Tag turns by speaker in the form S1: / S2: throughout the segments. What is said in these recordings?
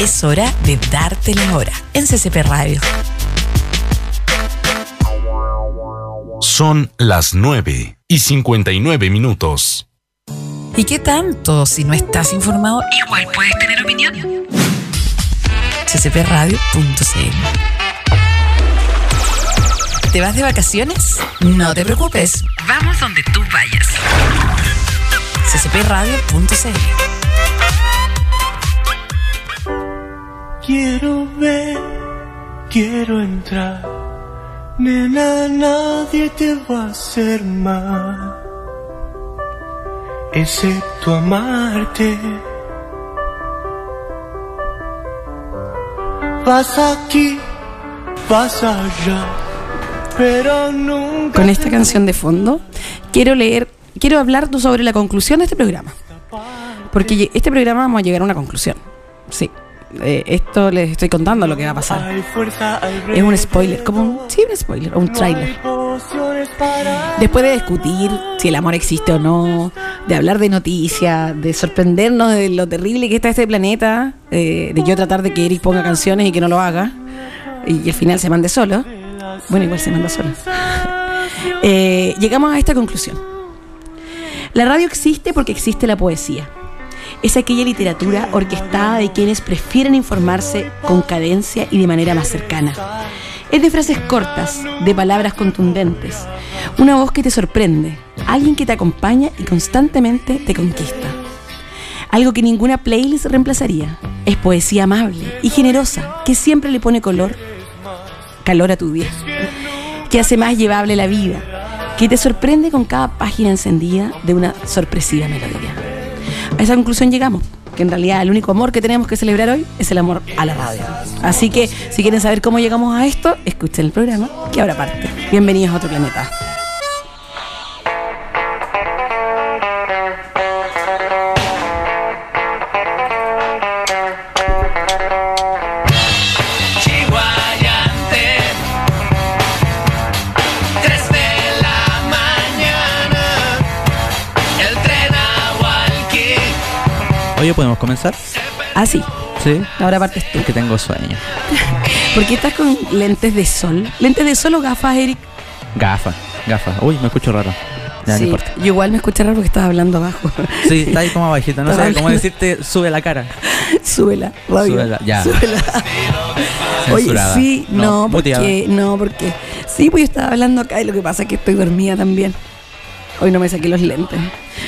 S1: Es hora de darte la hora en CCP Radio.
S2: Son las 9 y 59 minutos.
S1: ¿Y qué tanto? Si no estás informado, igual puedes tener opinión. ccpradio.cl ¿Te vas de vacaciones? No te preocupes. Vamos donde tú vayas. ccpradio.cl
S3: Quiero ver, quiero entrar. Nena, nadie te va a hacer mal. Excepto amarte. Vas aquí, vas allá. Pero nunca.
S4: Con esta canción de fondo, quiero leer, quiero hablar tú sobre la conclusión de este programa. Porque ye- este programa vamos a llegar a una conclusión. Sí. Eh, esto les estoy contando lo que va a pasar.
S3: Hay fuerza
S4: Es un spoiler, como un, sí, un spoiler, o un trailer. Después de discutir si el amor existe o no, de hablar de noticias, de sorprendernos de lo terrible que está este planeta, eh, de yo tratar de que Eric ponga canciones y que no lo haga, y, y al final se mande solo. Bueno, igual se manda solo. Eh, llegamos a esta conclusión. La radio existe porque existe la poesía. Es aquella literatura orquestada de quienes prefieren informarse con cadencia y de manera más cercana. Es de frases cortas, de palabras contundentes. Una voz que te sorprende, alguien que te acompaña y constantemente te conquista. Algo que ninguna playlist reemplazaría. Es poesía amable y generosa que siempre le pone color, calor a tu día. Que hace más llevable la vida. Que te sorprende con cada página encendida de una sorpresiva melodía. A esa conclusión llegamos. Que en realidad el único amor que tenemos que celebrar hoy es el amor a la radio. Así que si quieren saber cómo llegamos a esto, escuchen el programa que ahora parte. Bienvenidos a otro planeta.
S5: Chiguayante, 3 de la mañana, el tren a Hualqui.
S6: Oye, ¿podemos comenzar?
S4: Así,
S6: Sí.
S4: ahora partes tú.
S6: Es que tengo sueño.
S4: ¿Por qué estás con lentes de sol? ¿Lentes de sol o gafas, Eric?
S6: Gafa, gafa. Uy, me escucho raro. Ya,
S4: Sí,
S6: no importa.
S4: Yo igual me escuché raro porque estás hablando abajo.
S6: Sí, está ahí como abajito. No
S4: Estaba
S6: sé cómo
S4: hablando.
S6: decirte, sube la cara.
S4: Súbela, radio.
S6: Súbela, ya.
S4: Súbela. Oye,
S6: Censurada.
S4: sí, no,
S6: muteada.
S4: porque, no, porque. Sí, pues yo estaba hablando acá y lo que pasa es que estoy dormida también. Hoy no me saqué los lentes.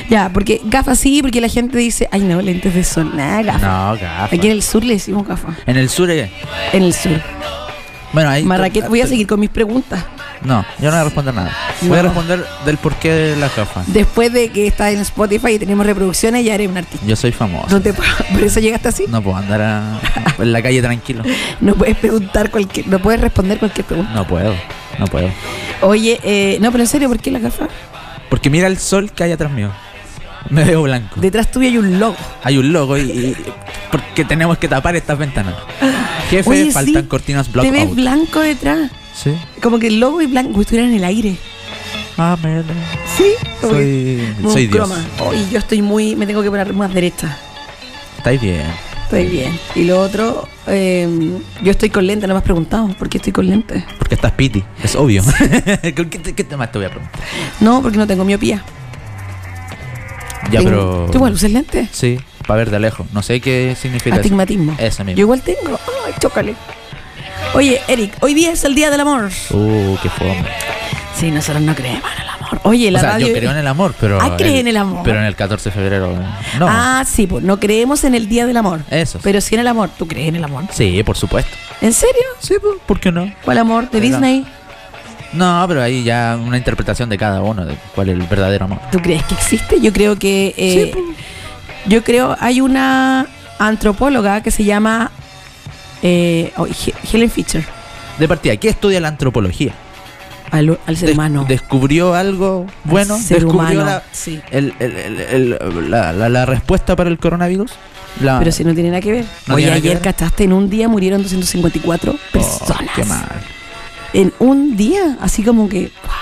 S4: Ya, porque gafas sí, porque la gente dice, ay no, lentes de sol, nada, gafas.
S6: No, gafa.
S4: Aquí en el sur le decimos gafas.
S6: En el sur, eh,
S4: En el sur.
S6: bueno, ahí.
S4: Marraqueta, voy a seguir con mis preguntas.
S6: No, yo no voy a responder nada. Voy a
S4: No.
S6: responder del porqué de la gafa.
S4: Después de que está en Spotify y tenemos reproducciones, ya eres un artista.
S6: Yo soy famoso.
S4: No te puedo- ¿Por eso llegaste así?
S6: No puedo andar a- en la calle tranquilo.
S4: No puedes preguntar cualquier, no puedes responder cualquier pregunta.
S6: No puedo, no puedo.
S4: Oye, eh, no, pero en serio, ¿por qué la gafa?
S6: Porque mira el sol que hay atrás mío. Me veo blanco.
S4: Detrás tuyo hay un logo.
S6: Hay un logo y, y- porque tenemos que tapar estas ventanas. Jefe,
S4: Oye,
S6: faltan
S4: sí,
S6: cortinas
S4: Te ves
S6: blackout.
S4: blanco detrás.
S6: Sí.
S4: Como que el logo y blanco estuvieran en el aire.
S6: Ah, me-
S4: Sí, como que-
S6: Soy,
S4: como
S6: soy
S4: un
S6: Dios.
S4: croma. Oye, yo estoy muy. Me tengo que poner más derecha.
S6: Estáis bien.
S4: Estoy bien. Y lo otro, eh, yo estoy con lente, no me has preguntado. ¿Por qué estoy con lente?
S6: Porque estás piti. Es obvio. ¿Con ¿Qué, te- qué más te voy a preguntar?
S4: No, porque no tengo miopía.
S6: Ya,
S4: Tengo-
S6: pero.
S4: ¿Tú igual usas lente?
S6: Sí, para ver de lejos. No sé qué significa eso.
S4: Astigmatismo.
S6: Eso mismo.
S4: Yo igual tengo. Ay, chócale. Oye, Eric, hoy día es el día del amor.
S6: Uh, qué fome.
S4: Sí, nosotros no creemos en el amor. Oye, la
S6: o sea,
S4: radio-
S6: yo creo en el amor, pero.
S4: Ah, cree en el amor.
S6: Pero en el 14 de febrero. eh, No.
S4: Ah, sí, pues no creemos en el día del amor.
S6: Eso sí.
S4: Pero sí en el amor. ¿Tú crees en el amor?
S6: Sí, por supuesto.
S4: ¿En serio?
S6: Sí, pues, ¿por qué no?
S4: ¿Cuál amor? ¿De
S6: Era-
S4: Disney?
S6: No, pero ahí ya una interpretación de cada uno de cuál es el verdadero amor.
S4: ¿Tú crees que existe? Yo creo que. eh, yo creo. Hay una antropóloga que se llama. eh, oh, He- Helen Fisher.
S6: De partida, ¿qué estudia la antropología?
S4: Al, al ser
S6: Des-
S4: humano.
S6: ¿Descubrió algo bueno?
S4: Al ser
S6: ¿Descubrió
S4: humano.
S6: la,
S4: sí.
S6: el- el- el- el- la, la- la respuesta para el coronavirus? La-
S4: Pero si no tiene nada que ver.
S6: Ah. No
S4: Oye,
S6: tiene nada que
S4: ayer
S6: ver.
S4: cachaste, en un día murieron 254
S6: Oh,
S4: personas.
S6: qué mal.
S4: En un día, así como que. ¡guau!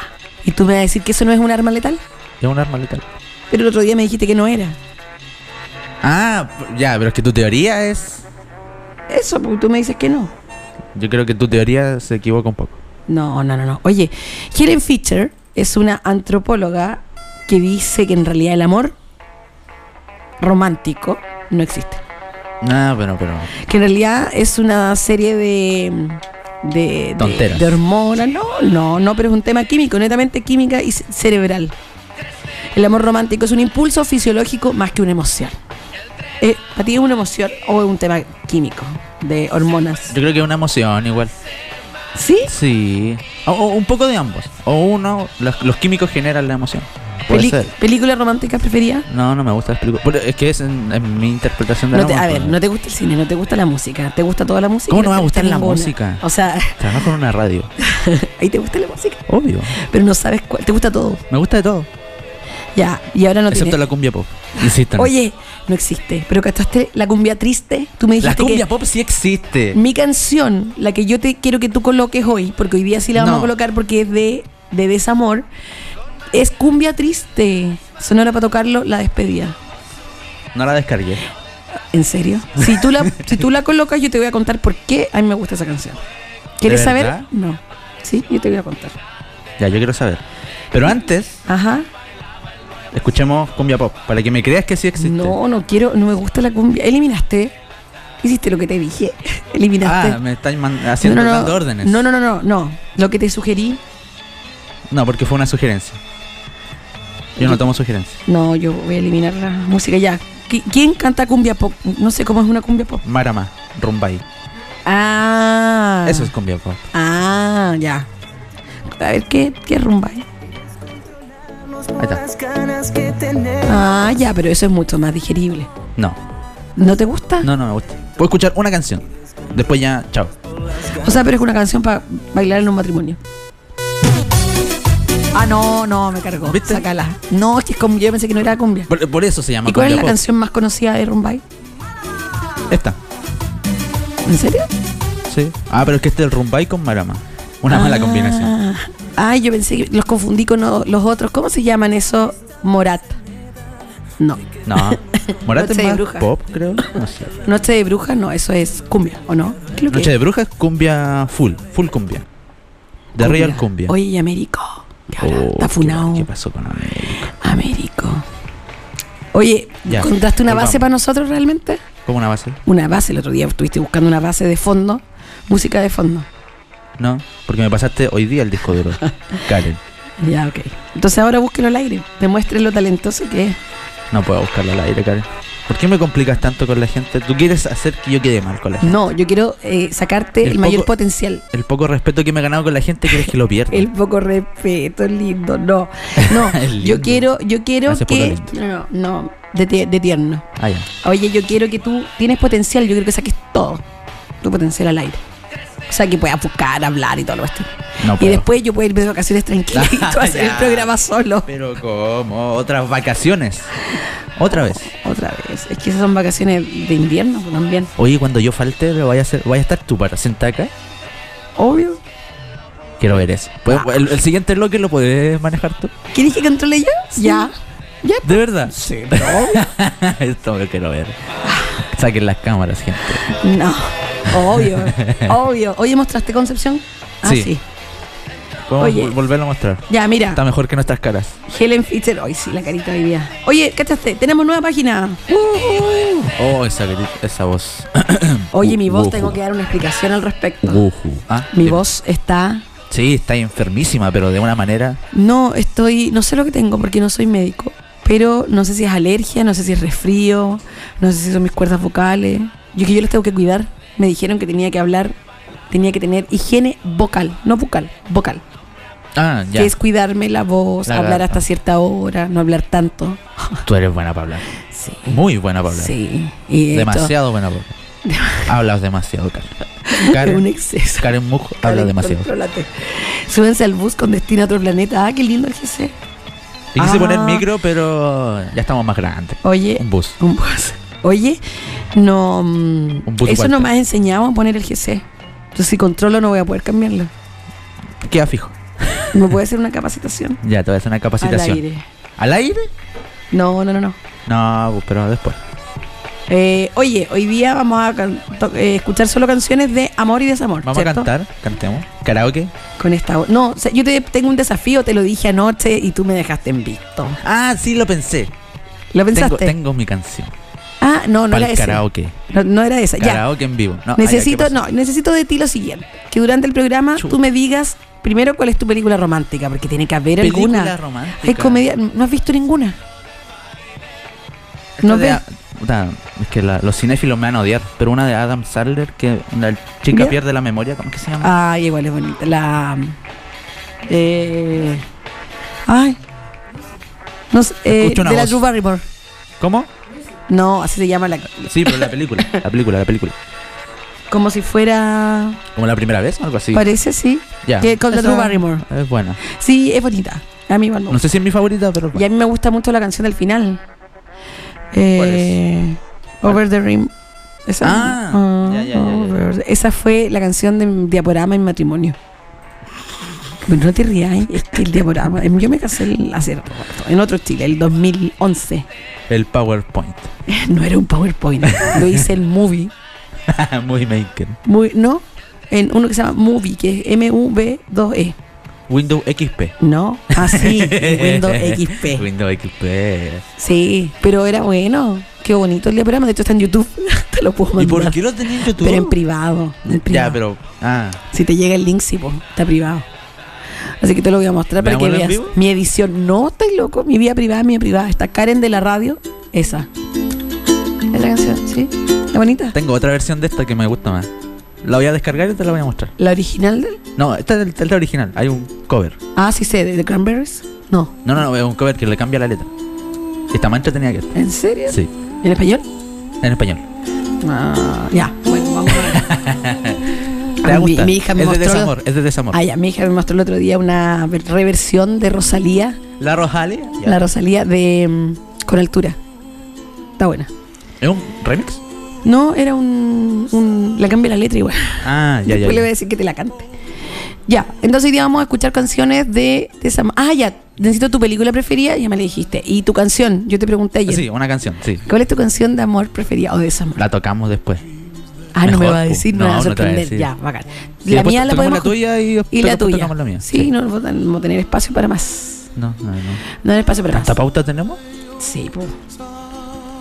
S4: ¿Y tú me vas a decir que eso no es un arma letal?
S6: Es un arma letal.
S4: Pero el otro día me dijiste que no era.
S6: Ah, ya, pero es que tu teoría es
S4: Eso, porque tú me dices que no.
S6: Yo creo que tu teoría se equivoca un poco.
S4: No, no, no, no. Oye, Helen Fischer es una antropóloga que dice que en realidad el amor romántico no existe.
S6: Ah, bueno, pero.
S4: Que en realidad es una serie de. De, de-
S6: Tonteras.
S4: de hormonas, no, no, no, pero es un tema químico, netamente química y ce- cerebral. El amor romántico es un impulso fisiológico más que una emoción. Eh, ¿Para ti es una emoción o es un tema químico de hormonas?
S6: Yo creo que es una emoción igual.
S4: ¿Sí?
S6: Sí. O, o un poco de ambos. O uno, los, los químicos generan la emoción. Puede
S4: Peli-
S6: ser.
S4: ¿Película romántica preferida?
S6: No, no me gusta las películas. Pero es que es en, en mi interpretación de
S4: No
S6: la
S4: te- a
S6: música.
S4: ver, no te gusta el cine, no te gusta la música, te gusta toda la música.
S6: ¿Cómo no
S4: te
S6: va a
S4: gusta
S6: gustar la
S4: ninguna?
S6: música?
S4: O sea,
S6: Trabajo en una radio.
S4: ahí te gusta la música,
S6: Obvio.
S4: pero no sabes cuál, te gusta todo.
S6: Me gusta de todo.
S4: Ya, y ahora no
S6: excepto
S4: tienes.
S6: la cumbia pop. Insistan.
S4: Oye, no existe, pero cantaste la cumbia triste, tú me
S6: la
S4: dijiste
S6: cumbia
S4: que Mm.
S6: pop sí existe.
S4: mi canción, la que yo te quiero que tú coloques hoy, porque hoy día sí la vamos
S6: No.
S4: a colocar porque es de, de desamor, es cumbia triste. Sonora para tocarlo, la despedida.
S6: No la descargué.
S4: ¿En serio? Si tú la, si tú la colocas, yo te voy a contar por qué a mí me gusta esa canción. ¿Quieres
S6: ¿De
S4: saber?
S6: verdad?
S4: No. Sí, yo te voy a contar.
S6: Ya, yo quiero saber. Pero antes,
S4: Ajá.
S6: escuchemos cumbia pop. Para que me creas que sí existe.
S4: No, no quiero, no me gusta la cumbia. Eliminaste. Hiciste lo que te dije. Eliminaste.
S6: Ah, me están man- haciendo
S4: no, no,
S6: dando
S4: no.
S6: órdenes.
S4: No, no, no, no, no. Lo que te sugerí,
S6: No, porque fue una sugerencia. Yo no tomo sugerencias.
S4: no, yo voy a eliminar la música ya. ¿Qui- ¿Quién canta cumbia pop? No sé cómo es una cumbia pop.
S6: Marama, Rumbay.
S4: Ah.
S6: Eso es cumbia pop.
S4: Ah, ya. A ver, ¿qué, qué rumba es?
S6: Ahí está.
S4: Ah, ya, pero eso es mucho más digerible.
S6: No,
S4: ¿No te gusta?
S6: no, no me gusta. Puedo escuchar una canción. Después ya, chao.
S4: O sea, pero es una canción para bailar en un matrimonio. Ah, no, no, me cargó.
S6: ¿Viste?
S4: Sácala. No, es que es cumbia, yo pensé que no era cumbia.
S6: Por, por eso se llama
S4: ¿Y cuál es
S6: cumbia
S4: la
S6: pop.
S4: canción más conocida de Rumbay?
S6: Esta.
S4: ¿En serio?
S6: Sí. Ah, pero es que este es el Rumbay con Marama. Una mala
S4: Ah.
S6: combinación.
S4: Ay, yo pensé que los confundí con o- los otros. ¿Cómo se llaman esos? Morat. No.
S6: No. Morate
S4: Noche
S6: es
S4: de
S6: más
S4: brujas.
S6: pop, creo. No sé.
S4: Noche de brujas, no, eso es cumbia, ¿o no? ¿Qué es lo que
S6: Noche
S4: es?
S6: de brujas, cumbia full. Full cumbia. De Real Cumbia.
S4: Oye, y Américo. que ahora
S6: Oh,
S4: Está
S6: ¿qué-
S4: funado.
S6: ¿Qué, pasó con América?
S4: Américo. Oye,
S6: Ya,
S4: ¿contaste una base
S6: volvamos.
S4: para nosotros realmente?
S6: ¿Cómo una base?
S4: Una base, el otro día estuviste buscando una base de fondo, música de fondo.
S6: No, porque me pasaste hoy día el disco duro. Karen.
S4: Ya, ok. Entonces ahora búsquelo al aire, demuestre lo talentoso que es.
S6: No puedo buscarlo al aire, Karen. ¿Por qué me complicas tanto con la gente? Tú quieres hacer que yo quede mal con la gente.
S4: No, yo quiero eh, sacarte el,
S6: El
S4: mayor
S6: poco-
S4: potencial.
S6: El poco respeto que me he ganado con la gente, quieres que lo pierda.
S4: El poco respeto, lindo, no. No,
S6: Lindo.
S4: yo quiero, yo quiero
S6: Gracias por
S4: que.
S6: lo
S4: No, no, no, de, tie- de tierno.
S6: Ah, ya.
S4: Oye, yo quiero que tú tienes potencial, yo quiero que saques todo tu potencial al aire. O sea, que puedas buscar, hablar y todo lo resto.
S6: No
S4: Y
S6: puedo.
S4: después yo puedo irme de vacaciones tranquila y tú hacer el
S6: Ya.
S4: programa solo.
S6: Pero ¿cómo? Otras vacaciones. Otra vez.
S4: Otra vez. Es que esas son vacaciones de invierno pues, también.
S6: Oye, cuando yo falte, lo vaya a hacer, vaya a estar tú para sentar acá.
S4: Obvio.
S6: Quiero ver eso. Pues, el, el siguiente bloque lo podés manejar tú.
S4: ¿Quieres que controle yo? Ya.
S6: ¿De verdad?
S4: Sí, pero.
S6: Esto lo quiero ver. Saquen las cámaras, gente.
S4: No. Obvio. Obvio. Oye, ¿mostraste Concepción? Ah, sí.
S6: Sí. Podemos
S4: Oye.
S6: vol- volverlo a mostrar.
S4: Ya, mira.
S6: Está mejor que nuestras caras.
S4: Helen Fischer. Hoy sí, la carita hoy día. Oye, ¿cachaste? Tenemos nueva página.
S6: Oh, esa, gri- esa voz.
S4: Oye, mi voz,
S6: Ujú.
S4: tengo que dar una explicación al respecto.
S6: Ujú. Ah,
S4: Mi
S6: eh,
S4: voz está.
S6: Sí, está enfermísima, pero de una manera.
S4: No, estoy. No sé lo que tengo porque no soy médico. Pero no sé si es alergia, no sé si es resfrío, no sé si son mis cuerdas vocales. Yo que yo las tengo que cuidar. Me dijeron que tenía que hablar, tenía que tener higiene vocal, no bucal, vocal.
S6: Ah, ya.
S4: Que es cuidarme la voz,
S6: La
S4: hablar
S6: garganta.
S4: hasta cierta hora, no hablar tanto.
S6: Tú eres buena para hablar.
S4: Sí.
S6: Muy buena para hablar.
S4: Sí. Y esto
S6: Demasiado buena para hablar. Hablas demasiado, Karen.
S4: es un
S6: Karen,
S4: exceso.
S6: Karen Mujo habla
S4: Karen,
S6: demasiado.
S4: contrólate. Súbense al bus con destino a otro planeta. Ah, qué lindo el GC.
S6: Te quise
S4: Ah.
S6: poner micro, pero ya estamos más grandes.
S4: Oye,
S6: Un bus.
S4: Un bus. Oye, no. mm,
S6: Un bus
S4: eso
S6: Walter.
S4: no me has enseñado a poner el GC. Yo si controlo no voy a poder cambiarlo.
S6: Queda fijo.
S4: ¿Me puede hacer una capacitación?
S6: Ya, te voy a hacer una
S4: Al
S6: capacitación.
S4: aire.
S6: ¿Al aire?
S4: No, no, no, no.
S6: No, pero después.
S4: Eh, oye, hoy día vamos a can- to- eh, escuchar solo canciones de amor y desamor.
S6: Vamos a
S4: ¿cierto?
S6: cantar, cantemos. Karaoke.
S4: Con esta voz. No, o sea, yo te tengo un desafío, te lo dije anoche y tú me dejaste en visto.
S6: Ah, sí, lo pensé.
S4: ¿Lo
S6: Tengo,
S4: pensaste?
S6: tengo mi canción.
S4: Ah, no, no
S6: para
S4: era
S6: el
S4: esa.
S6: karaoke.
S4: No, no era esa. Ya.
S6: Karaoke en vivo. No, ah, ya, ¿qué
S4: necesito,
S6: pasó?
S4: no, necesito de ti lo siguiente. Que durante el programa
S6: Chuta.
S4: tú me digas primero cuál es tu película romántica, porque tiene que haber
S6: Película
S4: alguna.
S6: romántica.
S4: Hay comedia, no has visto ninguna.
S6: Esta
S4: No
S6: de
S4: ves.
S6: A- puta, es que la- los cinéfilos me van a odiar, pero una de Adam Sandler que la chica
S4: ¿Ya?
S6: pierde la memoria, ¿cómo que se llama?
S4: Ay, igual es bonita. La. Eh, ay. No sé, eh,
S6: Escucho una
S4: de la
S6: voz.
S4: Drew Barrymore.
S6: ¿Cómo?
S4: No, así se llama la.
S6: Sí, pero la película, la película, la película.
S4: Como si fuera.
S6: ¿Como la primera vez o algo así?
S4: Parece, sí.
S6: Ya.
S4: Que con la
S6: Esa
S4: Drew Barrymore.
S6: Es buena.
S4: Sí, es bonita. A mí igual me
S6: No sé si es mi favorita, pero es
S4: Y a
S6: buena.
S4: mí me gusta mucho la canción del final. Eh, Over the Rim. Esa,
S6: Ah, ya, ya, ya, ya.
S4: Over the- esa fue la canción de mi diaporama en matrimonio. Bueno, no te rías, ¿eh? es que el diaporama. em, Yo me casé el- hace rato, en otro Chile, el 2011.
S6: El PowerPoint.
S4: No era un PowerPoint, lo hice en Movie.
S6: Movie Maker.
S4: Muy, no, en uno que se llama Movie, que es M-U-V-2-E.
S6: Windows XP.
S4: E. No, así, Windows XP.
S6: Windows XP.
S4: Sí, pero era bueno. Qué bonito el diaporama. De hecho, está en YouTube. Te lo puedo mandar.
S6: ¿Y por qué lo tenía en YouTube?
S4: Pero en privado. en privado.
S6: Ya, pero. Ah,
S4: Si te llega el link, sí, po, está privado. Así que te lo voy a mostrar para que
S6: ¿Veámoslo en
S4: veas
S6: vivo?
S4: mi edición. No, estás loco. Mi vida privada, mi vida privada. Está Karen de la radio. Esa. Esa canción, ¿sí? ¿La bonita?
S6: tengo otra versión de esta que me gusta más. La voy a descargar y te la voy a mostrar.
S4: ¿La original del?
S6: No, esta es la- esta es la original. Hay un cover.
S4: Ah, sí sé, de The Cranberries. No.
S6: No, no, no, es un cover que le cambia la letra. Y está más entretenida que esta.
S4: ¿En serio?
S6: Sí,
S4: ¿En español?
S6: en español.
S4: Ah, ya. Bueno, vamos a ver.
S6: ¿Te
S4: Ah,
S6: va a
S4: mi-
S6: gustar?
S4: mi hija me
S6: es
S4: mostró-
S6: de desamor, es de desamor.
S4: Ah, ya. Mi hija me mostró el otro día una ver- reversión de Rosalía.
S6: La Rojale. ya.
S4: La Rosalía de mm, Con Altura. Está buena.
S6: ¿Es un remix?
S4: No, era un. un- la cambia la letra igual.
S6: Ah, ya, ya.
S4: Después le
S6: ya.
S4: voy a decir que te la cante. Ya, entonces hoy día vamos a escuchar canciones de, de esa. Ah, ya, necesito tu película preferida, ya me la dijiste. Y tu canción, yo te pregunté
S6: Ah,
S4: ayer.
S6: Sí, una canción, sí.
S4: ¿Cuál es tu canción de amor preferida o de desamor?
S6: La tocamos después.
S4: ah, no me
S6: mejor,
S4: va a
S6: po.
S4: decir, me
S6: No,
S4: va a
S6: no te va a
S4: sorprender.
S6: decir.
S4: ya, bacán.
S6: Y
S4: la
S6: después
S4: mía la
S6: tocamos
S4: podemos.
S6: la tuya y
S4: y
S6: después
S4: la tuya.
S6: tocamos la mía.
S4: Sí, No, no vamos a tener espacio para más.
S6: No, no, no.
S4: No hay espacio para
S6: ¿Tanta
S4: más.
S6: pauta tenemos?
S4: Sí, po.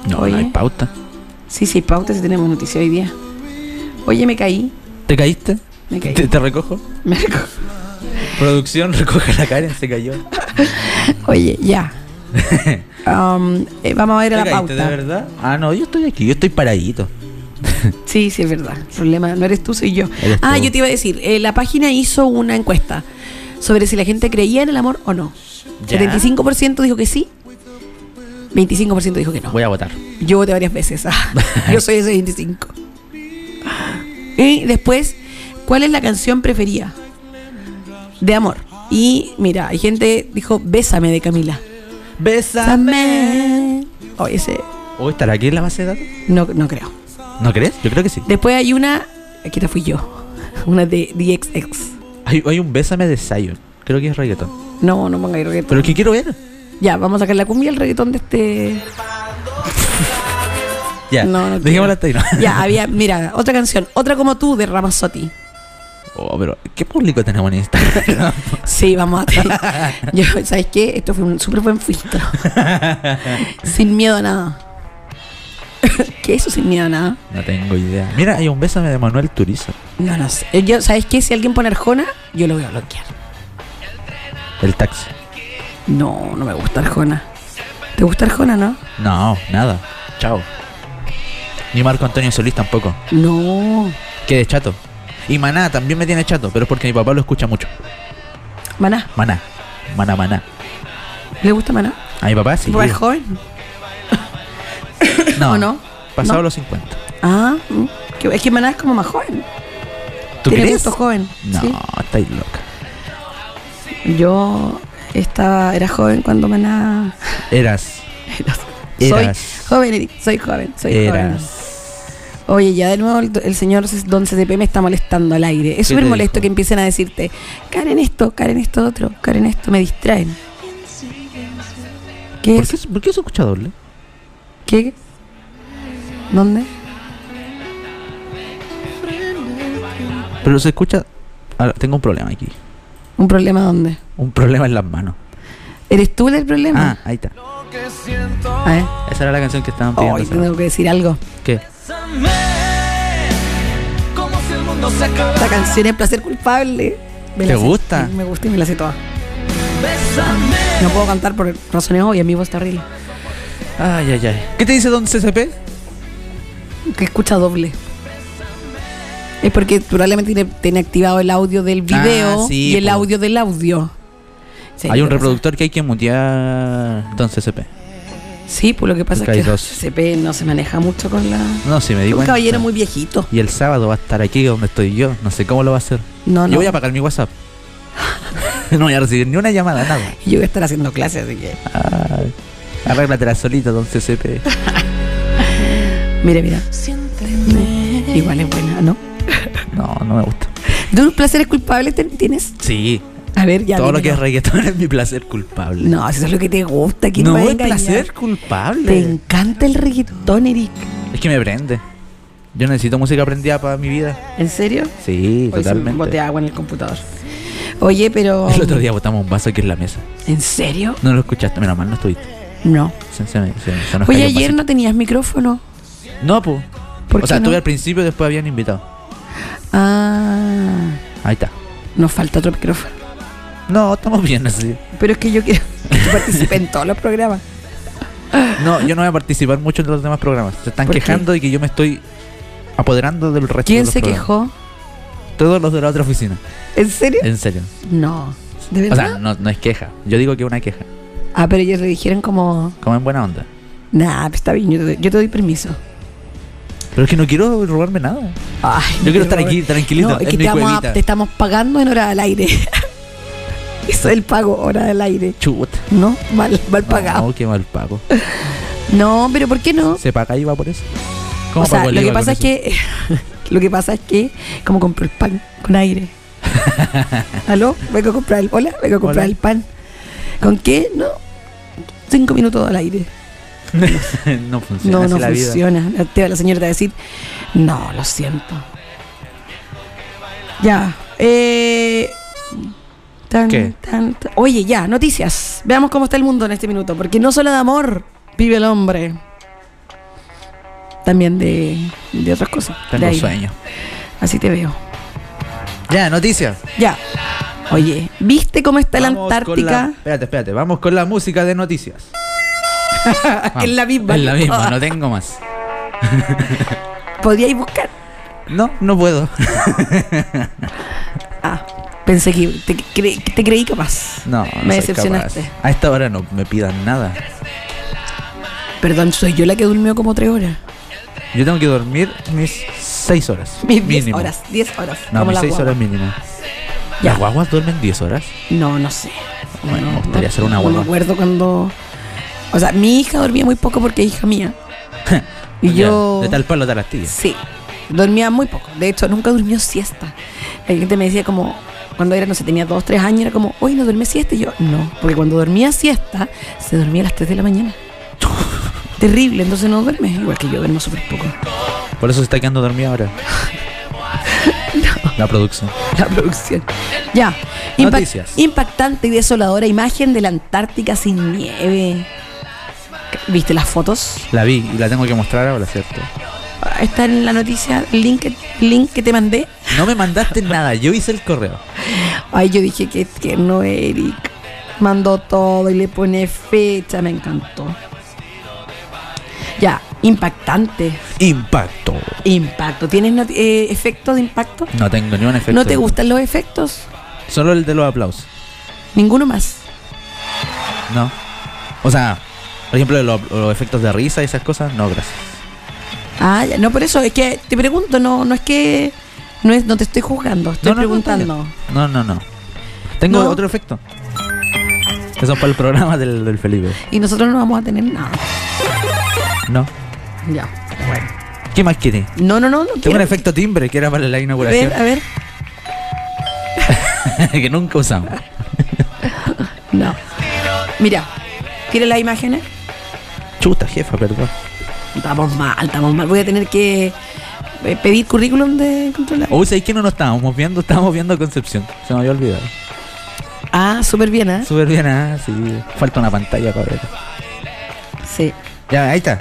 S6: No,
S4: Oye.
S6: no hay pauta.
S4: Sí, sí, pauta si tenemos noticia hoy día. Oye, me caí.
S6: ¿Te caíste?
S4: Me caí.
S6: ¿Te, te recojo?
S4: Me reco-
S6: Producción, recoge la Karen, se cayó.
S4: Oye, ya. Um, eh, vamos a ver a la
S6: ¿Te caíste de
S4: pauta.
S6: verdad? Ah, no, yo estoy aquí, yo estoy paradito.
S4: Sí, sí, es verdad. El problema no eres tú, soy yo.
S6: Eres
S4: ah,
S6: tú.
S4: yo te iba a decir, eh, la página hizo una encuesta sobre si la gente creía en el amor o no.
S6: Ya.
S4: 75% dijo que sí, 25% dijo que no.
S6: Voy a votar.
S4: Yo voté varias veces. ah. yo soy ese 25. Y después, ¿cuál es la canción preferida? De amor. Y mira, hay gente dijo Bésame de Camila.
S6: Bésame.
S4: Bésame. Oh, ese
S6: ¿O estará aquí en la base de datos?
S4: no, no creo.
S6: ¿No crees? Yo creo que sí.
S4: Después hay una, aquí te fui yo, una de DXX.
S6: Hay, hay un bésame de Zion. Creo que es reggaetón.
S4: No, no ponga ahí reggaetón.
S6: Pero es que quiero ver.
S4: Ya, vamos a sacar la cumbia y el reggaetón de este...
S6: Ya.
S4: No, no
S6: Dejémosla hasta ahí. ¿no?
S4: Ya, había, mira, otra canción, otra como tú de Ramazotti.
S6: Oh, pero ¿qué público tenemos en Instagram?
S4: Sí, vamos a tener. Yo, ¿Sabes qué? Esto fue un súper buen filtro. sin miedo a nada. ¿Qué es eso sin miedo a nada?
S6: no tengo idea. Mira, hay un bésame de Manuel Turizo.
S4: No, no sé. Eh, Yo, ¿Sabes qué? Si alguien pone Arjona, yo lo voy a bloquear.
S6: El taxi.
S4: No, no me gusta Arjona. ¿Te gusta Arjona, no?
S6: No, nada. Chao. Ni Marco Antonio Solís tampoco.
S4: No.
S6: Quede chato. Y Maná también me tiene chato, pero es porque mi papá lo escucha mucho.
S4: Maná.
S6: Maná. Maná, maná.
S4: ¿Le gusta Maná?
S6: A mi papá sí.
S4: ¿Porque es joven?
S6: No,
S4: ¿O no?
S6: Pasado
S4: No.
S6: los 50.
S4: Ah, mm. Que- es que Maná es como más joven.
S6: ¿Tú
S4: Tiene
S6: crees?
S4: gusto joven.
S6: No,
S4: sí.
S6: estáis loca.
S4: Yo estaba, era joven cuando Maná.
S6: Eras.
S4: Soy
S6: Eras.
S4: joven, Eric, soy joven, soy joven.
S6: Eras.
S4: Oye, ya de nuevo el, el señor C- Don CTP me está molestando al aire. Es
S6: ¿Qué
S4: súper
S6: te
S4: molesto
S6: dijo?
S4: que empiecen a decirte, Karen esto, Karen esto otro, Karen esto, me distraen. ¿Qué
S6: ¿Por
S4: es?
S6: eh? qué, ¿Por qué se escucha doble?
S4: ¿Qué? ¿Dónde?
S6: Pero se escucha. Ahora, tengo un problema aquí.
S4: ¿Un problema dónde?
S6: Un problema en las manos.
S4: ¿Eres tú el del
S6: Ah,
S4: problema?
S6: ahí está. Ah.
S4: A ver.
S6: Esa era la canción que estaban
S4: Ay,
S6: pidiendo.
S4: te tengo que decir algo.
S6: ¿Qué?
S5: Como si el mundo se acabara.
S4: La canción es placer culpable. Me
S6: ¿Te
S4: la sé.
S6: gusta?
S4: Me gusta y me la sé toda. No puedo cantar por razones obvias, mi voz está horrible.
S6: Ay, ay, ay. ¿Qué te dice Don CCP?
S4: Que escucha doble. Es porque probablemente tiene, tiene activado el audio del video
S6: Ah, sí,
S4: y el
S6: po.
S4: audio del audio. Sí,
S6: hay un
S4: lo que pasa-
S6: reproductor que hay que mutear Don CCP.
S4: Sí, pues lo que pasa
S6: Porque hay
S4: es que
S6: dos.
S4: CP no se maneja mucho con la.
S6: No, sí, me di
S4: Un
S6: cuenta.
S4: caballero muy viejito.
S6: Y el sábado va a estar aquí donde estoy yo. No sé cómo lo va a hacer.
S4: No,
S6: Yo
S4: no.
S6: voy a apagar mi WhatsApp. no voy a recibir ni una llamada, nada.
S4: Yo voy a estar haciendo clases, así que.
S6: Ay, arréglatela solita, Don CCP.
S4: Mira, mira. Igual es buena, ¿no?
S6: No, no me gusta.
S4: ¿De un placeres culpables te- tienes?
S6: Sí,
S4: A ver, ya.
S6: todo lo que es
S4: dímelo.
S6: reggaetón es mi placer culpable.
S4: No, eso es lo que te gusta. ¿quién
S6: no
S4: va a
S6: es
S4: engañar?
S6: placer
S4: Te
S6: culpable.
S4: encanta el reggaetón, Eric.
S6: Es que me prende. Yo necesito música prendida para mi vida.
S4: ¿En serio?
S6: Sí,
S4: Hoy se me
S6: totalmente.
S4: boté agua en el computador. Oye, pero.
S6: El otro día botamos un vaso aquí en la mesa.
S4: ¿En serio?
S6: No lo escuchaste, menos mal no estuviste.
S4: No.
S6: Se- se me- se- se nos
S4: Oye,
S6: cayó un
S4: ayer no
S6: vasito.
S4: tenías micrófono.
S6: No, pues.
S4: ¿Por
S6: O sea,
S4: qué no?
S6: estuve al principio y después habían invitado.
S4: Ah,
S6: Ahí está.
S4: nos falta otro micrófono.
S6: No, estamos bien así.
S4: Pero es que yo quiero que participe en todos los programas.
S6: No, yo no voy a participar mucho en los demás programas. Se están
S4: ¿Por qué?
S6: quejando de que yo me estoy apoderando del resto de
S4: ¿Quién
S6: los
S4: se
S6: programas.
S4: quejó?
S6: Todos los de la otra oficina.
S4: ¿En serio?
S6: En serio.
S4: No. ¿De
S6: Eh. O
S4: verdad?
S6: sea, no, no es queja. Yo digo que es una queja.
S4: ah, pero ellos le dijeron como.
S6: Como en buena onda.
S4: Nah, pues está bien, yo te doy, yo te doy permiso.
S6: Pero es que no quiero robarme nada.
S4: Ay,
S6: Yo quiero estar
S4: pero-
S6: aquí, tranquilito,
S4: No, es
S6: en
S4: que
S6: mi
S4: te, vamos a-
S6: cuevita.
S4: te estamos pagando en hora al aire. Eso es el pago, hora del aire.
S6: Chuta.
S4: No, mal, mal
S6: No,
S4: pagado.
S6: No, qué mal pago.
S4: No, pero ¿por qué no?
S6: Se paga IVA por eso.
S4: O sea,
S6: pagó el
S4: lo que
S6: IVA con
S4: pasa es
S6: eso?
S4: que lo que pasa es que como compró el pan con aire. ¿Aló? Vengo a comprar el hola, vengo a comprar
S6: Hola.
S4: el pan. ¿Con qué? No. Cinco minutos al aire.
S6: no funciona.
S4: No,
S6: así
S4: no
S6: la vida.
S4: funciona. La, te- la señora te va a decir, no, lo siento. Ya. Eh, tan,
S6: ¿Qué?
S4: tan, tan- Oye, ya, noticias. Veamos cómo está el mundo en este minuto, porque no solo de amor vive el hombre. También de, de otras cosas. De
S6: Tengo
S4: ahí.
S6: sueño.
S4: Así te veo.
S6: Ya, noticias.
S4: Ya. Oye, ¿viste cómo está
S6: Vamos
S4: la
S6: con la-
S4: Antártica?
S6: Espérate, espérate. Vamos con la música de noticias.
S4: Es la misma.
S6: Es la misma, no tengo más.
S4: Podríais buscar.
S6: No, no puedo.
S4: Ah, pensé que te, cre- te creí capaz.
S6: No, no
S4: Me
S6: soy
S4: decepcionaste.
S6: capaz. A esta hora no me pidan nada.
S4: Perdón, soy yo la que durmió como tres horas.
S6: Yo tengo que dormir mis 6 horas.
S4: Mis diez
S6: mínimo.
S4: horas, diez horas.
S6: No,
S4: como
S6: mis
S4: la
S6: 6
S4: guagua.
S6: horas mínimo.
S4: Ya.
S6: ¿Las guaguas duermen 10 horas?
S4: No, no sé.
S6: Bueno,
S4: No,
S6: me gustaría
S4: no-
S6: ser una
S4: No
S6: guagua.
S4: me acuerdo cuando. O sea, mi hija dormía muy poco porque es hija mía. y
S6: Ya,
S4: yo.
S6: De tal palo, tal astilla.
S4: Sí, dormía muy poco. De hecho, nunca durmió siesta. La gente me decía como, cuando era, no sé, tenía dos, tres años, era como, hoy no duerme siesta. Y yo, no, porque cuando dormía siesta, se dormía a las 3 de la mañana. Terrible, entonces no duerme, igual que yo duermo súper poco.
S6: Por eso se está quedando dormida ahora. La producción.
S4: La producción. Ya, Impact-
S6: Noticias.
S4: impactante y desoladora imagen de la Antártica sin nieve. ¿Viste las fotos? Ah,
S6: La vi y la tengo que mostrar ahora, ¿cierto?
S4: Está en la noticia, el link, que- link que te mandé.
S6: No me mandaste nada, yo hice el correo.
S4: Ay, yo dije que tierno Eric. Mandó todo y le pone fecha, me encantó. Ya, impactante.
S6: Impacto.
S4: Impacto. ¿Tienes not- eh, efectos de impacto?
S6: No tengo ni un efecto.
S4: ¿No te gustan los efectos?
S6: Solo el de los aplausos.
S4: Ninguno más.
S6: No. O sea, por ejemplo, los, los efectos de risa y esas cosas, no, gracias.
S4: Ah, ya, no, por eso es que te pregunto, no, no es que no, es, no te estoy juzgando, estoy
S6: No, no, no, está bien.
S4: preguntando.
S6: No, no, no. Tengo
S4: No.
S6: otro efecto. Eso es para el programa del, del Felipe.
S4: y nosotros no vamos a tener nada.
S6: No.
S4: Ya. Bueno.
S6: ¿Qué más quiere?
S4: No, no, no, no.
S6: Tengo
S4: quiero-
S6: un efecto timbre que era para la
S4: A ver, ah.
S6: inauguración
S4: a ver.
S6: que nunca usamos.
S4: No. Mira, ¿quieres las imágenes?
S6: Chuta, jefa, perdón.
S4: Estamos mal, estamos mal. Voy a tener que eh, pedir currículum de controlar.
S6: Uy, ¿sabes que no nos estábamos viendo? Estábamos viendo a Concepción. Se me había olvidado.
S4: Ah, súper bien, ¿ah?
S6: Súper bien, ah, sí. Falta una pantalla para ver.
S4: Sí.
S6: Ya, ahí está.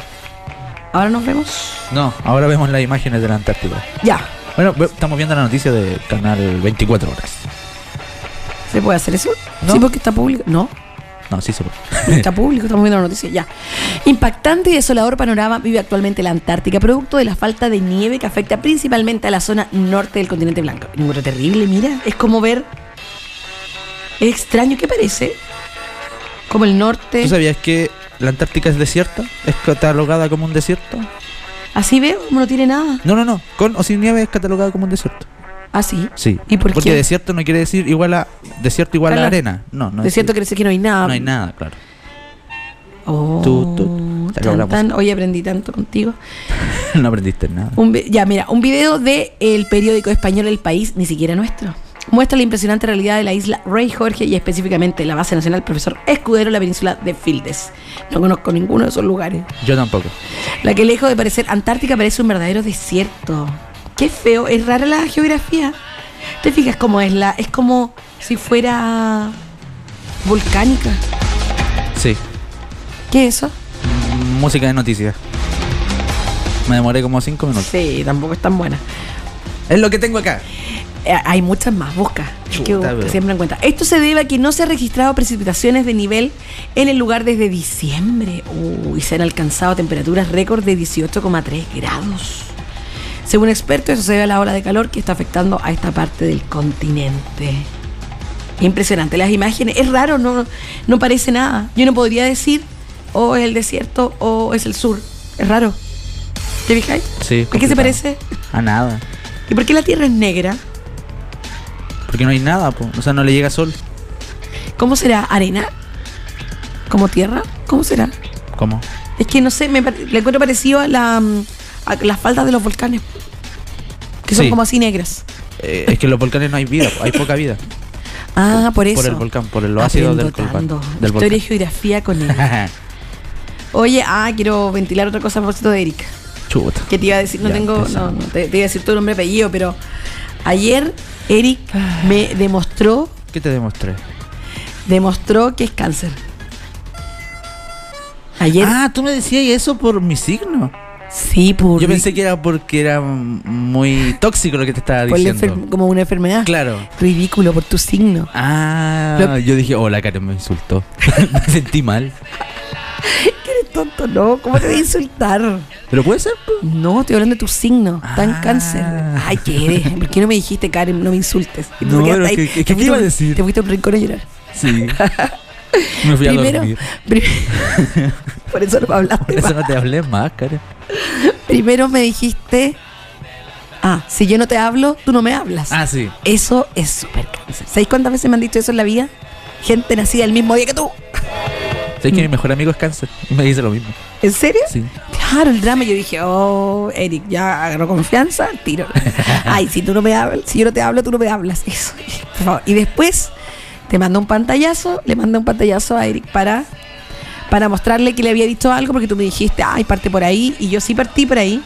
S4: Ahora nos vemos.
S6: No, ahora vemos las imágenes de la Antártida.
S4: Ya.
S6: Bueno, ve- estamos viendo la noticia de Canal 24 Horas.
S4: ¿Se puede hacer eso?
S6: No.
S4: Sí, porque está público. No.
S6: No, sí se puede.
S4: Está público, estamos viendo la noticia, ya. Impactante y desolador panorama vive actualmente la Antártica, producto de la falta de nieve que afecta principalmente a la zona norte del continente blanco. Un número terrible, mira. Es como ver. Es extraño, ¿qué parece? Como el norte.
S6: ¿Tú sabías que la Antártica es desierta? ¿Es catalogada como un desierto?
S4: Así veo, como no tiene nada. Ah,
S6: No, no, no. Con o sin nieve es catalogada como un desierto.
S4: Así.
S6: Sí.
S4: ¿Y por
S6: Porque
S4: qué?
S6: desierto no quiere decir igual a desierto igual
S4: Claro.
S6: a arena. No, no.
S4: De cierto que decir que no hay nada.
S6: no hay nada, claro.
S4: Oh,
S6: Tú, tú. Se acabó
S4: tan,
S6: la
S4: tan. Hoy aprendí tanto contigo.
S6: no aprendiste nada.
S4: Un vi- ya, mira, un video de el periódico español El País, ni siquiera nuestro. Muestra la impresionante realidad de la isla Rey Jorge y específicamente la base nacional Profesor Escudero en la península de Fildes. No conozco ninguno de esos lugares.
S6: Uh. Yo tampoco.
S4: La que lejos de parecer Antártica parece un verdadero desierto. Qué feo, es rara la geografía. ¿Te fijas cómo es la? Es como si fuera volcánica.
S6: Sí.
S4: ¿Qué es eso?
S6: Mm, Música de noticias. Me demoré como cinco minutos.
S4: Sí, tampoco es tan buena.
S6: Es lo que tengo acá.
S4: Eh, Hay muchas más, busca. Es que
S6: Chuta,
S4: busca,
S6: pero-
S4: siempre encuentra. Esto se debe a que no se han registrado precipitaciones de nivel en el lugar desde diciembre. Uy, se han alcanzado temperaturas récord de 18,3 grados. Según expertos, eso se debe a la ola de calor que está afectando a esta parte del continente. Impresionante, las imágenes. Es raro, no, no parece nada. Yo no podría decir o es el desierto o es el sur. Es raro. ¿Te fijáis?
S6: Sí.
S4: ¿A qué se
S6: complicado.
S4: parece?
S6: A nada.
S4: ¿Y por qué la Tierra es negra?
S6: Porque no hay nada, po. o sea, no le llega sol.
S4: ¿Cómo será? ¿Arena? ¿Como tierra? ¿Cómo será?
S6: ¿Cómo?
S4: Es que no sé, me pare- le encuentro parecido a, la, mm, a las faldas de los volcanes. Que son
S6: Sí.
S4: como así negras.
S6: Eh, es que en los volcanes no hay vida, po. hay poca vida.
S4: Ah, por eso.
S6: Por el volcán, por el- lo ácido del,
S4: Aprendo tanto.
S6: volcán- del
S4: Historia
S6: volcán.
S4: y geografía con él. Oye, ah, quiero ventilar otra cosa a propósito de Erika.
S6: Chuta.
S4: Que te iba a decir, no
S6: Ya
S4: tengo, no,
S6: empezamos.
S4: no, te, te iba a decir tu nombre y apellido, pero ayer Eric me demostró,
S6: ¿Qué te demostré?
S4: demostró que es cáncer. Ayer,
S6: Ah, tú me decías eso por mi signo.
S4: sí, por
S6: Yo pensé que era porque era mm, muy tóxico lo que te estaba
S4: Por la
S6: diciendo.
S4: enfer- como una enfermedad.
S6: Claro.
S4: Ridículo por tu signo.
S6: Ah,
S4: Lo-
S6: yo dije, hola, Karen me insultó. me sentí mal.
S4: ¿Qué eres tonto, no? ¿Cómo te voy a insultar?
S6: Pero puede ser, po.
S4: No, estoy hablando de tu signo. Tan
S6: Ah.
S4: cáncer. Ay, ¿qué eres? ¿Por qué no me dijiste, Karen? No me insultes. Y tú
S6: No,
S4: te
S6: pero
S4: quedaste ahí.
S6: ¿qué- qué-
S4: Te
S6: qué
S4: fuiste
S6: iba a
S4: un-
S6: decir?
S4: Te fuiste a un rincón a llorar.
S6: Sí. me fui a
S4: Primero,
S6: dormir.
S4: pri- por eso no me hablaste
S6: Por eso
S4: más.
S6: no te hablé más, Karen.
S4: Primero me dijiste, ah, si yo no te hablo, tú no me hablas.
S6: Ah, sí.
S4: Eso es súper cáncer. ¿Sabéis cuántas veces me han dicho eso en la vida? Gente nacida el mismo día que tú.
S6: Sabes
S4: Mm.
S6: que mi mejor amigo es cáncer. Y me dice lo mismo.
S4: ¿En serio?
S6: Sí.
S4: Claro, el drama. Yo dije, oh, Eric, ya agarró confianza, tiro. Ay, si tú no me hablas, si yo no te hablo, tú no me hablas. Eso, por favor. Y después te mando un pantallazo, le mando un pantallazo a Eric para, para mostrarle que le había dicho algo, porque tú me dijiste, ay, parte por ahí, y yo sí partí por ahí.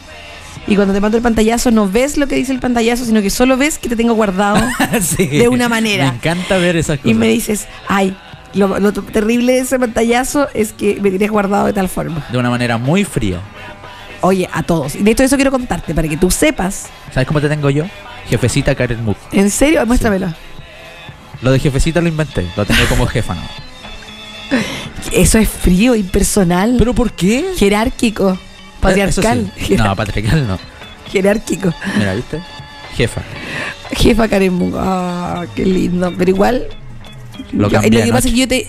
S4: Y cuando te mando el pantallazo, no ves lo que dice el pantallazo, sino que solo ves que te tengo guardado.
S6: Sí.
S4: De una manera.
S6: Me encanta ver esas cosas.
S4: y me dices, ay, lo, lo terrible de ese pantallazo es que me tienes guardado de tal forma.
S6: De una manera muy fría.
S4: Oye, a todos. Y de hecho, eso quiero contarte para que tú sepas.
S6: ¿Sabes cómo te tengo yo? Jefecita Karen Mood.
S4: ¿En serio? Muéstramelo.
S6: Lo de jefecita lo inventé. Lo tengo como jefa, ¿no?
S4: Eso es frío, impersonal,
S6: ¿Pero por qué?
S4: jerárquico, patriarcal.
S6: Eh, Eso sí. No, patriarcal no.
S4: Jerárquico.
S6: Mira, ¿viste? Jefa.
S4: Jefa Karen Mugo. Ah, qué lindo. Pero igual.
S6: Lo
S4: yo-
S6: cambié
S4: que pasa es que yo te.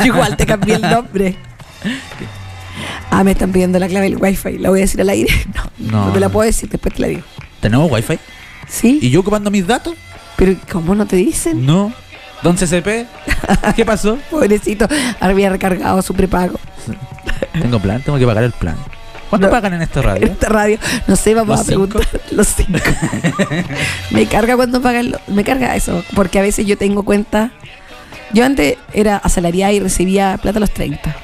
S4: yo igual te cambié el nombre. Ah, me están pidiendo la clave del wifi. ¿La voy a decir al aire? No. No,
S6: No.
S4: te la puedo decir, después te la digo.
S6: ¿Tenemos wifi?
S4: ¿Sí?
S6: ¿Y yo ocupando mis datos?
S4: Pero ¿cómo no te dicen?
S6: No. Don CCP, ¿qué pasó?
S4: Pobrecito, había recargado su prepago.
S6: Tengo plan, tengo que pagar el plan. ¿Cuánto
S4: No.
S6: pagan en esta radio?
S4: Esta radio, no sé, vamos
S6: ¿Los
S4: a preguntar los cinco. me carga cuando pagan, lo- me carga eso, porque a veces yo tengo cuenta. Yo antes era asalariada y recibía plata a los 30.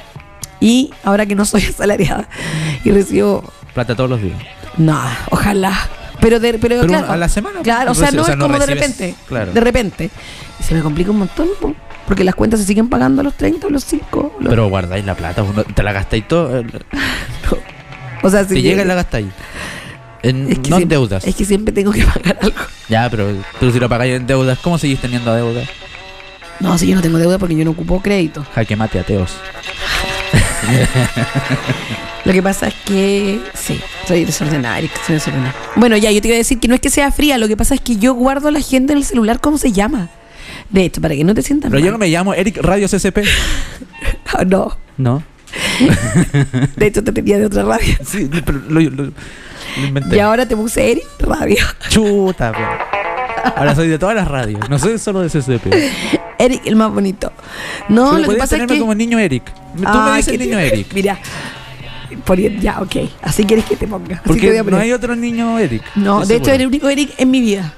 S4: Y ahora que no soy asalariada y recibo
S6: Plata todos los días.
S4: no, ojalá. Pero, de- pero,
S6: Pero
S4: claro,
S6: a la semana,
S4: Claro, o
S6: pues,
S4: sea,
S6: recibe-
S4: no
S6: o sea,
S4: es
S6: no
S4: como de
S6: recibes-
S4: repente.
S6: claro.
S4: De repente. Y se me complica un montón, po, porque las cuentas se siguen pagando a los 30, a los 5. los-
S6: Pero guardáis la plata, vos no- te la gastáis todo. eh,
S4: o sea, si
S6: te llega
S4: llega-
S6: y la gastáis. En-
S4: es que
S6: no en
S4: siempre-
S6: deudas.
S4: Es que siempre tengo que pagar algo.
S6: Ya, pero, pero si lo pagáis en deudas, ¿cómo seguís teniendo deudas?
S4: No, si yo no tengo deuda porque yo no ocupo crédito.
S6: Jaque mate, ateos.
S4: Lo que pasa es que sí, soy desordenada, Eric, soy desordenada. Bueno, ya, yo te iba a decir que no es que sea fría, lo que pasa es que yo guardo la agenda en el celular, ¿cómo se llama? De hecho, para que no te sientas
S6: Pero
S4: mal.
S6: yo no me llamo Eric Radio CCP.
S4: Ah, no,
S6: No.
S4: de hecho te tenía de otra radio.
S6: Sí, pero lo, lo- lo inventé.
S4: Y ahora te puse Eric Radio.
S6: Chuta, pero. Ahora soy de todas las radios. No soy solo de CCP.
S4: Eric, el más bonito. No,
S6: Pero
S4: lo que
S6: podías
S4: pasa es
S6: tenerme
S4: que.
S6: como niño Eric. Tú me
S4: Ay,
S6: dices
S4: que
S6: niño
S4: te-
S6: Eric.
S4: Mira, por- ya, ok. Así quieres que te ponga. Así te voy
S6: Porque
S4: a
S6: no
S4: poner.
S6: hay otro niño Eric.
S4: No, de
S6: Estoy
S4: hecho,
S6: seguro.
S4: eres el único Eric en mi vida.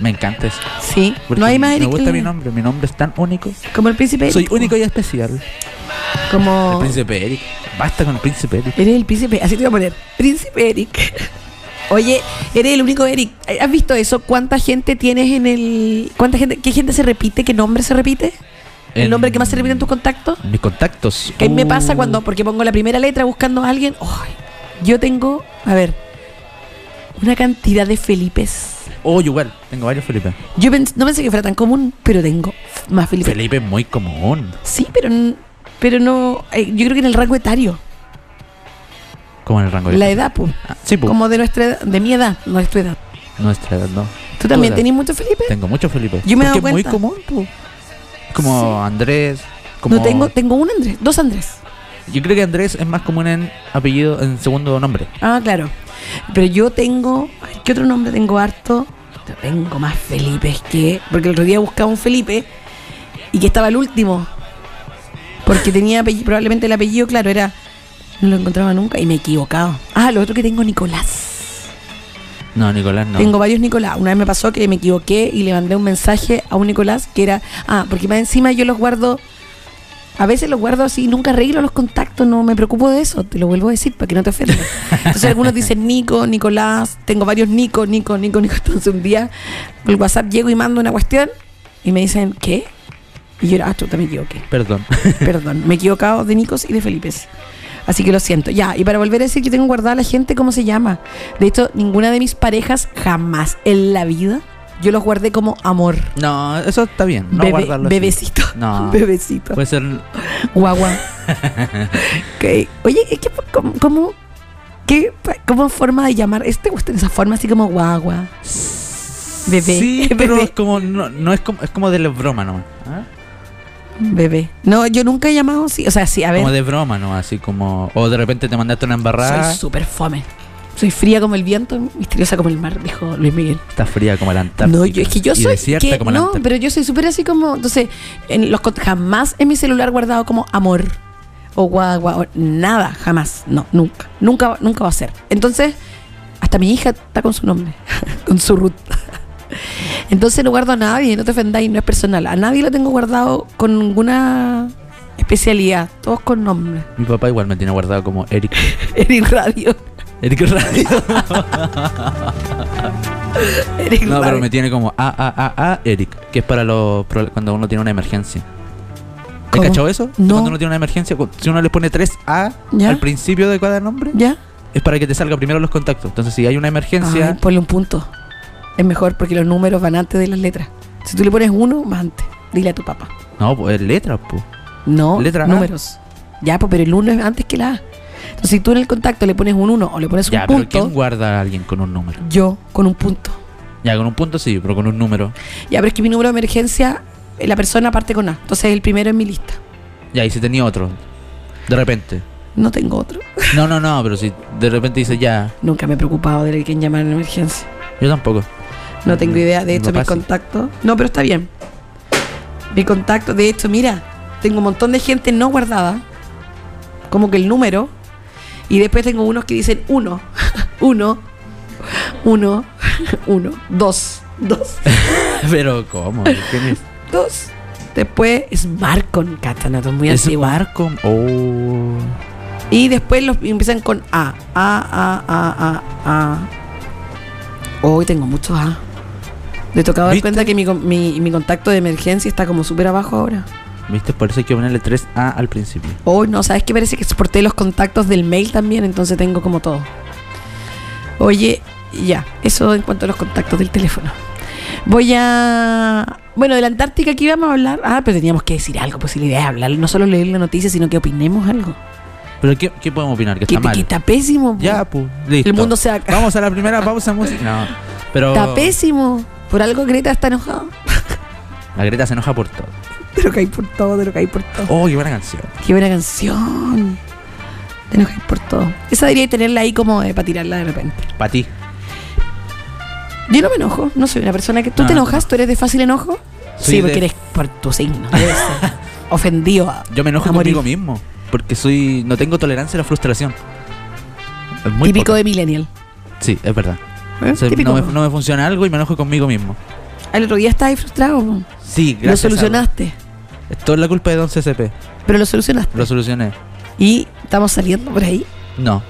S6: Me encanta eso.
S4: Sí,
S6: Porque
S4: no hay más
S6: Me
S4: Eric. que
S6: gusta
S4: el
S6: mi
S4: mío.
S6: nombre. Mi nombre es tan único.
S4: Como el príncipe Eric. pues.
S6: Soy único y especial. El
S4: Como.
S6: príncipe Eric. Basta con el príncipe Eric.
S4: Eres el príncipe, así te voy a poner, príncipe Eric. Oye, eres el único Eric. ¿Has visto eso? ¿Cuánta gente tienes en el... ¿Cuánta gente... ¿Qué gente se repite? ¿Qué nombre se repite? ¿El
S6: En-
S4: nombre que más se repite en tus contactos?
S6: Mis contactos.
S4: ¿Qué me
S6: Uh,
S4: pasa cuando... Porque pongo la primera letra buscando a alguien. Ay, yo tengo, a ver, una cantidad de Felipes.
S6: Oh, igual. Tengo varios Felipe.
S4: Yo pens- no pensé que fuera tan común, pero tengo f- más Felipe.
S6: Felipe es muy común.
S4: Sí, pero, n- pero no... eh, Yo creo que en el rango etario.
S6: Como en el rango de
S4: La edad, pues.
S6: Ah, sí, pues.
S4: Como de nuestra edad, de mi edad, no de tu edad.
S6: Nuestra edad, no.
S4: ¿Tú también
S6: Puta.
S4: tenías mucho Felipe?
S6: Tengo muchos Felipe.
S4: Yo me he dado
S6: Porque es muy
S4: cuenta.
S6: común, po. Como Andrés. Como...
S4: No tengo, tengo un Andrés, dos Andrés.
S6: Yo creo que Andrés es más común en apellido, en segundo nombre.
S4: Ah, claro. Pero yo tengo, ay, ¿qué otro nombre tengo harto? No tengo más Felipe es que, porque el otro día buscaba un Felipe y que estaba el último. Porque tenía apellido- probablemente el apellido, claro, era no lo encontraba nunca y me he equivocado. Ah, lo otro que tengo Nicolás.
S6: No, Nicolás no.
S4: Tengo varios Nicolás. Una vez me pasó que me equivoqué y le mandé un mensaje a un Nicolás que era, ah, porque más encima yo los guardo, a veces los guardo así, nunca arreglo los contactos, no me preocupo de eso, te lo vuelvo a decir para que no te ofendas. Entonces algunos dicen Nico, Nicolás, tengo varios Nico, Nico, Nico, Nico. Entonces un día por el WhatsApp llego y mando una cuestión y me dicen, ¿qué? Y yo era, ah, chuta, me equivoqué.
S6: Perdón.
S4: Perdón, me he equivocado de Nicos y de Felipes. Así que lo siento. Ya, y para volver a decir que tengo guardada la gente, ¿cómo se llama? De hecho, ninguna de mis parejas jamás en la vida yo los guardé como amor.
S6: No, eso está bien. No
S4: Bebe-
S6: guardarlo así.
S4: bebecito.
S6: No. Pues-
S4: Bebecito.
S6: Puede ser.
S4: Guagua. Ok. Oye, es que ¿cómo, cómo, qué, pa- cómo forma de llamar? ¿Este gusta esa forma así como guagua? Bebé.
S6: Sí,
S4: Bebé.
S6: pero es como. No, no es como. Es como de la broma nomás. ¿Ah?
S4: Bebé. No, yo nunca he llamado así. O sea, sí, a ver.
S6: Como de broma nomás. Así como. O de repente te mandaste una embarrada.
S4: Soy súper fome. Soy fría como el viento, misteriosa como el mar, dijo Luis Miguel.
S6: Está fría como la Antártida.
S4: No, yo, es que yo
S6: y
S4: soy.
S6: desierta
S4: que-
S6: como la
S4: no,
S6: Antártida.
S4: pero yo soy súper así como. Entonces, en los, cont- jamás en mi celular guardado como amor o guagua o nada, jamás. No, nunca. Nunca, nunca va a ser. Entonces, hasta mi hija está con su nombre, con su Ruth. Entonces no guardo a nadie, no te ofendáis, no es personal. A nadie lo tengo guardado con ninguna especialidad, todos con nombre.
S6: Mi papá igual me tiene guardado como Eric.
S4: Eric Radio.
S6: Eric Radio.
S4: Eric
S6: No, pero
S4: Radio.
S6: me tiene como ah, A, A, A, A, Eric, que es para los pro- cuando uno tiene una emergencia. ¿Has
S4: ¿Cómo?
S6: cachado eso?
S4: No.
S6: Cuando uno tiene una emergencia, cu- si uno le pone 3A
S4: ¿Ya?
S6: al principio de cada nombre,
S4: ¿Ya?
S6: es para que te salga primero los contactos. Entonces, si hay una
S4: Ay,
S6: emergencia,
S4: ponle un punto. Es mejor porque los números van antes de las letras. Si tú le pones uno, va antes. Dile a tu papá.
S6: no, pues letras, pues.
S4: No,
S6: Letra A.
S4: números. Ya, pues, pero el uno es antes que la A. Entonces, si tú en el contacto le pones un uno o le pones
S6: Ya,
S4: un
S6: pero ¿quién
S4: punto,
S6: guarda a alguien con un número?
S4: yo con un punto.
S6: Ya, con un punto sí, pero con un número.
S4: Ya, pero es que mi número de emergencia, eh, la persona parte con A. Entonces, es el primero en mi lista.
S6: Ya, y si tenía otro, de repente.
S4: No tengo otro.
S6: No, no, no, pero si de repente dices ya,
S4: Nunca me he preocupado de quién llamar en emergencia.
S6: yo tampoco.
S4: No tengo idea. De
S6: Mi
S4: hecho,
S6: papá
S4: mis
S6: sí.
S4: contactos. No, pero está bien. Mi contacto, de hecho, mira, tengo un montón de gente no guardada. Como que el número. Y después tengo unos que dicen uno, uno, uno, uno, dos, dos,
S6: Pero, ¿cómo? ¿Quién es?
S4: dos. Después es Marcon, Catanato, muy
S6: es
S4: antiguo.
S6: Marcom. Oh.
S4: Y después los y empiezan con A. A, A, A, A, A. Hoy tengo muchos A. Me he tocado dar
S6: ¿Viste?
S4: cuenta que mi, con- mi, mi contacto de emergencia está como súper abajo ahora.
S6: ¿Viste? Por eso hay que ponerle 3A al principio.
S4: Hoy no, ¿sabes qué? Parece que exporté los contactos del mail también, entonces tengo como todo. Oye, ya, eso en cuanto a los contactos del teléfono. Voy a... Bueno, de la Antártica aquí vamos a hablar. Ah, pero teníamos que decir algo, pues si la idea es hablar, no solo leer la noticia, sino que opinemos algo.
S6: ¿Pero qué, qué podemos opinar? Que
S4: Que,
S6: está mal.
S4: que está pésimo. po.
S6: Ya, pues, listo.
S4: El mundo se va a-
S6: Vamos a la primera pausa música. No, pero...
S4: Está pésimo. Por algo Greta está enojada.
S6: La Greta se enoja por todo.
S4: Te lo caí por todo, te lo caí por todo.
S6: Oh, qué buena canción.
S4: Qué buena canción. Te enojáis por todo. Esa debería tenerla ahí como para tirarla de repente.
S6: Para ti.
S4: Yo no me enojo, no soy una persona que. ¿Tú
S6: No,
S4: te
S6: no.
S4: enojas? ¿Tú eres de fácil enojo?
S6: Soy
S4: sí, porque
S6: Ah. de-
S4: eres por tu signo. debe ser. Ofendido. a-
S6: Yo me enojo
S4: a morir.
S6: conmigo mismo. Porque soy... No tengo tolerancia a la frustración. Es muy
S4: Típico
S6: poco.
S4: de Millennial.
S6: Sí, es verdad.
S4: ¿Eh?
S6: O sea,
S4: Típico.
S6: no, me, no me funciona algo y me enojo conmigo mismo.
S4: Al otro día estás ahí frustrado. po.
S6: Sí,
S4: Lo
S6: gracias. a-
S4: solucionaste.
S6: Esto es la culpa de Don CCP.
S4: Pero lo solucionaste.
S6: Lo solucioné.
S4: Y estamos saliendo por ahí.
S6: No.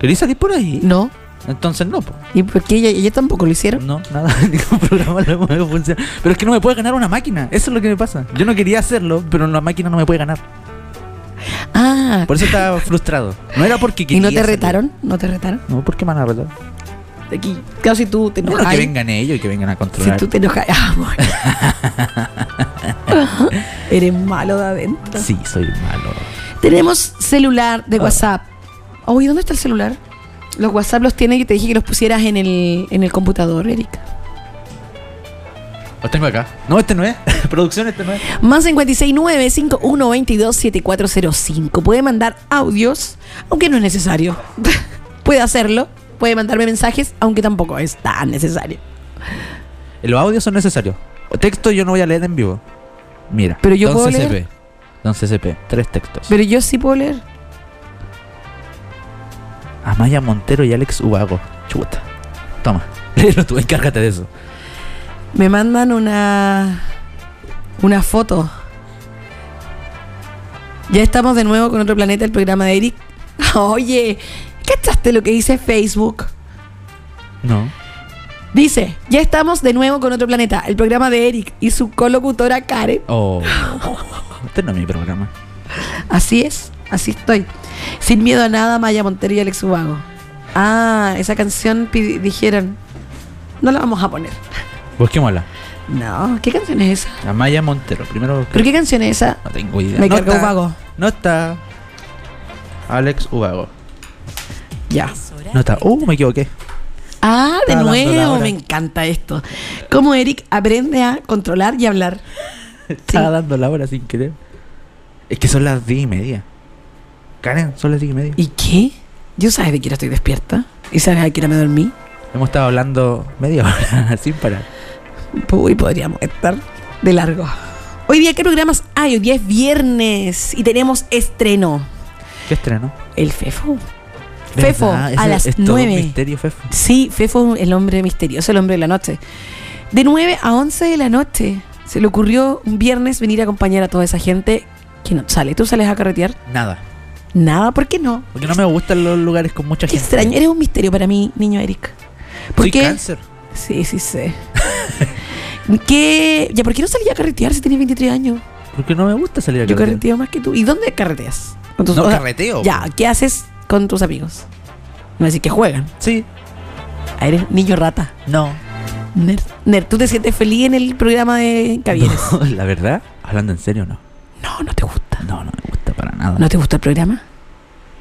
S6: ¿Queréis salir por ahí?
S4: No.
S6: Entonces no, po.
S4: ¿Y por qué ellos, ellos tampoco lo hicieron?
S6: No, nada, ningún programa lo puedo funcionar. Pero es que no me puede ganar una máquina. Eso es lo que me pasa. Yo no quería hacerlo, pero la máquina no me puede ganar.
S4: Ah.
S6: Por eso estaba frustrado. No era porque
S4: ¿Y
S6: quería.
S4: no te
S6: hacerlo.
S4: retaron? ¿No te retaron?
S6: No, ¿por qué me van a retar?
S4: Aquí, claro, si tú te
S6: No,
S4: enojas.
S6: que ¿eh? vengan ellos y que vengan a
S4: Si
S6: controlar.
S4: tú te enojas. Ah, bueno. Eres malo de adentro.
S6: Sí, soy malo.
S4: Tenemos celular de WhatsApp. Oye, ¿dónde está el celular? Los WhatsApp los tiene y te dije que los pusieras en el, en el computador, Erika.
S6: Los tengo acá. No, este no es. Producción, este no es.
S4: Más 569-5122-7405. Puede mandar audios, aunque no es necesario. puede hacerlo, puede mandarme mensajes, aunque tampoco es tan necesario.
S6: Eh, Los audios son necesarios. O Texto yo no voy a leer en vivo. Mira.
S4: Pero yo
S7: Don
S4: puedo
S7: CCP.
S4: leer.
S6: Don CCP, tres textos.
S4: Pero yo sí puedo leer.
S6: Amaya Montero y Alex Ubago. Chuta. Toma. Léelo tú, encárgate de eso.
S4: Me mandan una una foto. Ya estamos de nuevo con otro planeta, el programa de Eric. Oye, ¿cachaste lo que dice Facebook?
S6: No.
S4: Dice, ya estamos de nuevo con otro planeta, el programa de Eric y su colocutora Karen.
S6: Oh. Este no es mi programa.
S4: Así es, así estoy. Sin miedo a nada, Maya Montero y Alex Ubago. Ah, esa canción pidi- dijeron. No la vamos a poner.
S6: Busquémosla.
S4: No, ¿qué canción es esa?
S6: Amaya Montero. Primero.
S4: ¿Pero qué canción es esa?
S6: No tengo idea.
S4: Me
S6: no
S4: cargó
S6: está-
S4: Ubago.
S6: No está. Alex Ubago.
S4: Ya.
S6: No está. Uh, me equivoqué.
S4: Ah, de
S6: Estaba hablando la
S4: nuevo,
S6: hora.
S4: me encanta esto. Cómo Eric aprende a controlar y hablar.
S6: Estaba dando la hora sin querer. Es que son las 10 y media. Karen, son las 10 y media.
S4: ¿Y qué? Yo sabes de qué hora estoy despierta. ¿Y sabes a qué hora me dormí?
S6: Hemos estado hablando media hora sin parar.
S4: Uy, podríamos estar de largo. Hoy día, ¿qué programas hay? Hoy día es viernes y tenemos estreno.
S6: ¿Qué estreno?
S4: El FEFO. Fefo,
S6: ¿Verdad?
S4: a las
S6: es Todo un
S4: nueve.
S6: misterio, Fefo.
S4: Sí, Fefo, el hombre misterioso, el hombre de la noche. De 9 a 11 de la noche se le ocurrió un viernes venir a acompañar a toda esa gente que no sale. ¿Tú sales a carretear?
S6: Nada.
S4: Nada, ¿por qué no?
S6: Porque no me gustan los lugares con mucha
S4: Qué
S6: gente.
S4: extraño, eres un misterio para mí, niño Eric. ¿Por
S6: Soy
S4: qué?
S6: cáncer.
S4: Sí, sí sé. ¿Qué? ¿Ya por qué no salías a carretear si tienes 23 años?
S6: Porque no me gusta salir a
S4: Yo
S6: carretera.
S4: carreteo más que tú. ¿Y dónde carreteas? Con tus-
S6: No
S4: o sea,
S6: carreteo.
S4: Ya, ¿qué haces con tus amigos? No decir que juegan.
S6: Sí.
S4: Ah, eres niño rata.
S6: No.
S4: Nerd. Nerd, ¿tú te sientes feliz en el programa de Cavieres?
S6: No, la verdad, hablando en serio, no.
S4: No. no, te gusta.
S6: No, no me gusta para nada.
S4: ¿No te gusta el programa?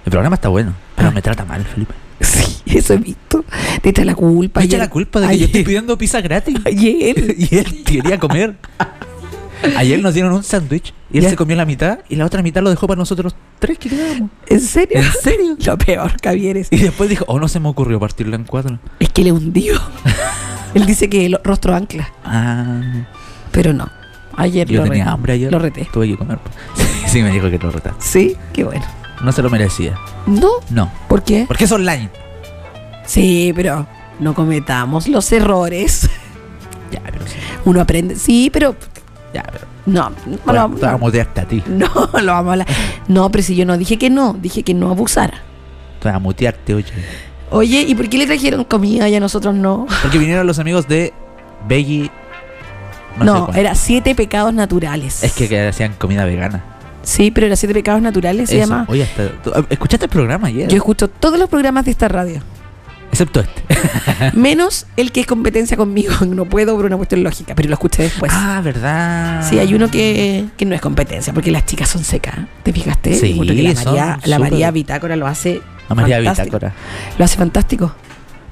S6: El programa está bueno, pero
S4: Ah.
S6: me trata mal, Felipe.
S4: Sí, eso he visto. Te echa la culpa.
S6: Me echa
S4: ayer-
S6: la culpa de que yo
S4: ayer-
S6: estoy pidiendo pizza gratis.
S4: Ayer.
S6: y él quería comer. Ayer nos dieron un sándwich y él
S4: Ya.
S6: se comió la mitad y la otra mitad lo dejó para nosotros tres que quedábamos.
S4: ¿En serio?
S6: ¿En serio?
S4: Lo peor, Cavieres.
S6: Y después dijo, oh, no se me ocurrió partirlo en cuatro.
S4: Es que le hundió. Él dice que el rostro ancla,
S6: Ah,
S4: pero no. Ayer
S6: yo
S4: lo
S6: tenía
S4: reté.
S6: hambre ayer.
S4: Lo reté.
S6: Tuve que comer. Sí, sí, me dijo que lo retaste.
S4: Sí, qué bueno.
S6: No se lo merecía.
S4: No,
S6: No.
S4: ¿por qué?
S6: Porque es online.
S4: Sí, pero no cometamos los errores.
S6: Ya, pero sí.
S4: Uno aprende. Sí, pero
S6: Ya, pero.
S4: No,
S6: Bueno,
S4: no,
S6: te
S4: no,
S6: vamos a mutearte a ti.
S4: no, lo vamos a hablar. No, pero si yo no dije que no, dije que no abusara.
S6: Te vamos a mutearte, oye.
S4: Oye, ¿y por qué le trajeron comida y a nosotros no?
S6: Porque vinieron los amigos de Veggie.
S4: No,
S6: No, sé cuánto.
S4: era siete pecados naturales.
S6: Es que, que hacían comida vegana.
S4: Sí, pero era siete pecados naturales, se
S6: Eso.
S4: llama.
S6: Oye, hasta, tú- ah, ¿escuchaste el programa ayer?
S4: Yo escucho todos los programas de esta radio,
S6: Excepto este.
S4: menos el que es competencia conmigo. No puedo por una cuestión lógica, pero lo escuché después.
S6: ah, ¿verdad?
S4: Pues. Sí, hay uno que, que no es competencia, porque las chicas son secas. ¿Te fijaste?
S6: Sí,
S4: Encuentro que la
S6: son
S4: María, la
S6: súper-
S4: María Bitácora lo hace.
S6: A María
S4: fantástico.
S6: Bitácora.
S4: Lo hace fantástico.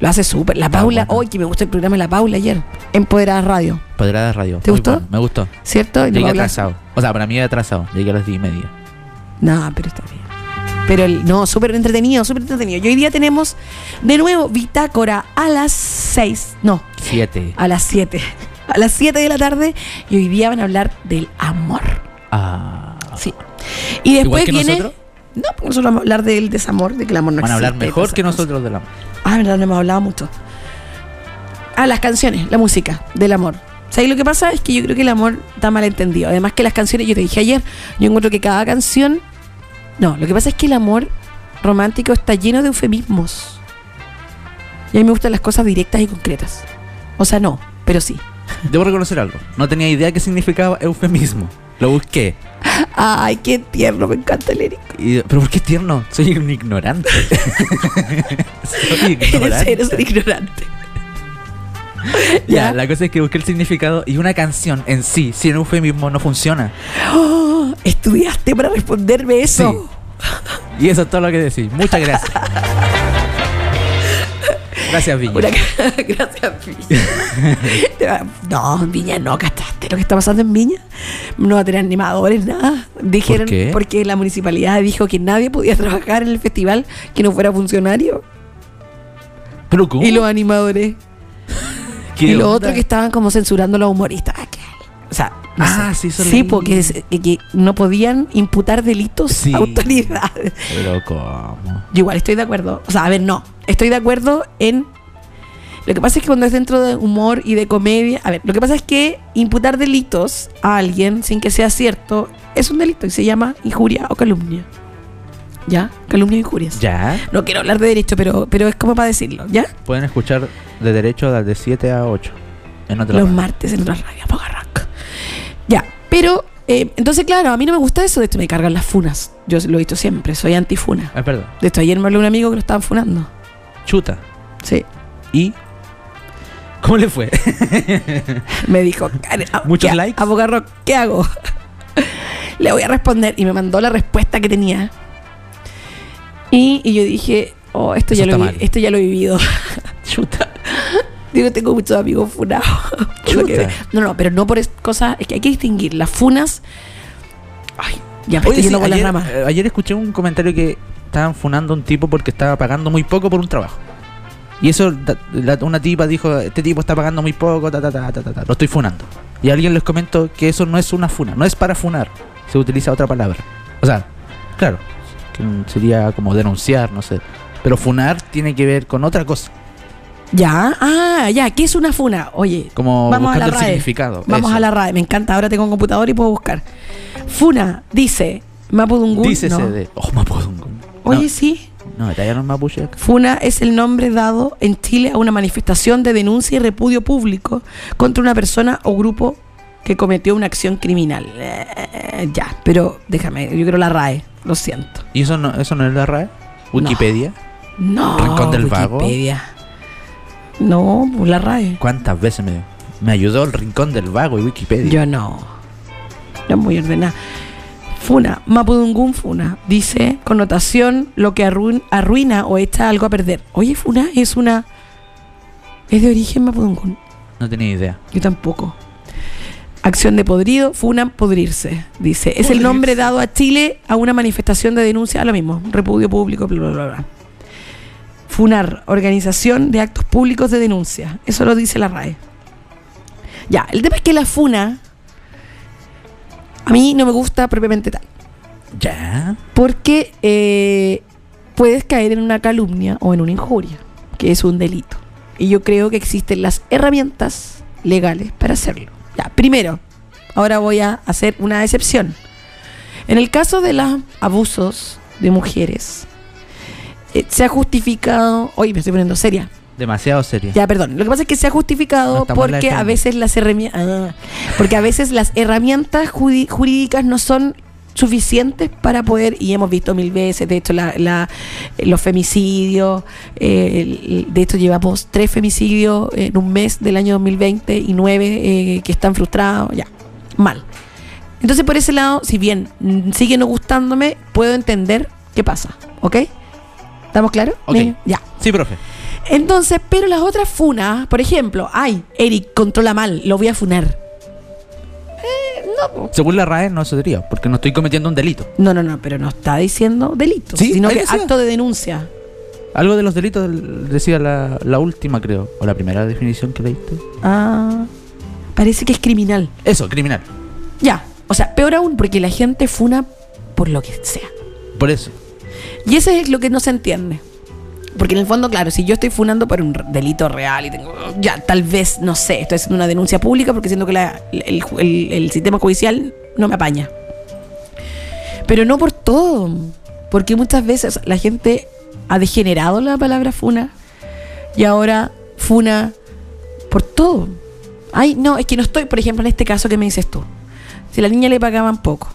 S4: Lo hace súper. La Paula, hoy
S6: bueno.
S4: que me gusta el programa de La Paula ayer. Empoderada Radio,
S6: Podrada Radio.
S4: ¿Te
S6: Muy
S4: gustó?
S6: bueno, me gustó.
S4: ¿cierto? Y la
S6: Llegué
S4: Paula-
S6: atrasado. O sea, para mí era atrasado. Llegué a las 10 y media.
S4: No, pero está bien. Pero el- no, súper entretenido, súper entretenido. Y hoy día tenemos de nuevo Bitácora a las 6. No,
S6: 7.
S4: a las 7. A las 7 de la tarde. Y hoy día van a hablar del amor.
S6: Ah.
S4: Sí. Y después
S6: Igual que
S4: viene.
S6: nosotros.
S4: No, porque nosotros vamos a hablar del desamor, de que el amor no
S6: Van a hablar
S4: existe,
S6: mejor
S4: todas
S6: que
S4: esas cosas.
S6: nosotros del amor.
S4: Ah, verdad, no hemos hablado mucho. Ah, las canciones, la música del amor. O sea, y lo que pasa es que yo creo que el amor está mal entendido. Además que las canciones, yo te dije ayer, yo encuentro que cada canción... No, lo que pasa es que el amor romántico está lleno de eufemismos. Y a mí me gustan las cosas directas y concretas. O sea, no, pero sí.
S6: Debo reconocer algo. No tenía idea qué significaba eufemismo. Lo busqué.
S4: Ay, qué tierno, me encanta el Eric.
S6: Y- Pero ¿por qué es tierno? Soy un ignorante. Soy
S4: Eres,
S6: ignorante.
S4: eres un ignorante.
S6: Ya,
S4: ¿Ya?
S6: la cosa es que busqué el significado y una canción en sí, sin eufemismo, no funciona.
S4: Oh, estudiaste para responderme eso.
S6: Sí. Y eso es todo lo que decís. Muchas gracias. Gracias, Viña.
S4: Una ca- Gracias, Viña. no, Viña no, ¿cachaste lo que está pasando en Viña? No va a tener animadores, nada. Dijeron,
S6: ¿Por qué?
S4: porque la municipalidad dijo que nadie podía trabajar en el festival que no fuera funcionario.
S6: Pero ¿cómo?
S4: Y los animadores.
S6: Uh. ¿Qué
S4: Y los
S6: onda?
S4: otros que estaban como censurando a los humoristas. Ah, qué- O sea, no
S6: Ah,
S4: sé.
S6: sí, eso
S4: Sí,
S6: leí.
S4: porque es- que, que no podían imputar delitos
S6: Sí.
S4: a autoridades.
S6: Pero ¿cómo?
S4: Yo igual estoy de acuerdo. O sea, a ver, no. Estoy de acuerdo en. Lo que pasa es que cuando es dentro de humor y de comedia. A ver, lo que pasa es que imputar delitos a alguien sin que sea cierto es un delito y se llama injuria o calumnia. ¿Ya? Calumnia e injurias.
S6: Ya.
S4: No quiero hablar de derecho, pero, pero es como para decirlo, ¿ya?
S6: Pueden escuchar de derecho de 7 a 8. En otra
S4: Los
S6: parte.
S4: martes en otra radio, Poca Rock. Ya, pero. eh, entonces, claro, a mí no me gusta eso. De hecho, me cargan las funas. Yo lo he dicho siempre, soy antifuna.
S6: Ah, perdón.
S4: De hecho, ayer me habló un amigo que lo estaban funando.
S6: Chuta.
S4: Sí.
S6: ¿Y cómo le fue?
S4: Me dijo, Karen, ah,
S6: Muchos
S4: ¿qué-
S6: likes.
S4: abogado Rock, ¿qué hago? Le voy a responder. Y me mandó la respuesta que tenía. Y, y yo dije, oh, esto
S6: Eso
S4: ya, lo
S6: está
S4: vi-
S6: mal.
S4: esto ya lo he vivido.
S6: Chuta.
S4: Digo, tengo muchos amigos funados. Por lo que
S6: Chuta.
S4: ve- No, no, pero no por es- cosas. Es que hay que distinguir. Las funas. Ay, ya me estoy
S6: Oye, sí,
S4: yendo con las
S6: ayer,
S4: ramas.
S6: eh, ayer escuché un comentario que estaban funando a un tipo porque estaba pagando muy poco por un trabajo. Y eso, da- la- una tipa dijo, este tipo está pagando muy poco, ta, ta, ta, ta, ta, ta, lo estoy funando. Y alguien les comentó que eso no es una funa, no es para funar, se utiliza otra palabra. O sea, claro, que mm, sería como denunciar, no sé. Pero funar tiene que ver con otra cosa,
S4: Ya, ah, ya. ¿Qué es una funa? Oye,
S6: como
S4: Vamos a
S6: buscando
S4: la
S6: el
S4: RAE.
S6: significado.
S4: Vamos
S6: eso.
S4: a la RAE. Me encanta. Ahora tengo un computador y puedo buscar. Funa, dice. Mapudungun.
S6: Dícese
S4: no.
S6: de... Oh, Mapudungun.
S4: Oye, sí.
S6: No, no, ya no es mapuche acá.
S4: Funa es el nombre dado en Chile a una manifestación de denuncia y repudio público contra una persona o grupo que cometió una acción criminal. Eh, ya, pero déjame, yo creo la RAE, lo siento.
S6: ¿Y eso no, eso no es la RAE? ¿Wikipedia?
S4: No,
S6: Rincón del Vago.
S4: Wikipedia. No, pues la RAE.
S6: ¿Cuántas veces me, me ayudó el rincón del vago y Wikipedia?
S4: Yo no. No es muy ordenada. Funa, Mapudungun Funa, dice connotación lo que arruin- arruina o echa algo a perder. Oye, Funa es una... Es de origen Mapudungun.
S6: No tenía idea.
S4: Yo tampoco. Acción de podrido, funa, podrirse, dice. Es el nombre dado a Chile a una manifestación de denuncia, a lo mismo, repudio público, bla, bla, bla, bla. Funar, organización de actos públicos de denuncia. Eso lo dice la RAE. Ya, el tema es que la funa a mí no me gusta propiamente tal.
S6: ¿Ya?
S4: Porque eh, puedes caer en una calumnia o en una injuria, que es un delito. Y yo creo que existen las herramientas legales para hacerlo. Ya, primero, ahora voy a hacer una excepción. En el caso de los abusos de mujeres, eh, se ha justificado. Hoy me estoy poniendo seria.
S6: Demasiado serio.
S4: Ya, perdón. Lo que pasa es que se ha
S6: No
S4: justificado
S6: estamos en la
S4: porque a
S6: defensa.
S4: veces las herramientas porque a veces las herramientas judi- jurídicas no son suficientes para poder y hemos visto mil veces de hecho la, la- los femicidios eh, el- de hecho llevamos tres femicidios en un mes del año 2020 y nueve eh, que están frustrados ya mal entonces por ese lado si bien mm, sigue no gustándome puedo entender qué pasa ¿ok? ¿estamos claros?
S6: Ok.
S4: niño? ya
S6: Sí, profe.
S4: entonces, pero las otras funas, por ejemplo, ay, Eric controla mal, lo voy a funar. Eh, no, po.
S6: Según la RAE no eso sería, porque no estoy cometiendo un delito.
S4: no, no, no, pero no está diciendo delito,
S6: Sí,
S4: sino
S6: ahí
S4: que
S6: decía.
S4: acto de denuncia.
S6: Algo de los delitos del- decía la, la última, creo, o la primera definición que leíste.
S4: Ah, parece que es criminal.
S6: Eso, criminal.
S4: Ya, o sea, peor aún, porque la gente funa por lo que sea.
S6: Por eso.
S4: Y eso es lo que no se entiende. Porque en el fondo, claro, si yo estoy funando por un re- delito real y tengo, ya, tal vez, no sé, estoy haciendo una denuncia pública porque siento que la- el, el- el sistema judicial no me apaña. Pero no por todo. Porque muchas veces la gente ha degenerado la palabra funa y ahora funa por todo. Ay, no, es que no estoy, por ejemplo, en este caso que me dices tú. Si la niña le pagaban poco.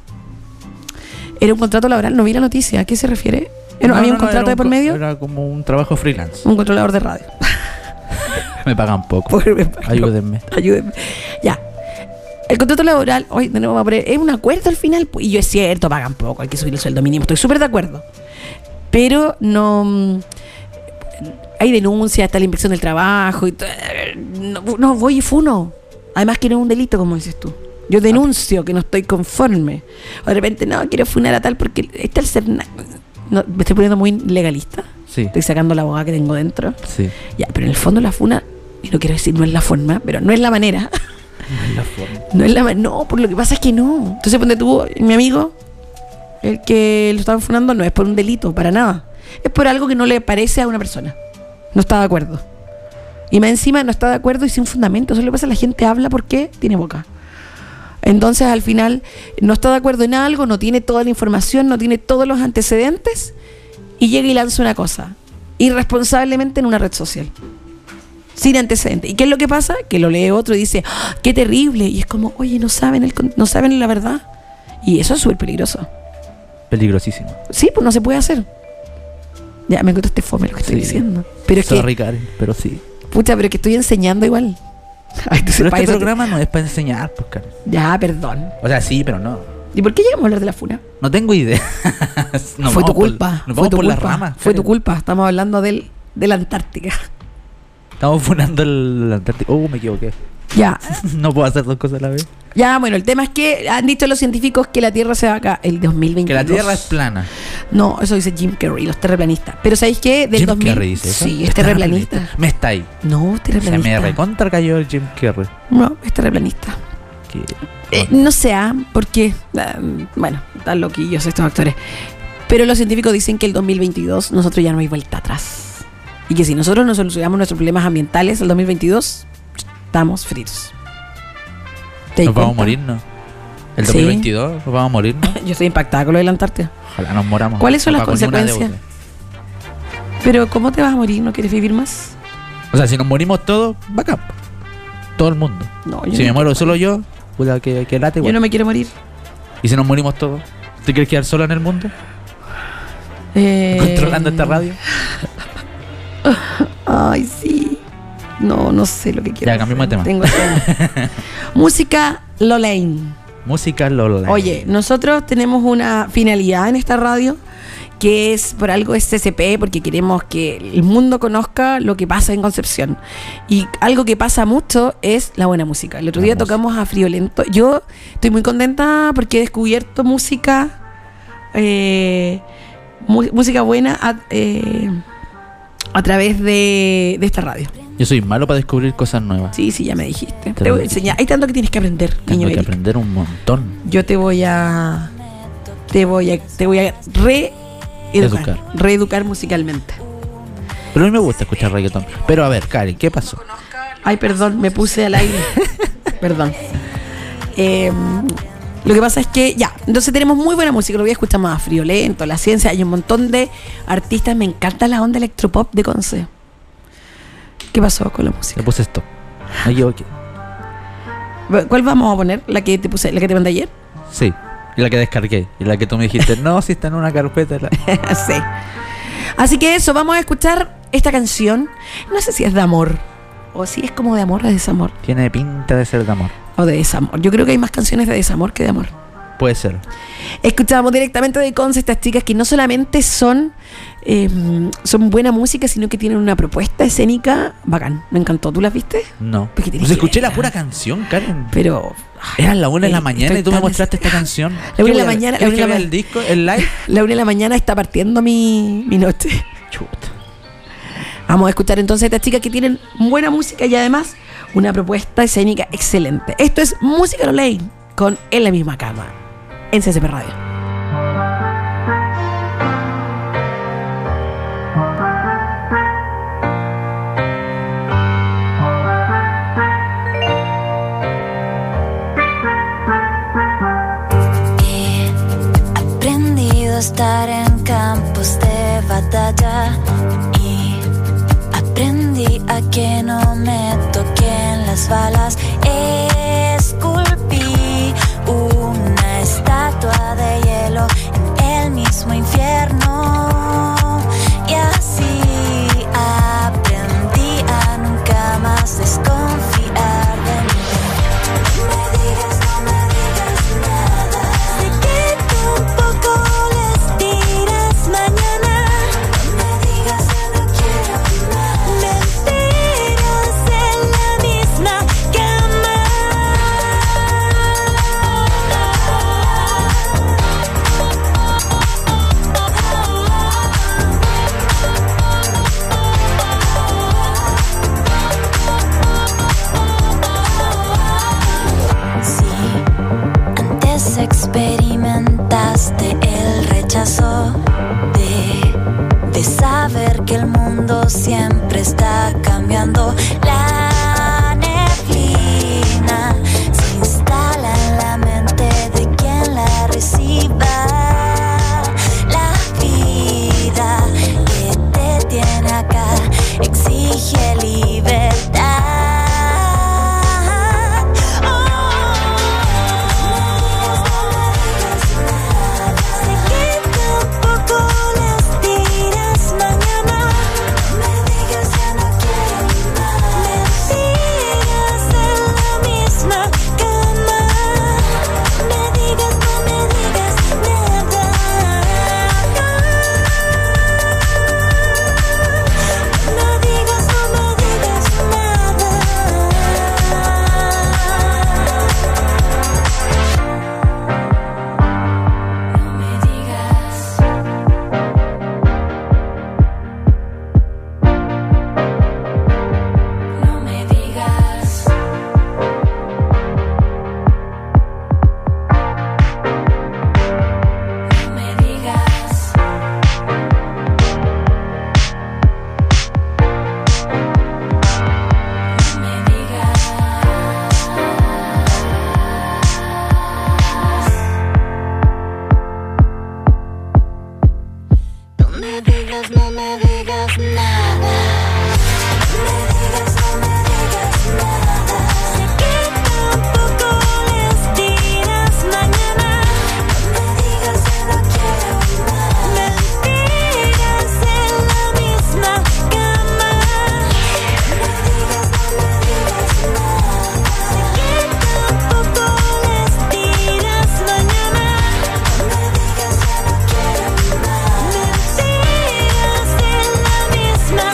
S4: Era un contrato laboral, no vi la noticia. ¿A qué se refiere? ¿Era-
S6: No,
S4: ¿Había un
S6: no, no,
S4: contrato
S6: era
S4: de por
S6: co-
S4: medio?
S6: Era como un trabajo freelance.
S4: Un controlador de radio.
S6: Me pagan poco.
S4: Pobre- no,
S6: Ayúdenme.
S4: ayúdenme. Ya. El contrato laboral, hoy de nuevo, vamos a poner, es un acuerdo al final. pues, Y yo es cierto, pagan poco, hay que subir el sueldo mínimo. Estoy súper de acuerdo. Pero no. mm, Hay denuncias, está la inspección del trabajo. Y to- no, no, voy y funo. Además, que no es un delito, como dices tú. Yo denuncio que no estoy conforme. O de repente, no, quiero funar a tal porque está el Cerna- No, me estoy poniendo muy legalista.
S6: Sí.
S4: Estoy sacando la abogada que tengo dentro.
S6: Sí.
S4: Ya, pero en el fondo la funa, y no quiero decir no es la forma, pero no es la manera.
S6: La forma.
S4: No es la ma- No, por lo que pasa es que no. Entonces ponte tú, mi amigo, el que lo estaban funando no es por un delito, para nada. Es por algo que no le parece a una persona. No está de acuerdo. Y más encima no está de acuerdo y sin fundamento. Eso le pasa a la gente habla porque tiene boca. Entonces al final no está de acuerdo en algo, no tiene toda la información, no tiene todos los antecedentes y llega y lanza una cosa. Irresponsablemente en una red social sin antecedentes. ¿Y qué es lo que pasa? Que lo lee otro y dice, ¡Ah, qué terrible. Y es como, oye, no saben, el, con- no saben la verdad. Y eso es súper peligroso.
S6: Peligrosísimo.
S4: Sí, pues no se puede hacer. Ya, me encuentro este fome lo que estoy
S6: Sí.
S4: diciendo. Pero es
S6: Sorry, Karen, pero sí.
S4: que, pucha, pero es que estoy enseñando igual. Ay, entonces,
S6: Pero
S4: para
S6: este
S4: eso te-
S6: programa no es para enseñar, pues, Karen.
S4: Ya, perdón.
S6: O sea, sí, pero no.
S4: ¿Y por qué llegamos a hablar de la funa?
S6: No tengo idea. Nos
S4: fue
S6: vamos
S4: tu
S6: por-
S4: culpa.
S6: nos
S4: fue
S6: vamos
S4: tu
S6: por
S4: culpa.
S6: las ramas.
S4: Fue tu
S6: Karen.
S4: culpa. Estamos hablando del, de la Antártica.
S6: Estamos funando el Antártico. Oh, me equivoqué.
S4: Ya,
S6: no puedo hacer dos cosas a la vez.
S4: ya, bueno, el tema es que han dicho los científicos que la Tierra se va acá el 2022.
S6: Que la Tierra es plana.
S4: No, eso dice Jim Carrey, los terraplanistas. Pero ¿sabéis qué? Del
S6: Jim
S4: 2000,
S6: Carrey dice eso.
S4: Sí, es terraplanista.
S6: Me está ahí.
S4: No, es
S6: Se me
S4: terraplanista.
S6: recontra cayó el Jim Carrey.
S4: No, es terraplanista.
S6: Que-
S4: Eh, no sea, porque, ah, bueno, están loquillos estos actores. Pero los científicos dicen que el 2022 nosotros ya no hay vuelta atrás. Y que si nosotros no solucionamos nuestros problemas ambientales el 2022, estamos fritos. ¿Te das
S6: Nos vamos a
S4: cuenta?
S6: morir, ¿no? El
S4: Sí.
S6: 2022 nos vamos a morir, ¿no?
S4: Yo estoy impactada con lo de la Antártida.
S6: Ojalá nos moramos.
S4: ¿Cuáles son
S6: No
S4: las
S6: pago ninguna
S4: consecuencias?
S6: deuda.
S4: Pero ¿cómo te vas a morir? ¿No quieres vivir más?
S6: O sea, si nos morimos todos, bacán. Todo el mundo.
S4: No, Pues yo,
S6: si me
S4: no,
S6: muero solo yo, puta, que, que late,
S4: yo
S6: igual.
S4: no me quiero morir.
S6: Y si nos morimos todos, ¿te quieres quedar solo en el mundo?
S4: Eh,
S6: Controlando esta radio.
S4: Ay, sí. No, no sé lo que quiero.
S6: Ya, cambiemos de
S4: hacer.
S6: tema.
S4: Tengo sueño. Música Lolaine.
S6: Música Lola.
S4: Oye, nosotros tenemos una finalidad en esta radio que es por algo es CCP, porque queremos que el mundo conozca lo que pasa en Concepción. Y algo que pasa mucho es la buena música. El otro
S6: La
S4: día
S6: música.
S4: tocamos a Friolento. Yo estoy muy contenta porque he descubierto música, eh, mu- música buena a, eh, a través de, de esta radio.
S6: Yo soy malo para descubrir cosas nuevas.
S4: Sí, sí, ya me dijiste.
S6: Te
S4: Te voy
S6: lo
S4: a enseñar. Hay tanto que tienes que aprender,
S6: Tengo
S4: niño
S6: que
S4: Eric.
S6: aprender un montón.
S4: Yo te voy a. Te voy a. Te voy a reeducar.
S6: Educar.
S4: Reeducar musicalmente.
S6: Pero a mí me gusta escuchar reggaetón. Pero a ver, Karen, ¿qué pasó?
S4: Ay, perdón, me puse al aire. perdón. Eh, lo que pasa es que ya, entonces tenemos muy buena música, lo voy a escuchar más friolento, la ciencia, hay un montón de artistas, me encanta la onda electropop de Conce. ¿Qué pasó con la música?
S6: Le puse esto. Me equivoqué.
S4: ¿Cuál vamos a poner? ¿La que te puse, la que te mandé ayer?
S6: Sí. Y la que descargué. Y la que tú me dijiste, no, si está en una carpeta. la-
S4: sí. Así que eso, vamos a escuchar esta canción. No sé si es de amor. O si es como de amor o de desamor.
S6: Tiene pinta de ser de amor.
S4: O de desamor. Yo creo que hay más canciones de desamor que de amor.
S6: Puede ser.
S4: Escuchamos directamente de Conce estas chicas que no solamente son, eh, son buena música, sino que tienen una propuesta escénica bacán. Me encantó. ¿Tú las viste?
S6: No.
S4: Porque tienes
S6: Pues
S4: que
S6: escuché la
S4: verla.
S6: pura canción, Karen.
S4: Pero. eh,
S6: Eran la una de la
S4: Estoy
S6: mañana y tú me
S4: tan
S6: mostraste esta canción. ¿Qué
S4: una de
S6: voy
S4: la
S6: a ver?
S4: mañana, la
S6: ¿Quieres
S4: una
S6: que
S4: de la
S6: vea
S4: ma-
S6: el disco, el live?
S4: La una de la mañana está partiendo mi, mi noche. Vamos a escuchar entonces a estas chicas que tienen buena música y además una propuesta escénica excelente. Esto es Música No Ley con En la misma cama en CCP Radio.
S7: He aprendido a estar en campos de batalla y aprendí a que no me toquen las balas. Esculpí una estatua de hielo en el mismo infierno y así aprendí a nunca más desconfiar de mí. Me digas, no me digas nada. Sé que tampoco les dirás mañana. Me digas, ya no quiero más. Mentiras en la misma cama. Si antes experimentaste el rechazo de, de saber que el mundo siempre está cambiando, la neblina se instala en la mente de quien la reciba. La vida que te tiene acá exige libertad. Oh, Sé que tampoco les dirás mañana. Me digas ya no quiero más. Mentiras en la misma cama. Me digas, no me digas nada. No digas, no me digas nada. No me digas No me digas No me digas No me digas No me digas, no me digas nada. Me digas, no me digas nada. Sé que tampoco les dirás mañana. Me digas, ya no quiero más. Mentiras en la misma cama. Me digas, no me digas nada. Sé que tampoco les dirás mañana. Me digas, ya no quiero más. Mentiras en la misma cama.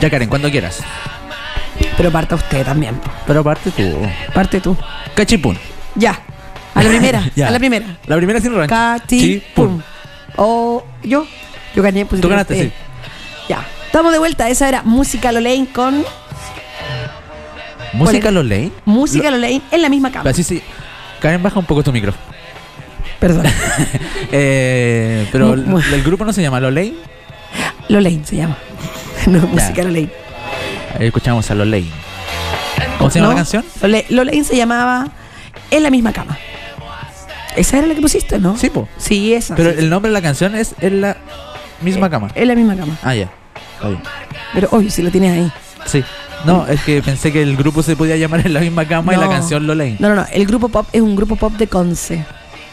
S6: Ya Karen, cuando quieras.
S4: Pero parta usted también. po.
S6: Pero parte tú.
S4: Parte tú.
S6: Cachipún.
S4: Ya. A la primera.
S6: Ya.
S4: A la primera.
S6: La primera sin rancho.
S4: Cati. Pum.
S6: Pum.
S4: O yo. Yo gané. pues,
S6: Tú ganaste,
S4: eh.
S6: sí.
S4: Ya. Estamos de vuelta. Esa era Música Lolain con
S6: Música los ley.
S4: Música Lolain en la misma cama.
S6: Así sí. Karen, baja un poco tu micro.
S4: Perdón.
S6: Eh, pero
S4: Mu- mu-
S6: el, el grupo no se llama Loley.
S4: Lolain se llama. No, Música Lolain.
S6: Ahí escuchamos a Loley. ¿Cómo se llama
S4: ¿No?
S6: la canción?
S4: Lole- Lolain se llamaba En la misma cama. Esa era la que pusiste, ¿no?
S6: Sí, po.
S4: Ah, Sí, esa.
S6: Pero
S4: sí.
S6: el nombre de la canción es En la misma cama.
S4: En la misma cama.
S6: Ah, ya. Está bien.
S4: Pero obvio, si lo tienes ahí.
S6: Sí. No, es que pensé que el grupo se podía llamar En la misma cama y
S4: No.
S6: la canción Loley.
S4: No, no, no. El grupo pop es un grupo pop de Conce.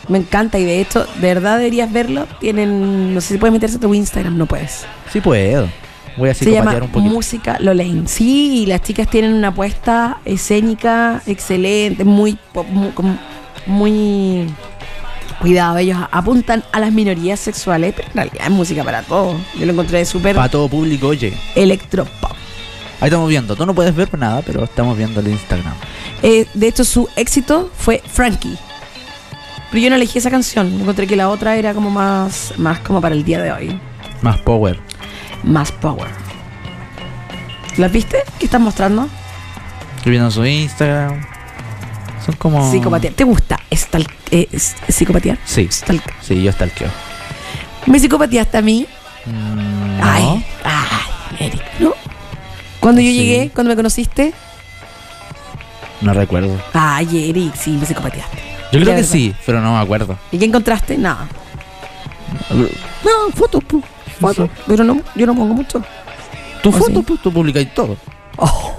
S4: Me encanta y de hecho, de verdad deberías verlo. Tienen, no sé si puedes meterse a tu Instagram, no puedes.
S6: Sí puedo. Voy a
S4: Se llama
S6: psicopatear un poquito.
S4: Música Lolain. Sí, y las chicas tienen una apuesta escénica excelente, muy pop, mu- com- muy, cuidado. Ellos apuntan a las minorías sexuales, pero en realidad es música para todos. Yo lo encontré súper
S6: Para todo público, oye.
S4: electropop.
S6: Ahí estamos viendo. Tú no puedes ver nada, pero estamos viendo el Instagram.
S4: Eh, de hecho, su éxito fue Frankie. Pero yo no elegí esa canción. Encontré que la otra era como más, más como para el día de hoy.
S6: Más power.
S4: Más power. ¿Las viste? ¿Qué estás mostrando?
S6: Estoy viendo su Instagram. Son como.
S4: Psicopatear. ¿Te gusta estal- eh, s- psicopatear?
S6: Sí.
S4: Stalk-
S6: Sí, yo stalkeo.
S4: ¿Me psicopateaste a mí?
S6: Mm,
S4: Ay,
S6: no.
S4: ay, Eric, ¿no? Cuando yo
S6: Sí.
S4: llegué, cuando me conociste,
S6: No recuerdo.
S4: ay, Eric, sí, me psicopateaste.
S6: Yo creo
S4: verdad.
S6: que sí, pero no me acuerdo.
S4: ¿Y qué encontraste? Nada. No, fotos, pu, fotos. Pero no, yo no pongo mucho.
S6: Tu
S4: ¿O
S6: foto,
S4: sí?
S6: pues, tú publicáis todo.
S4: Oh,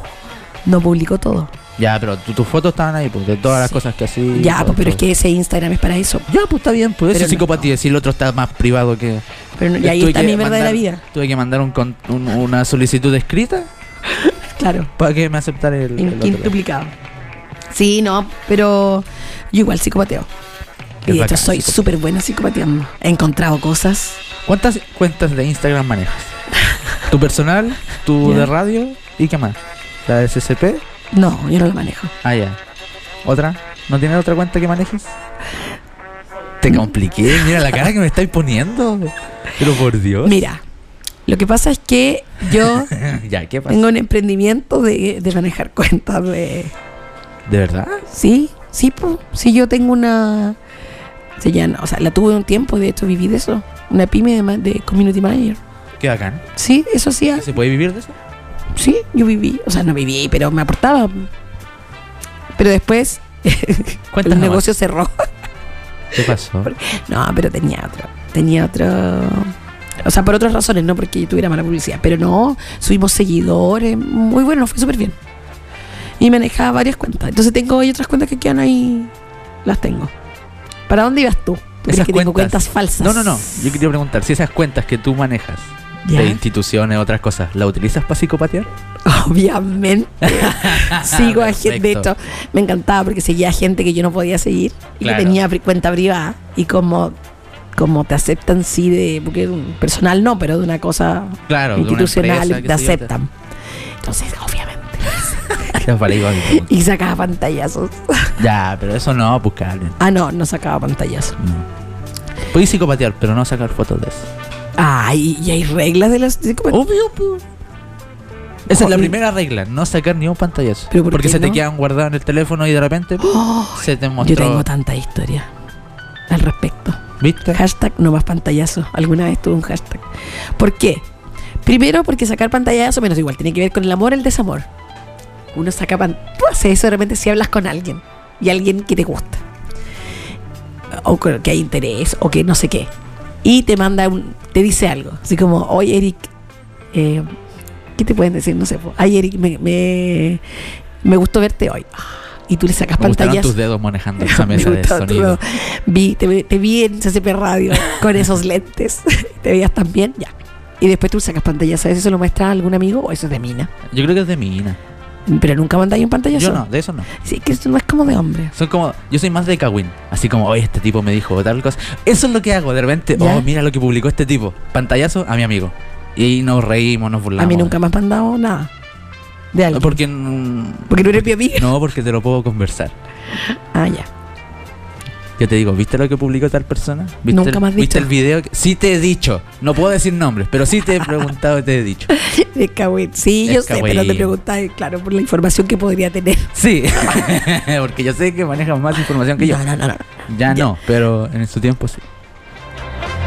S4: no publico todo.
S6: Ya, pero tu- tus fotos estaban ahí, pues, de todas las cosas que así.
S4: ya,
S6: todo,
S4: pues, pero es
S6: todo.
S4: que ese Instagram es para eso.
S6: Ya, pues está bien, pues eso
S4: Pero
S6: es
S4: no.
S6: psicopatía. Si el otro está más privado que.
S4: Pero no- y ahí
S6: Tuve
S4: está
S6: que
S4: mi verdadera
S6: mandar-
S4: vida.
S6: Tuve que mandar un con- un- una solicitud escrita
S4: Claro,
S6: para que me aceptara el. el
S4: en
S6: otro.
S4: quintuplicado. Sí, no, pero yo igual psicopateo. Y
S6: Es
S4: de hecho
S6: bacán,
S4: soy
S6: psicopatía.
S4: súper buena psicopateando. He encontrado cosas.
S6: ¿Cuántas cuentas de Instagram manejas? ¿Tu personal? ¿Tu
S4: Ya.
S6: de radio? ¿Y qué más? ¿La de SCP?
S4: No, yo no lo manejo.
S6: Ah, ya. ¿Otra? ¿No tienes otra cuenta que manejes? Te compliqué. Mira la cara que me estáis poniendo. Pero por Dios.
S4: Mira, lo que pasa es que yo
S6: ya, ¿qué pasa?
S4: tengo un emprendimiento de, de manejar cuentas de...
S6: ¿De verdad?
S4: Sí, sí, po, sí, yo tengo una... Se llama, o sea, la tuve un tiempo, de hecho viví de eso. Una pyme de, ma- de community manager.
S6: Qué bacán.
S4: Sí, eso hacía.
S6: ¿Se puede vivir de eso?
S4: Sí, yo viví. O sea, no viví, pero me aportaba. Pero después
S6: Cuéntanos
S4: el
S6: más.
S4: negocio cerró.
S6: ¿Qué pasó?
S4: No, pero tenía otro. Tenía otro. O sea, por otras razones, no porque tuviera mala publicidad. Pero no, subimos seguidores. Muy bueno, nos fue súper bien. Y manejaba varias cuentas. Entonces tengo hay otras cuentas que quedan ahí. Las tengo. ¿Para dónde ibas tú? ¿Tú crees que tengo cuentas falsas?
S6: No, no, no. Yo quería preguntar si esas cuentas que tú manejas
S4: Ya.
S6: de instituciones, otras cosas, ¿la utilizas para psicopatear?
S4: Obviamente. Sigo a gente. De
S6: Perfecto.
S4: hecho, me encantaba porque seguía a gente que yo no podía seguir y
S6: Claro.
S4: que tenía pri- cuenta privada. Y como, como te aceptan, sí, de. Porque de un personal no, pero de una cosa
S6: Claro, de una
S4: institucional
S6: empresa, qué
S4: te
S6: sé yo, te-
S4: aceptan. Entonces, obviamente.
S6: Ya, vale, iba a mi pregunta.
S4: Y sacaba pantallazos.
S6: Ya, pero eso no, pues Karen.
S4: Ah, no, no sacaba pantallazos.
S6: Puedes psicopatear, pero no sacar fotos de eso.
S4: Ah, y, y hay reglas de las. de como-
S6: Obvio, pues. Esa es la
S4: Joder.
S6: primera regla, no sacar ni un pantallazo.
S4: ¿Pero por
S6: porque
S4: qué
S6: se te
S4: no?
S6: quedan guardados en el teléfono y de repente ¡pum! se te mostró.
S4: yo tengo tanta historia al respecto.
S6: ¿Viste?
S4: Hashtag no más pantallazo. Alguna vez tuve un hashtag. ¿Por qué? Primero, porque sacar pantallazo, menos igual, tiene que ver con el amor, el desamor. Uno saca pantallazo. Tú haces eso de repente si hablas con alguien y alguien que te gusta. O con- que hay interés, o que no sé qué. Y te manda un. te dice algo. Así como, oye, Eric, eh, ¿qué te pueden decir? No sé. po. Ay, Eric, me, me, me gustó verte hoy. Ah, Y tú le sacas
S6: Me gustaron
S4: pantallazo.
S6: tus dedos manejando esa mesa
S4: Me
S6: de
S4: gustaba
S6: sonido.
S4: todo. Vi, te, te vi en CCP Radio con esos lentes. te veías tan bien, ya. Y después tú sacas pantallas. ¿Sabes? ¿Eso lo muestra a algún amigo o eso es de mina?
S6: Yo creo que es de mina.
S4: Pero nunca mandáis un pantallazo.
S6: Yo no, de eso no.
S4: Sí, que esto no es como de hombre.
S6: Son como, yo soy más de Kawin. Así como, oye, este tipo me dijo tal cosa. Eso es lo que hago. De repente,
S4: ¿Ya?
S6: oh, mira lo que publicó este tipo. Pantallazo a mi amigo. Y ahí nos reímos, nos burlamos.
S4: A mí nunca me has mandado nada. De algo.
S6: No, porque, mm,
S4: Porque no eres mi amiga.
S6: no, porque te lo puedo conversar.
S4: Ah, ya.
S6: Yo te digo, ¿viste lo que publicó tal persona? ¿Viste
S4: Nunca
S6: el,
S4: me has dicho.
S6: ¿Viste el video? que- Sí te he dicho. No puedo decir nombres, pero sí te he preguntado y te he dicho.
S4: Es cagüín. Sí, yo sé, pero te
S6: Escahuín.
S4: preguntaba, claro, por la información que podría tener.
S6: Sí, porque yo sé que manejas más información que yo.
S4: No, no, no, no.
S6: Ya no, pero en su tiempo sí.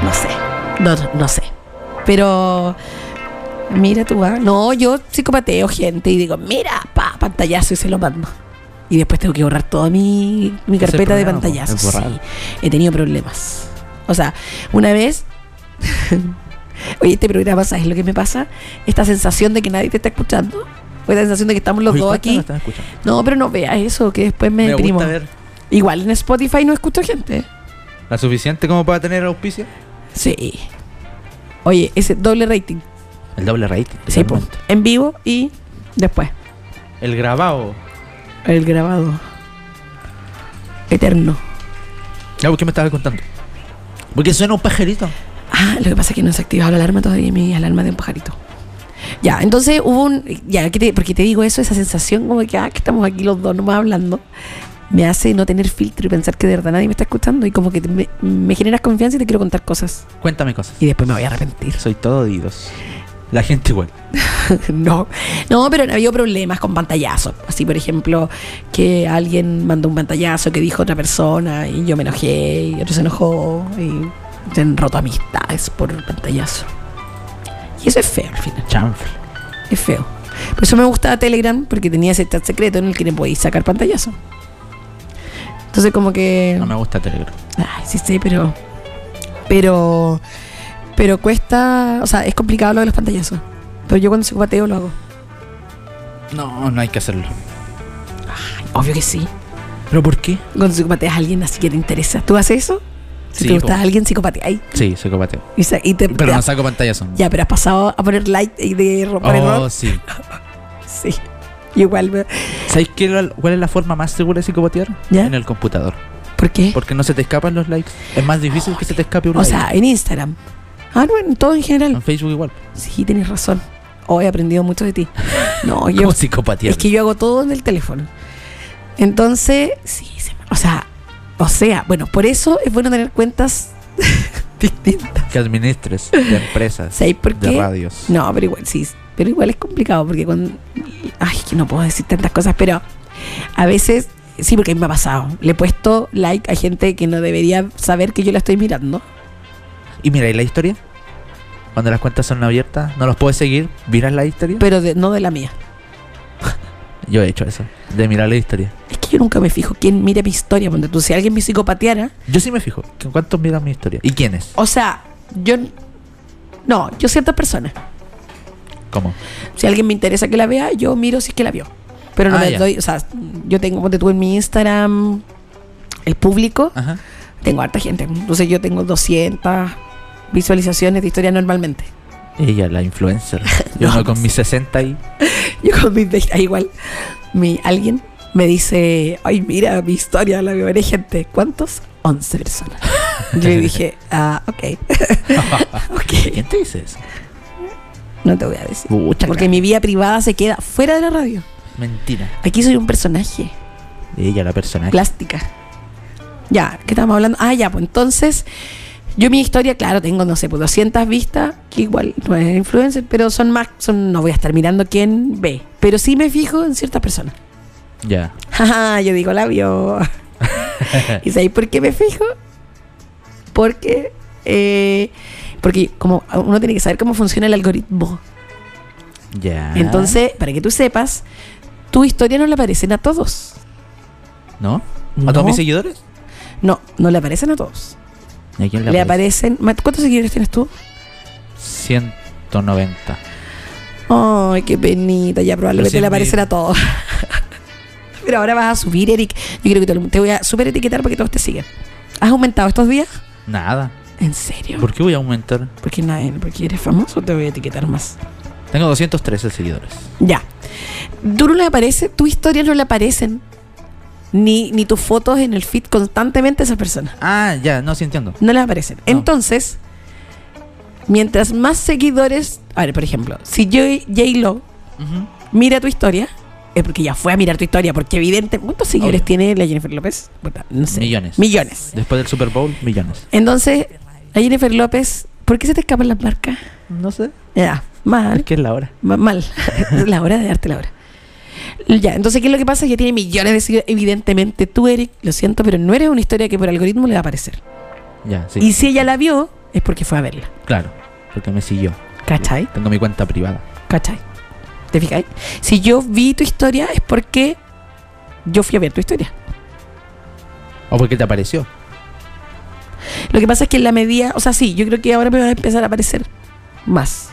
S4: No sé. No, no sé. Pero. Mira tú, ah. No, yo psicopateo gente y digo, mira, pa, pantallazo y se lo mando. Y después tengo que borrar toda mi, mi
S6: Ese es el
S4: carpeta de
S6: problema, po,
S4: pantallazos.
S6: es borrar.
S4: sí. He tenido problemas. O sea, una vez. Oye, este programa, ¿sabes lo que me pasa? Esta sensación de que nadie te está escuchando. O esta sensación de que estamos los
S6: Uy,
S4: dos
S6: ¿cuántas
S4: aquí. Eh,
S6: nos están escuchando?
S4: No, pero no veas eso, que después me,
S6: Me
S4: deprimo.
S6: gusta ver.
S4: Igual en Spotify no escucho gente.
S6: ¿La suficiente como para tener auspicio?
S4: Sí. Oye, ese doble rating.
S6: El doble raíz.
S4: Sí, po. en vivo y después.
S6: El grabado.
S4: El grabado. Eterno.
S6: Ya, ¿por qué me estabas contando? Porque suena un pajarito.
S4: Ah, lo que pasa es que no se ha activado la alarma todavía, mi alarma de un pajarito. Ya, entonces hubo un. Ya, ¿qué te- porque te digo eso, esa sensación como que, ah, que estamos aquí los dos nomás hablando, me hace no tener filtro y pensar que de verdad nadie me está escuchando y como que te- me, me generas confianza y te quiero contar cosas.
S6: Cuéntame cosas.
S4: Y después me voy a arrepentir.
S6: Soy todo oídos. La gente igual.
S4: no, no, pero han habido problemas con pantallazos. Así, por ejemplo, que alguien mandó un pantallazo que dijo otra persona y yo me enojé y otro se enojó y se han roto amistades por el pantallazo. Y eso es feo al final,
S6: Chanfle.
S4: es feo. Por eso me gustaba Telegram porque tenía ese chat secreto en el que le podías sacar pantallazo. Entonces como que...
S6: No me gusta Telegram.
S4: Ay, sí, sí, pero. Pero. Pero cuesta. O sea, es complicado lo de los pantallazos. Pero yo cuando psicopateo lo hago.
S6: No, no hay que hacerlo.
S4: Obvio que sí.
S6: ¿Pero por qué?
S4: Cuando psicopateas a alguien así que te interesa. ¿Tú haces eso? Si
S6: Sí,
S4: te
S6: po.
S4: gusta a alguien, psicopateas.
S6: Sí, psicopateo.
S4: Y, sa- y te.
S6: Pero
S4: te-
S6: no saco pantallas.
S4: ya, pero has pasado a poner like y de romper
S6: Oh,
S4: error.
S6: sí.
S4: Sí. Igual. me-
S6: ¿Sabes qué, era- cuál es la forma más segura de psicopatear?
S4: ¿Ya?
S6: En el computador.
S4: ¿Por qué?
S6: Porque no se te escapan los likes. Es más difícil que se te escape un
S4: o
S6: like.
S4: sea, en Instagram. Ah, no, en todo en
S6: en
S4: general.
S6: Facebook igual.
S4: Sí, tienes razón. Hoy he aprendido mucho de ti. No, yo.
S6: Como psicopatear.
S4: Es que yo hago todo en el teléfono. Entonces, sí, se me- o sea, o sea, bueno, por eso es bueno tener cuentas distintas.
S6: Que administres de empresas,
S4: ¿Sabes por
S6: de
S4: qué?
S6: radios.
S4: No, pero igual, sí, pero igual es complicado porque cuando... Ay, que no puedo decir tantas cosas, pero a veces, sí, porque a mí me ha pasado. Le he puesto like a gente que no debería saber que yo la estoy mirando.
S6: Y mira, ¿y la historia? Cuando las cuentas son abiertas, no los puedes seguir, miras la historia.
S4: Pero de- no de la mía.
S6: Yo he hecho eso, de mirar la historia.
S4: Es que yo nunca me fijo quién mira mi historia. Porque tú, si alguien me psicopateara,
S6: Yo sí me fijo, ¿con cuántos miran mi historia? ¿Y quiénes?
S4: o sea, yo... No, yo ciertas personas.
S6: ¿Cómo?
S4: Si alguien me interesa que la vea, yo miro si es que la vio. Pero no
S6: Ah,
S4: me
S6: ya.
S4: doy, o sea, yo tengo, ponte tú en mi Instagram, el público,
S6: Ajá.
S4: tengo harta gente. Entonces yo tengo 200 visualizaciones de historia normalmente.
S6: Ella, la influencer. Yo
S4: No.
S6: no, con mis 60 y...
S4: Yo con mis 20, igual, mi, alguien me dice, ay, mira mi historia, la veo gente. ¿Cuántos? 11 personas. Yo le dije, ah, ok. ok,
S6: ¿Quién te dice eso?
S4: no te voy a decir.
S6: Pucha,
S4: Porque mi vida privada se queda fuera de la radio.
S6: Mentira.
S4: Aquí soy un personaje.
S6: Ella, la personaje.
S4: plástica. Ya, ¿qué estamos hablando? Ah, ya, pues entonces, yo mi historia, claro, tengo, no sé, pues 200 vistas, que igual no es influencer, pero son más, son, no voy a estar mirando quién ve, pero sí me fijo en ciertas personas.
S6: Ya.
S4: Jaja, yo digo la vio. ¿Y sabéis por qué me fijo? Porque, eh, porque como uno tiene que saber cómo funciona el algoritmo.
S6: Ya.
S4: Entonces, para que tú sepas, tu historia no le aparecen a todos.
S6: ¿No? ¿A
S4: No.
S6: todos mis seguidores?
S4: No, no le aparecen a todos.
S6: ¿Y a quién
S4: Le, aparecen. Ma- ¿Cuántos seguidores tienes tú?
S6: 190.
S4: Ay, qué penita, ya probablemente
S6: Recién
S4: le
S6: vi.
S4: aparecerá todo. Pero ahora vas a subir, Eric. Yo creo que todo el mundo- te voy a super etiquetar para que todos te sigan. ¿Has aumentado estos días?
S6: Nada.
S4: ¿En serio?
S6: ¿Por qué voy a aumentar?
S4: Porque nadie, porque eres famoso, te voy a etiquetar más.
S6: Tengo 213 seguidores.
S4: Ya. Tú no le aparece, tus historias no le aparecen. Ni, ni tus fotos en el feed constantemente a esas personas.
S6: Ah, ya, no, sí entiendo.
S4: No les aparecen.
S6: No.
S4: Entonces, Mientras más seguidores. A ver, por ejemplo, si yo, J-Lo, mira tu historia, es porque ya fue a mirar tu historia, porque evidente. ¿Cuántos seguidores
S6: Obvio.
S4: tiene la Jennifer López? Puta, No sé.
S6: Millones.
S4: Millones.
S6: Después del Super Bowl, millones.
S4: Entonces, la Jennifer López, ¿por qué se te escapan las marcas?
S6: No sé.
S4: Ya, mal.
S6: Es que es la hora.
S4: Ma- Mal. Es la hora de darte la hora. Ya, entonces, ¿qué es lo que pasa? Que tiene millones de seguidores. Evidentemente, tú, Eric, lo siento, pero no eres una historia que por algoritmo le va a aparecer.
S6: Ya, sí.
S4: Y si ella la vio, es porque fue a verla.
S6: Claro, porque me siguió.
S4: ¿Cachai?
S6: Tengo mi cuenta privada.
S4: ¿Cachai? ¿Te fijáis? Si yo vi tu historia, es porque yo fui a ver tu historia.
S6: ¿O porque te apareció?
S4: Lo que pasa es que en la medida, o sea, sí, yo creo que ahora me va a empezar a aparecer más.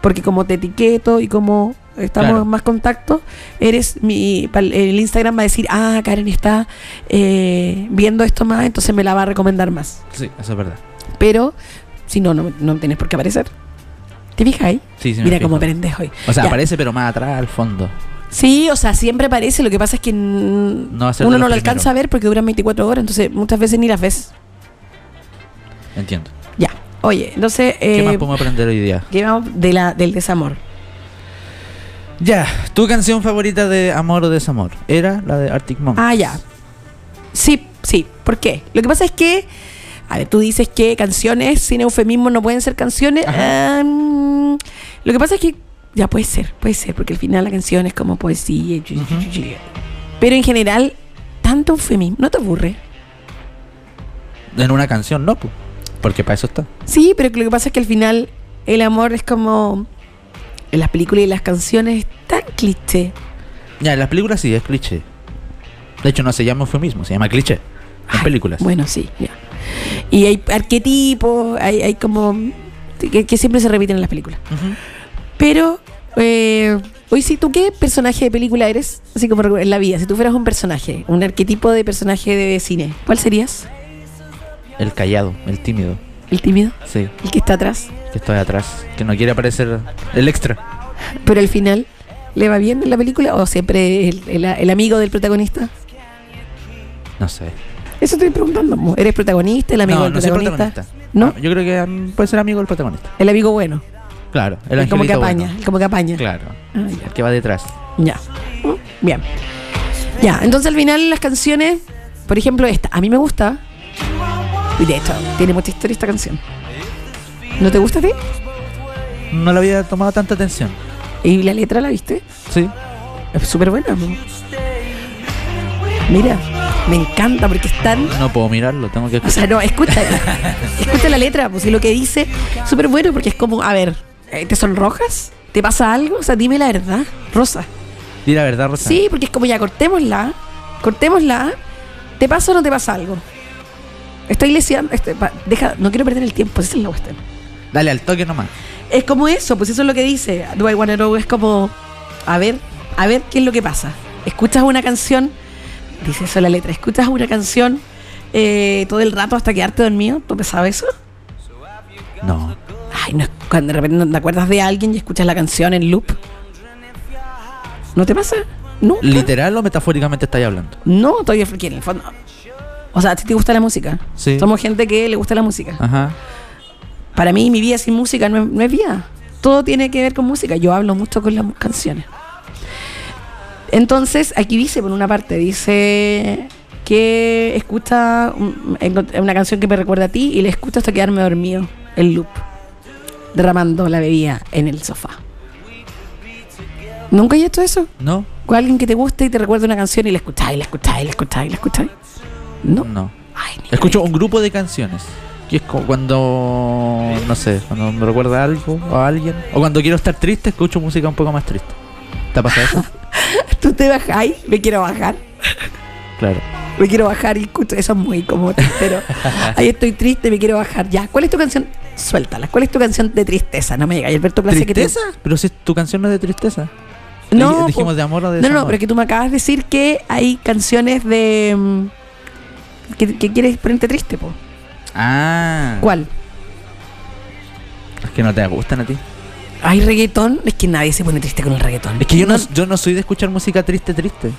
S4: Porque como te etiqueto y como estamos
S6: Claro.
S4: en más contacto, eres mi. pal- El Instagram va a decir, ah, Karen está eh, viendo esto más, entonces me la va a recomendar más.
S6: Sí, eso es verdad.
S4: Pero si no, no, no tenés por qué aparecer. ¿Te fijáis?
S6: Sí, sí, me
S4: Mira
S6: fijo.
S4: cómo aprendes hoy.
S6: O sea,
S4: Ya.
S6: aparece pero más atrás, al fondo.
S4: Sí, o sea, siempre aparece. Lo que pasa es que mm,
S6: No va a ser
S4: uno
S6: de
S4: no
S6: los
S4: lo alcanza
S6: primeros.
S4: a ver porque duran 24 horas, entonces muchas veces ni las ves.
S6: Entiendo.
S4: Ya. Oye, entonces.
S6: ¿Qué
S4: eh,
S6: más podemos aprender hoy día?
S4: ¿qué vamos de la, del desamor.
S6: Ya, tu canción favorita de amor o desamor era la de Arctic Monk.
S4: Ah, ya. Sí, sí. ¿Por qué? Lo que pasa es que. A ver, tú dices que canciones sin eufemismo no pueden ser canciones.
S6: Ajá.
S4: Ah, mm, lo que pasa es que. Ya puede ser, puede ser, porque al final la canción es como poesía. y- Pero en general, tanto eufemismo. ¿No te aburre?
S6: En una canción, no, pues. Porque para eso está.
S4: Sí, pero lo que pasa es que al final el amor es como en las películas y las canciones es tan cliché.
S6: Ya, en las películas sí, es cliché. De hecho, no se llama eufemismo, se llama cliché. En
S4: Ay,
S6: películas.
S4: Ah, Bueno, sí, ya. Y hay arquetipos, hay, hay como que, que siempre se repiten en las películas.
S6: Ujú.
S4: Pero eh, hoy sí, ¿tú qué personaje de película eres? Así como en la vida, si tú fueras un personaje, un arquetipo de personaje de cine, ¿cuál serías?
S6: El callado, el tímido.
S4: El tímido,
S6: Sí,
S4: el que está atrás,
S6: que estoy atrás. Que no quiere aparecer el extra.
S4: pero al final le va bien en la película o siempre el- el- el amigo del protagonista.
S6: No sé.
S4: Eso estoy preguntando. mo. ¿Eres protagonista, el amigo
S6: no,
S4: del
S6: no soy
S4: protagonista?
S6: protagonista.
S4: ¿No?
S6: Ah, Yo creo que mm, puede ser amigo del protagonista.
S4: El amigo bueno.
S6: Claro, el
S4: El como que
S6: angelito bueno.
S4: apaña. el como que apaña.
S6: Claro,
S4: Ah,
S6: el que va detrás.
S4: ya. ya. Mm, Bien. Ya, entonces al final las canciones, por ejemplo esta, a mí me gusta. Y de hecho, tiene mucha historia esta canción. ¿No te gusta a ti?
S6: No le había tomado tanta atención.
S4: ¿Y la letra la viste?
S6: Sí.
S4: Es súper buena. mo. Mira, me encanta porque es tan
S6: No puedo mirarlo, tengo que
S4: O sea, no, escucha. escucha la letra, pues, y lo que dice, súper bueno, porque es como, a ver, eh, ¿te sonrojas? ¿Te pasa algo? O sea, dime la verdad, Rosa.
S6: Di la verdad, Rosa.
S4: Sí, porque es como ya, cortémosla, cortémosla, ¿te pasa o no te pasa algo? Estoy leseando, este, pa- deja, no quiero perder el tiempo, esa es la cuestión.
S6: Dale al toque nomás.
S4: Es como eso, pues eso es lo que dice Do I Wanna Know, es como, a ver, a ver qué es lo que pasa. Escuchas una canción, dice eso la letra, escuchas una canción eh, todo el rato hasta quedarte dormido, ¿tú te sabes eso?
S6: No.
S4: Ay, no, cuando de repente no te acuerdas de alguien y escuchas la canción en loop. ¿No te pasa? No.
S6: ¿Literal o metafóricamente estáis hablando?
S4: No, todavía porque en el fondo. O sea, a ti te gusta la música.
S6: Sí. Ah.
S4: Somos gente que le gusta la música.
S6: Ajá.
S4: Para mí, mi vida sin música no es, no es vida. Todo tiene que ver con música. Yo hablo mucho con las mu- canciones. Entonces, aquí dice, por una parte, dice que escucha un- encont- una canción que me recuerda a ti y la escucho hasta quedarme dormido, el loop, derramando la bebida en el sofá. ¿Nunca he hecho eso?
S6: ¿No?
S4: ¿Con alguien que te guste y te recuerda una canción y la escucháis, la escucháis, la escucháis, la escucháis? No.
S6: No.
S4: Ay, ni-
S6: Escucho un grupo de canciones. Que es como cuando. No sé, cuando me recuerda algo o a alguien. O cuando quiero estar triste, escucho música un poco más triste. ¿Te ha pasado eso?
S4: ¿Tú te bajáis? Me quiero bajar.
S6: claro.
S4: me quiero bajar y escucho, eso es muy como pero ahí estoy triste, me quiero bajar, ya, ¿cuál es tu canción? Suéltala, ¿cuál es tu canción de tristeza? No me digas, y Alberto Plaza que te-
S6: ¿Tristeza? Pero si tu canción no es de tristeza.
S4: No, pues,
S6: Dij- Dijimos de amor o de
S4: no, no,
S6: desamor.
S4: no, pero es que tú me acabas de decir que hay canciones de... mm, que, que quieres ponerte triste, po.
S6: Ah.
S4: ¿Cuál?
S6: Es que no te gustan a ti.
S4: ¿Hay reggaetón? Es que nadie se pone triste con el reggaetón.
S6: Es que yo no, yo no soy de escuchar música triste, triste.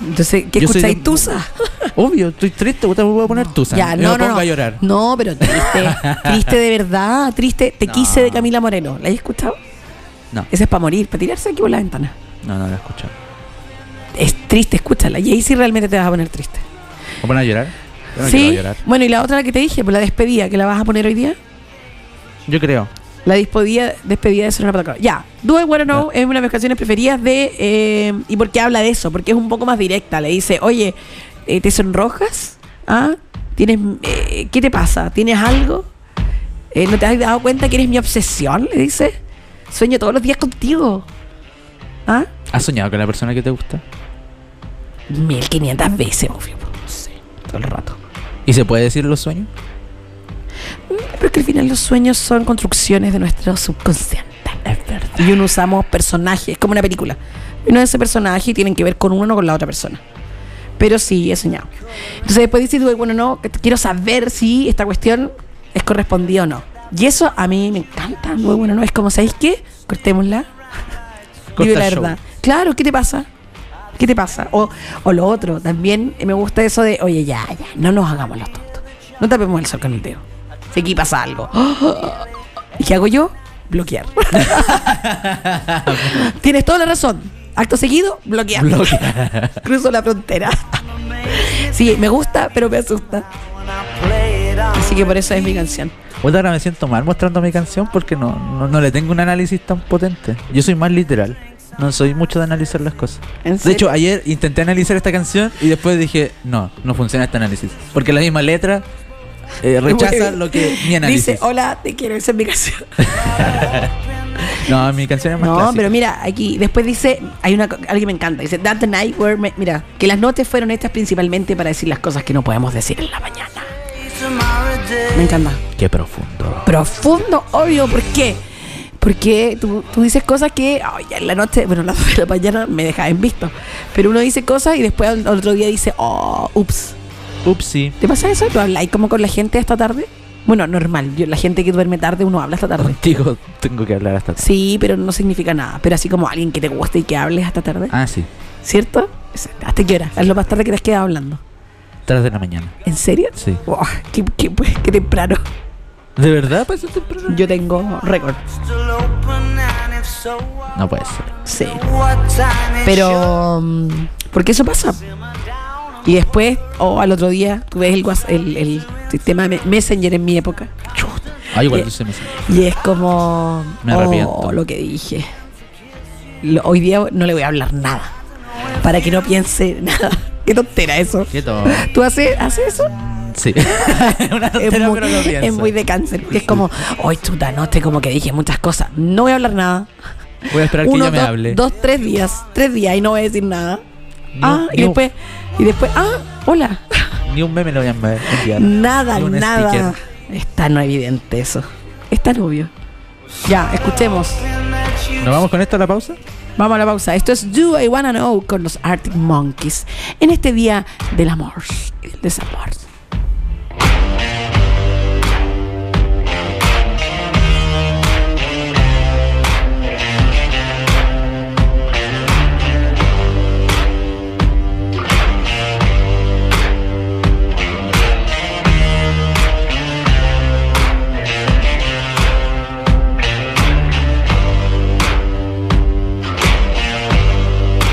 S4: Entonces, ¿qué
S6: Yo soy
S4: escucháis
S6: de-
S4: Tusa?
S6: Obvio, estoy triste, te voy a poner tusa.
S4: Ya,
S6: Me
S4: no, no,
S6: pongo
S4: no.
S6: a llorar.
S4: No, pero triste. triste de verdad. Triste. Te quise de Camila Moreno. ¿La has escuchado?
S6: No,
S4: Esa es para morir, para tirarse aquí por la ventana.
S6: no, no la he escuchado.
S4: Es triste, escúchala. Y ahí sí realmente te vas a poner triste.
S6: ¿Me ponen a llorar? Yo no quiero
S4: sí.
S6: llorar.
S4: Bueno, y la otra que te dije, pues la despedida, que la vas a poner hoy día.
S6: Yo creo.
S4: La despedida, despedida de Sonora Patacao. Ya, Do I Wanna Know es una de mis canciones preferidas de... eh, ¿Y por qué habla de eso? Porque es un poco más directa. Le dice, oye, eh, ¿te sonrojas? ¿Ah? ¿Tienes, eh, ¿Qué te pasa? ¿Tienes algo? Eh, ¿No te has dado cuenta que eres mi obsesión? Le dice. Sueño todos los días contigo. ¿Ah?
S6: ¿Has soñado con la persona que te gusta?
S4: 1500 veces, obvio. po, No sé, todo el rato.
S6: ¿Y se puede decir los sueños?
S4: Pero es que al final los sueños son construcciones de nuestro subconsciente. Es verdad. Y uno usamos personajes, es como una película. Uno es ese personaje y tienen que ver con uno o con la otra persona. Pero sí, he soñado. Entonces después dices, tú, bueno, no, que te- quiero saber si esta cuestión es correspondida o no. Y eso a mí me encanta. Muy bueno, no es como, ¿sabéis qué? Cortémosla. Dime
S6: Corta
S4: la
S6: el show.
S4: verdad. Claro, ¿qué te pasa? ¿Qué te pasa? O, o lo otro, también me gusta eso de, oye, ya, ya, no nos hagamos los tontos. No tapemos el sol con el dedo. Si aquí pasa algo. ¿Y qué hago yo? Bloquear. Tienes toda la razón. Acto seguido, bloquear.
S6: Bloquea.
S4: Cruzo la frontera. sí, me gusta, pero me asusta. Así que por eso es mi canción.
S6: Bueno, ahora me siento mal mostrando mi canción porque no, no, no le tengo un análisis tan potente. Yo soy más literal. No soy mucho de analizar las cosas.
S4: ¿En
S6: De
S4: serio?
S6: hecho, ayer intenté analizar esta canción y después dije, no, no funciona este análisis. Porque la misma letra eh, rechaza lo que mi análisis.
S4: Dice, "Oh". hola, te quiero, esa es mi canción.
S6: no, mi canción es más
S4: No,
S6: clásica.
S4: pero mira, aquí después dice, hay una co- algo que me encanta, dice That the night were ma- mira, que las noches fueron hechas principalmente para decir las cosas que no podemos decir en la mañana. Me encanta.
S6: Qué profundo.
S4: Profundo, obvio, ¿por qué? Porque tú, tú dices cosas que ay, en la noche, bueno, las dos de la mañana me dejas en visto. Pero uno dice cosas y después al al otro día dice, oh, ups.
S6: Upsi.
S4: ¿Te pasa eso? ¿Tú hablas como con la gente esta tarde? Bueno, normal, yo- la gente que duerme tarde uno habla esta tarde.
S6: Contigo tengo que hablar hasta...
S4: Sí, pero no significa nada. Pero así como alguien que te guste y que hables hasta tarde.
S6: Ah, sí.
S4: ¿Cierto? ¿Hasta qué hora? Es lo más tarde que te has quedado hablando.
S6: 3 de la mañana.
S4: ¿En serio?
S6: Sí.
S4: Wow, qué, qué- pues, qué temprano.
S6: ¿De verdad pasó temprano?
S4: Yo tengo récord.
S6: No puede ser.
S4: Sí. Pero. mm, ¿Por qué eso pasa? Y después, o al otro día, tú ves el, WhatsApp- el, el sistema de Messenger en mi época.
S6: Ah, igual
S4: Eh,
S6: yo se me
S4: Y es como.
S6: Me arrepiento.
S4: "Oh, lo que dije. Lo- hoy día no le voy a hablar nada. Para que no piense nada. Qué tontera eso.
S6: Quieto.
S4: ¿Tú haces, haces eso?
S6: Sí. Una
S4: es,
S6: tontera,
S4: muy,
S6: pero lo pienso.
S4: es muy de cáncer. que Es como, hoy chuta, no te como que dije muchas cosas. No voy a hablar nada.
S6: Voy a esperar que
S4: Uno,
S6: ella me
S4: dos,
S6: hable.
S4: dos, tres días. Tres días y no voy a decir nada.
S6: No,
S4: ah, y
S6: no.
S4: después, y después, ah, hola.
S6: Ni un meme lo voy a enviar. enviar.
S4: Nada,
S6: Ni un
S4: nada.
S6: sticker.
S4: Es tan evidente eso. Es tan obvio. Ya, escuchemos.
S6: ¿Nos vamos con esto a la pausa?
S4: Vamos a la pausa. Esto es Do I Wanna Know con los Arctic Monkeys en este día del amor y del desamor.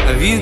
S5: Have you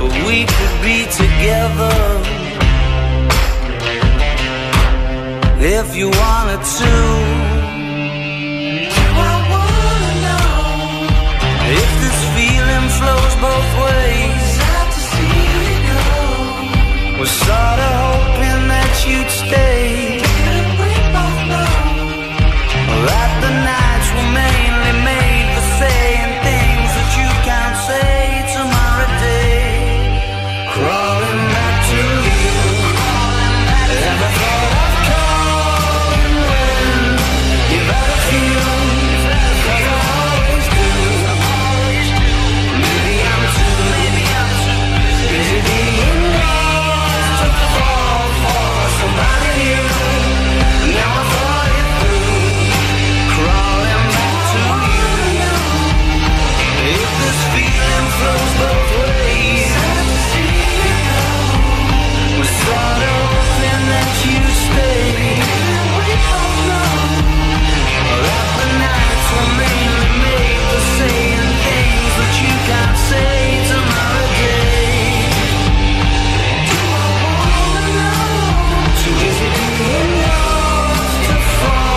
S5: But we could be together if you wanted to. I wanna know if this feeling flows both ways. to see it go. Was sorta hoping that you'd stay. That the nights were mainly made for saying things that you can't say tomorrow day. Crawling back to you. Never thought I'd call and when you better feel. 'cause I always do. Maybe I'm too busy being lost to fall for somebody new. Now I thought it through. Crawling back to you. If this feeling flows both ways, we sort of hoping that you stay. That the nights were mainly made for saying things that you can't say tomorrow day. Do I wanna know? Too busy being lost to fall.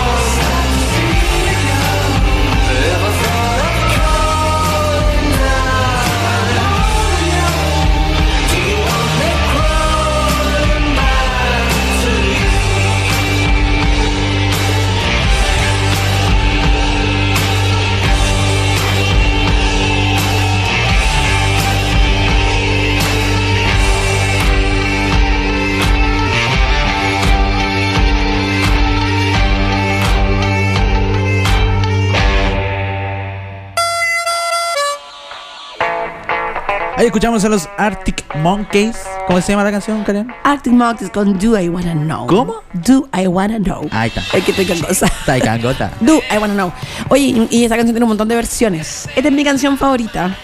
S6: Ahí escuchamos a los Arctic Monkeys. ¿Cómo se llama la canción, Karen?
S4: Arctic Monkeys con Do I Wanna Know.
S6: ¿Cómo?
S4: Do I Wanna Know.
S6: Ahí está.
S4: Es que estoy con cosas.
S6: Taikangota.
S4: Do I Wanna Know. Oye, y- y esta canción tiene un montón de versiones. Esta es mi canción favorita.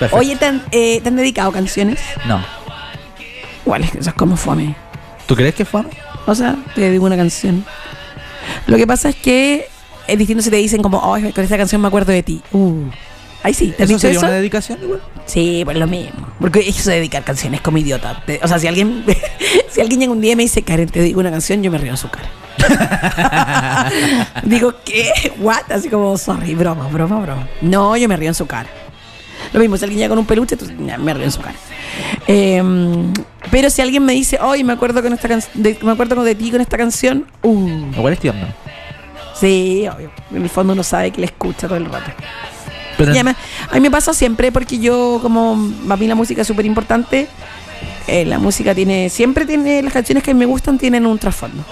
S6: Perfecto.
S4: Oye, ¿te han, eh, ¿te han dedicado canciones?
S6: No.
S4: Igual, es que eso es como fome.
S6: ¿Tú crees que fue?
S4: O sea, te digo una canción. Lo que pasa es que es distinto si te dicen como, oh, con esta canción me acuerdo de ti. Uh. Ahí sí, ¿te has
S6: ¿Eso
S4: dicho
S6: sería
S4: eso?
S6: una dedicación igual?
S4: Sí, pues lo mismo. Porque eso de dedicar canciones como idiota. Te- O sea, si alguien, si alguien llega un día y me dice, Karen, te digo una canción, yo me río a su cara. Digo, ¿qué? ¿What? Así como, sorry, broma, broma, broma. No, yo me río en su cara. Lo mismo, si alguien llega con un peluche, entonces, nah, me río en su cara. Em, pero si alguien me dice, hoy me acuerdo con esta can- de, me acuerdo con- de ti con esta canción, uh,
S6: Igual es tierno.
S4: sí, obvio. En el fondo uno sabe que la escucha todo el rato.
S6: Pero
S4: Y además, a mí me pasa siempre porque yo, como a mí la música es súper importante, eh, la música tiene, siempre tiene, las canciones que me gustan tienen un trasfondo.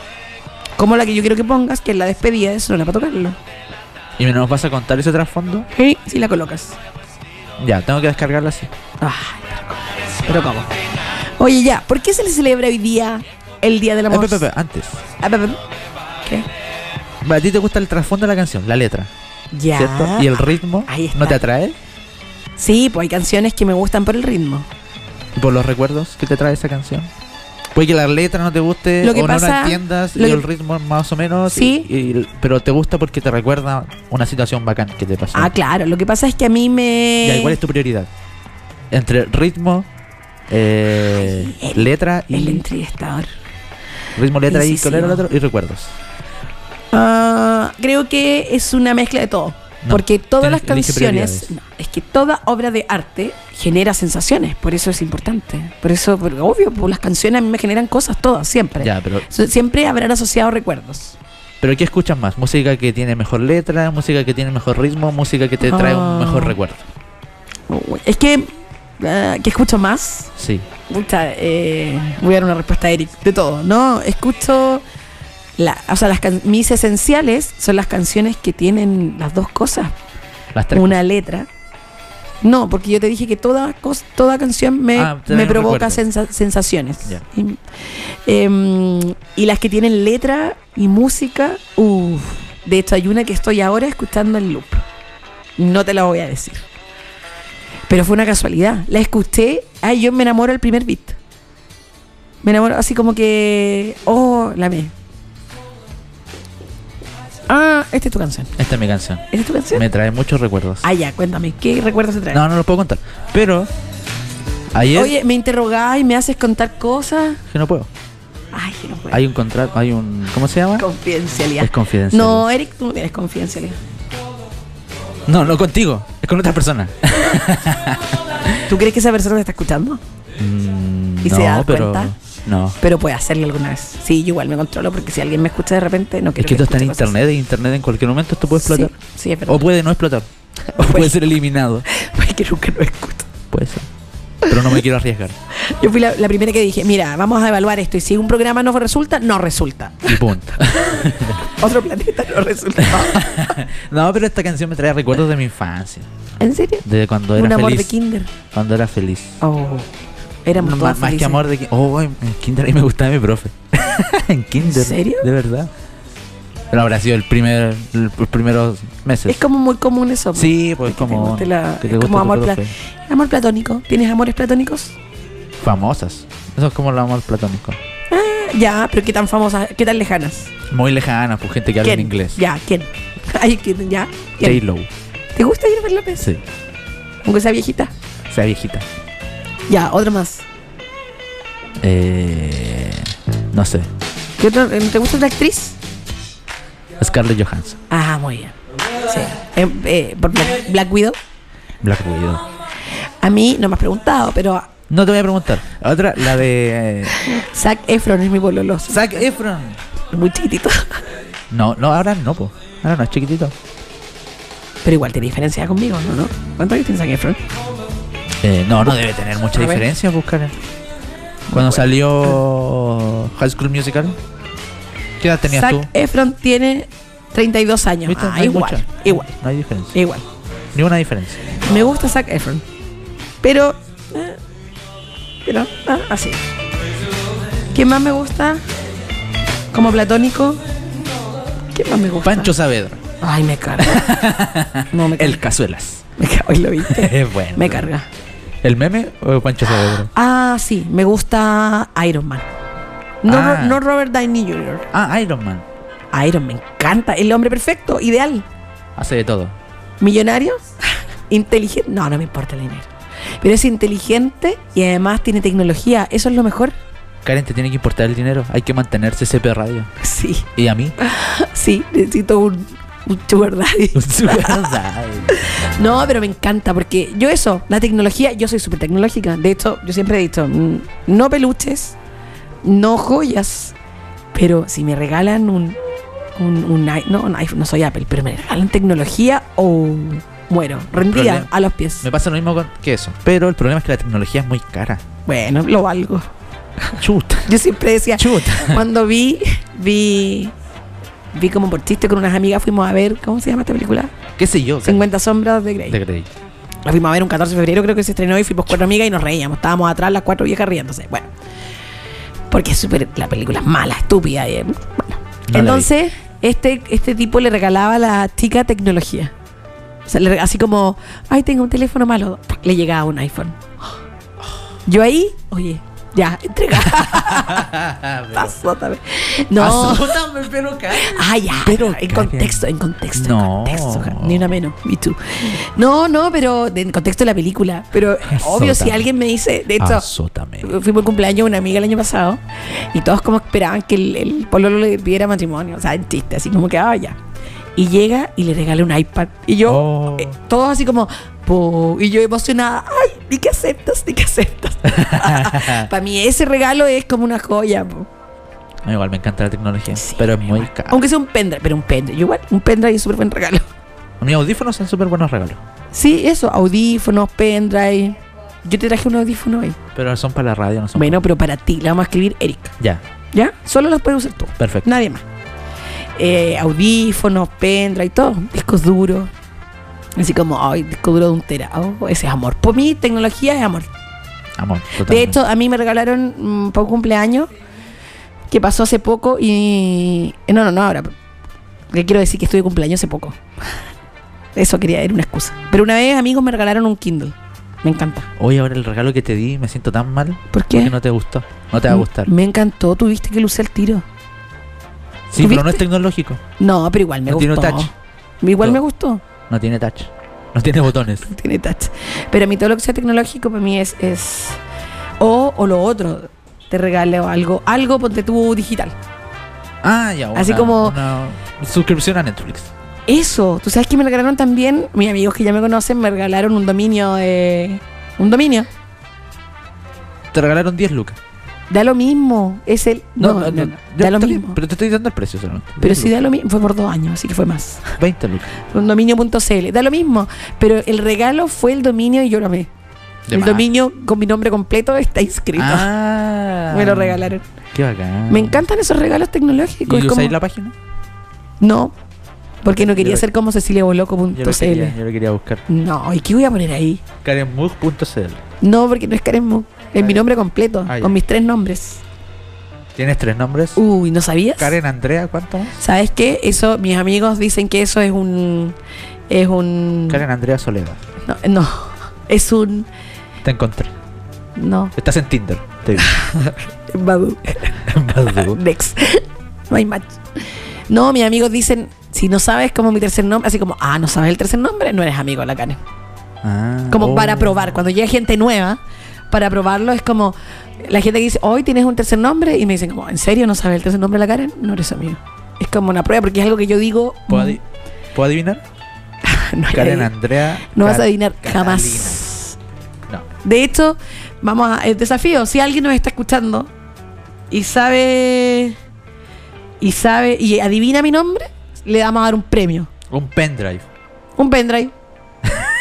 S4: Como la que yo quiero que pongas, que es la despedida de Sonora para tocarlo.
S6: ¿Y no nos vas a contar ese trasfondo?
S4: Sí, si la colocas.
S6: Ya, tengo que descargarla así.
S4: Ay,
S6: Ah.
S4: pero ¿cómo? Oye, ya, ¿por qué se le celebra hoy día el Día del
S6: Eh,
S4: Amor?
S6: pe, pe, pe, antes.
S4: Ah, pe, pe. ¿Qué?
S6: ¿A ti te gusta el trasfondo de la canción, la letra?
S4: Ya.
S6: ¿Cierto? ¿Y el ritmo?
S4: Ahí está.
S6: ¿No te atrae?
S4: Sí, pues hay canciones que me gustan por el ritmo.
S6: ¿Y por los recuerdos que te trae esa canción? Puede que la letra no te guste
S4: Lo que
S6: o no
S4: pasa-
S6: la entiendas
S4: lo
S6: y
S4: que-
S6: el ritmo más o menos.
S4: Sí.
S6: y- y- pero te gusta porque te recuerda una situación bacán que te pasó.
S4: Ah, claro, lo que pasa es que a mí me...
S6: Ya, ¿y ¿Cuál es tu prioridad? Entre ritmo, eh,
S4: Ay, el-
S6: letra y...
S4: El entrevistador.
S6: ritmo, letra y...
S4: incisivo.
S6: ¿cuál era el otro? Y recuerdos.
S4: Ah, creo que es una mezcla de todo.
S6: No,
S4: porque todas
S6: tienes-
S4: las
S6: elige
S4: canciones,
S6: prioridades.
S4: no, es que toda obra de arte genera sensaciones, por eso es importante. Por eso, por- obvio, por las canciones a mí me generan cosas todas, siempre.
S6: Ya, pero,
S4: So- Siempre habrán asociado recuerdos.
S6: pero ¿qué escuchas más? ¿Música que tiene mejor letra? ¿Música que tiene mejor ritmo? ¿Música que te trae un
S4: Ah.
S6: mejor recuerdo?
S4: Uy, Es que, eh, ¿qué escucho más?
S6: Sí.
S4: Pucha, eh, voy a dar una respuesta a Eric. De todo, ¿no? Escucho. La, o sea, las can- mis esenciales son las canciones que tienen las dos cosas.
S6: Las tres.
S4: una letra. No, porque yo te dije que toda, cos- toda canción me,
S6: Ah, te
S4: me
S6: da un
S4: provoca
S6: recuerdo.
S4: sensa- sensaciones.
S6: Ya.
S4: Y, em, y las que tienen letra y música, uff. De hecho, hay una que estoy ahora escuchando en loop. No te la voy a decir. Pero fue una casualidad. La escuché, ay, yo me enamoro al primer beat. Me enamoro así como que, oh, la amé. Ah, esta es tu canción.
S6: Esta es mi canción.
S4: ¿Esta es tu canción?
S6: Me trae muchos recuerdos.
S4: Ah, ya, cuéntame, ¿qué recuerdos se traen?
S6: No, no los puedo contar. Pero ayer
S4: Oye, me interrogás y me haces contar cosas.
S6: que no puedo.
S4: Ay, que no puedo.
S6: Hay un contrato, hay un ¿cómo se llama?
S4: Confidencialidad.
S6: Es confidencial.
S4: No, Eric, tú no tienes confidencialidad.
S6: no, no contigo, es con otra persona.
S4: ¿Tú crees que esa persona te está escuchando?
S6: Mm,
S4: ¿Y
S6: no,
S4: se da
S6: pero
S4: cuenta?
S6: no.
S4: Pero puede hacerle alguna vez. Sí, yo igual me controlo porque si alguien me escucha de repente, no
S6: Es
S4: quiero
S6: que esto está en
S4: escuche cosas.
S6: internet, y internet en cualquier momento esto puede explotar.
S4: Sí, sí, es verdad.
S6: o puede no explotar. O puede ser eliminado.
S4: Ay, que nunca lo escucho.
S6: Puede ser. Pero no me quiero arriesgar.
S4: Yo fui la, la primera que dije, mira, vamos a evaluar esto y si un programa no resulta, no resulta.
S6: Y punto.
S4: Otro planeta no resulta.
S6: no, pero esta canción me trae recuerdos de mi infancia.
S4: ¿En serio?
S6: De cuando era
S4: Un amor
S6: feliz.
S4: de kinder.
S6: Cuando era feliz.
S4: Oh, éramos
S6: No,
S4: todas
S6: más, más que
S4: felices.
S6: amor de ki- Oh, en en kinder a mí me gustaba mi profe. en kinder.
S4: ¿En serio?
S6: De verdad. Pero habrá sido el primer, el- los primeros meses.
S4: Es como muy común eso. pues.
S6: sí, pues
S4: que te
S6: como.
S4: guste la-
S6: que te
S4: es
S6: guste
S4: como
S6: tu
S4: amor, pla-
S6: profe.
S4: amor platónico. ¿Tienes amores platónicos?
S6: Famosas. Eso es como el amor platónico.
S4: Ya, pero qué tan famosas, qué tan lejanas.
S6: Muy lejanas, pues gente que habla en
S4: ¿Quién?
S6: inglés.
S4: Ya, ¿quién? Ay, ¿quién? Ya. ¿quién?
S6: J-Lo.
S4: ¿Te gusta Jennifer López?
S6: Sí.
S4: Aunque sea viejita.
S6: Sea viejita.
S4: Ya, otro más.
S6: Eh, no sé.
S4: ¿Qué otro, eh, ¿Te gusta otra actriz?
S6: Scarlett Johansson.
S4: Ah, muy bien. Sí. Eh, eh, por Black, Black Widow.
S6: Black Widow.
S4: A mí no me has preguntado, pero
S6: No te voy a preguntar. Otra, la de. eh,
S4: Zac Efron es mi bololo.
S6: Zac Efron.
S4: Muy chiquitito.
S6: No, no, ahora no, po. Ahora no, es chiquitito.
S4: Pero igual tiene diferencia conmigo, ¿no? no? ¿Cuántos años tiene Zac Efron?
S6: Eh, no, no debe tener mucha
S4: A ver.
S6: diferencia, buscar. Cuando salió High School Musical, ¿qué edad tenías
S4: Zac
S6: tú?
S4: Efron tiene 32 años.
S6: ¿Viste?
S4: Ah,
S6: No hay
S4: igual,
S6: mucha.
S4: igual,
S6: No hay diferencia.
S4: igual.
S6: Ni una diferencia.
S4: Me gusta Zac Efron. Pero. eh, pero, ah, así. ¿Quién más me gusta? Como platónico. ¿Quién más me gusta?
S6: Pancho Saavedra,
S4: Ay, me carga. No, me carga.
S6: el Cazuelas.
S4: Me carga, hoy lo viste.
S6: Es bueno.
S4: Me carga.
S6: ¿El meme o Pancho Saavedra?
S4: Ah, sí, me gusta Iron Man. No,
S6: Ah.
S4: Ro- no Robert Downey Jr.
S6: Ah, Iron Man.
S4: Iron, me encanta. El hombre perfecto, ideal.
S6: Hace de todo.
S4: millonario, inteligente. No, no me importa el dinero. Pero es inteligente y además tiene tecnología. Eso es lo mejor.
S6: Karen, te tiene que importar el dinero. Hay que mantenerse CP Radio.
S4: Sí,
S6: ¿Y a mí?
S4: sí, necesito un, un sugar daddy. No, pero me encanta porque yo eso, la tecnología, yo soy súper tecnológica. De hecho, yo siempre he dicho, mm, no peluches, no joyas, pero si me regalan un, un, un i- no, un iPhone, no soy Apple, pero me regalan tecnología o muero, rendida
S6: problema-
S4: a los pies.
S6: Me pasa lo mismo con- que eso. Pero el problema es que la tecnología es muy cara.
S4: Bueno, lo valgo.
S6: Chuta.
S4: Yo siempre decía,
S6: Chuta.
S4: cuando vi, vi, vi como por chiste con unas amigas, fuimos a ver, ¿cómo se llama esta película?
S6: ¿Qué sé yo?
S4: 50 sombras de Grey.
S6: De crédito.
S4: La fuimos a ver un 14 de febrero, creo que se estrenó y fuimos cuatro amigas y nos reíamos. Estábamos atrás las cuatro viejas riéndose. Bueno. Porque es súper, la película es mala, estúpida. eh, bueno.
S6: No la
S4: Entonces, este, este tipo le regalaba a la chica tecnología. O sea, le reg- así como, ay, tengo un teléfono malo. Le llegaba un iPhone. Yo ahí, oye, ya, entrega.
S6: Ah,
S4: Azótame. No. Ah, ya.
S6: Pero,
S4: en
S6: Karen.
S4: contexto, en contexto.
S6: No.
S4: En contexto, ja, ni una menos. Me too. No, no, pero de- en contexto de la película. Pero obvio, si
S6: Azótame.
S4: alguien me dice, de
S6: Ah,
S4: hecho,
S6: Azótame.
S4: fui por cumpleaños de una amiga el año pasado y todos como esperaban que el, el pololo le pidiera matrimonio. O sea, en chiste, así como que, ah, ya. Y llega y le regala un iPad. Y yo,
S6: Oh.
S4: eh, todos así como, "Po", y yo emocionada, ay, ni que aceptas, ni que aceptas. Para mí ese regalo es como una joya. po.
S6: No, igual me encanta la tecnología,
S4: Sí,
S6: pero es
S4: me
S6: muy
S4: igual.
S6: caro.
S4: Aunque sea un pendrive, pero un pendrive. Igual, un pendrive es súper buen regalo.
S6: Mis audífonos son súper buenos regalos,
S4: Sí, eso, audífonos, pendrive. Yo te traje un audífono hoy.
S6: pero son para la radio, no son.
S4: Bueno, pero para ti, la vamos a escribir Eric.
S6: Ya,
S4: ¿Ya? Solo los puedes usar tú.
S6: perfecto.
S4: Nadie más. Eh, audífonos, pendrive, todo. Discos duros. Así como, ay, disco duro de un tera. Oh, ese es amor. Por mí, tecnología es amor.
S6: Amor,
S4: De
S6: totalmente.
S4: hecho, a mí me regalaron mm, para un cumpleaños que pasó hace poco y. eh, No, no, no, ahora. Le quiero decir que estuve de cumpleaños hace poco. Eso quería, era una excusa. Pero una vez, amigos, me regalaron un Kindle. Me encanta.
S6: Hoy ahora el regalo que te di me siento tan mal
S4: ¿Por qué? Mm.
S6: porque no te gustó. No te va a gustar.
S4: Me encantó, tuviste que lucir el tiro.
S6: Sí, pero no
S4: ¿Tuviste?
S6: es tecnológico.
S4: No, pero igual me
S6: No tiene
S4: gustó.
S6: touch.
S4: Igual
S6: No.
S4: me gustó.
S6: No tiene touch. No tiene botones.
S4: Tiene touch. Pero a mí todo lo que sea tecnológico para mí es. es... O, o lo otro. Te regalo algo. Algo, ponte tú digital.
S6: Ah, ya.
S4: Así como-
S6: una suscripción a Netflix.
S4: Eso, tú sabes que me regalaron también, mis amigos que ya me conocen, me regalaron un dominio de. Un dominio.
S6: Te regalaron 10 lucas.
S4: Da lo mismo. Es el. No, no, no, Da
S6: Ya,
S4: lo
S6: está bien,
S4: mismo.
S6: pero te estoy dando el precio solamente.
S4: Pero
S6: 10
S4: sí da
S6: lucas.
S4: lo mismo. Fue por dos años, así que fue más.
S6: 20 lucas.
S4: Un dominio.cl. Da lo mismo. Pero el regalo fue el dominio y yo lo amé.
S6: De
S4: el
S6: más.
S4: dominio con mi nombre completo está inscrito.
S6: Ah.
S4: Me lo regalaron.
S6: Qué bacán.
S4: Me encantan esos regalos
S6: ¿Y
S4: tecnológicos. es
S6: usáis
S4: como-
S6: la página?
S4: No, porque no
S6: Yo
S4: quería
S6: lo-
S4: ser como
S6: Yo lo, quería,
S4: ceciliaboloco.cl.
S6: yo lo quería buscar.
S4: No, ¿y qué voy a poner ahí?
S6: Karenmug.cl
S4: No, porque no es Karen Mook. Es mi nombre completo,
S6: Ah, ya.
S4: con mis tres nombres.
S6: ¿Tienes tres nombres?
S4: Uy, ¿no sabías?
S6: Karen Andrea, ¿cuánto más?
S4: ¿Sabes qué? Eso, mis amigos dicen que eso es un. Es un.
S6: Karen Andrea Soledad.
S4: No, no, es un.
S6: Te encontré.
S4: No,
S6: Estás en Tinder. Te vi.
S4: Badu. Next. No hay match. No, mis amigos dicen, si no sabes como mi tercer nombre, así como, ah, no sabes el tercer nombre, no eres amigo de la Karen.
S6: Ah,
S4: Como
S6: oh.
S4: para probar. Cuando llega gente nueva, para probarlo es como la gente que dice, hoy tienes un tercer nombre, y me dicen, como, ¿en serio no sabes el tercer nombre de la Karen? No eres amigo. Es como una prueba, porque es algo que yo digo.
S6: ¿Puedo, adi- puedo adivinar?
S4: no, hay
S6: Karen
S4: nadie.
S6: Andrea.
S4: No vas
S6: Car-
S4: a adivinar
S6: Catalina.
S4: jamás.
S6: No.
S4: De hecho, vamos a. El desafío, si alguien nos está escuchando y sabe. Y sabe. Y adivina mi nombre, le vamos a dar un premio.
S6: Un pendrive.
S4: Un pendrive.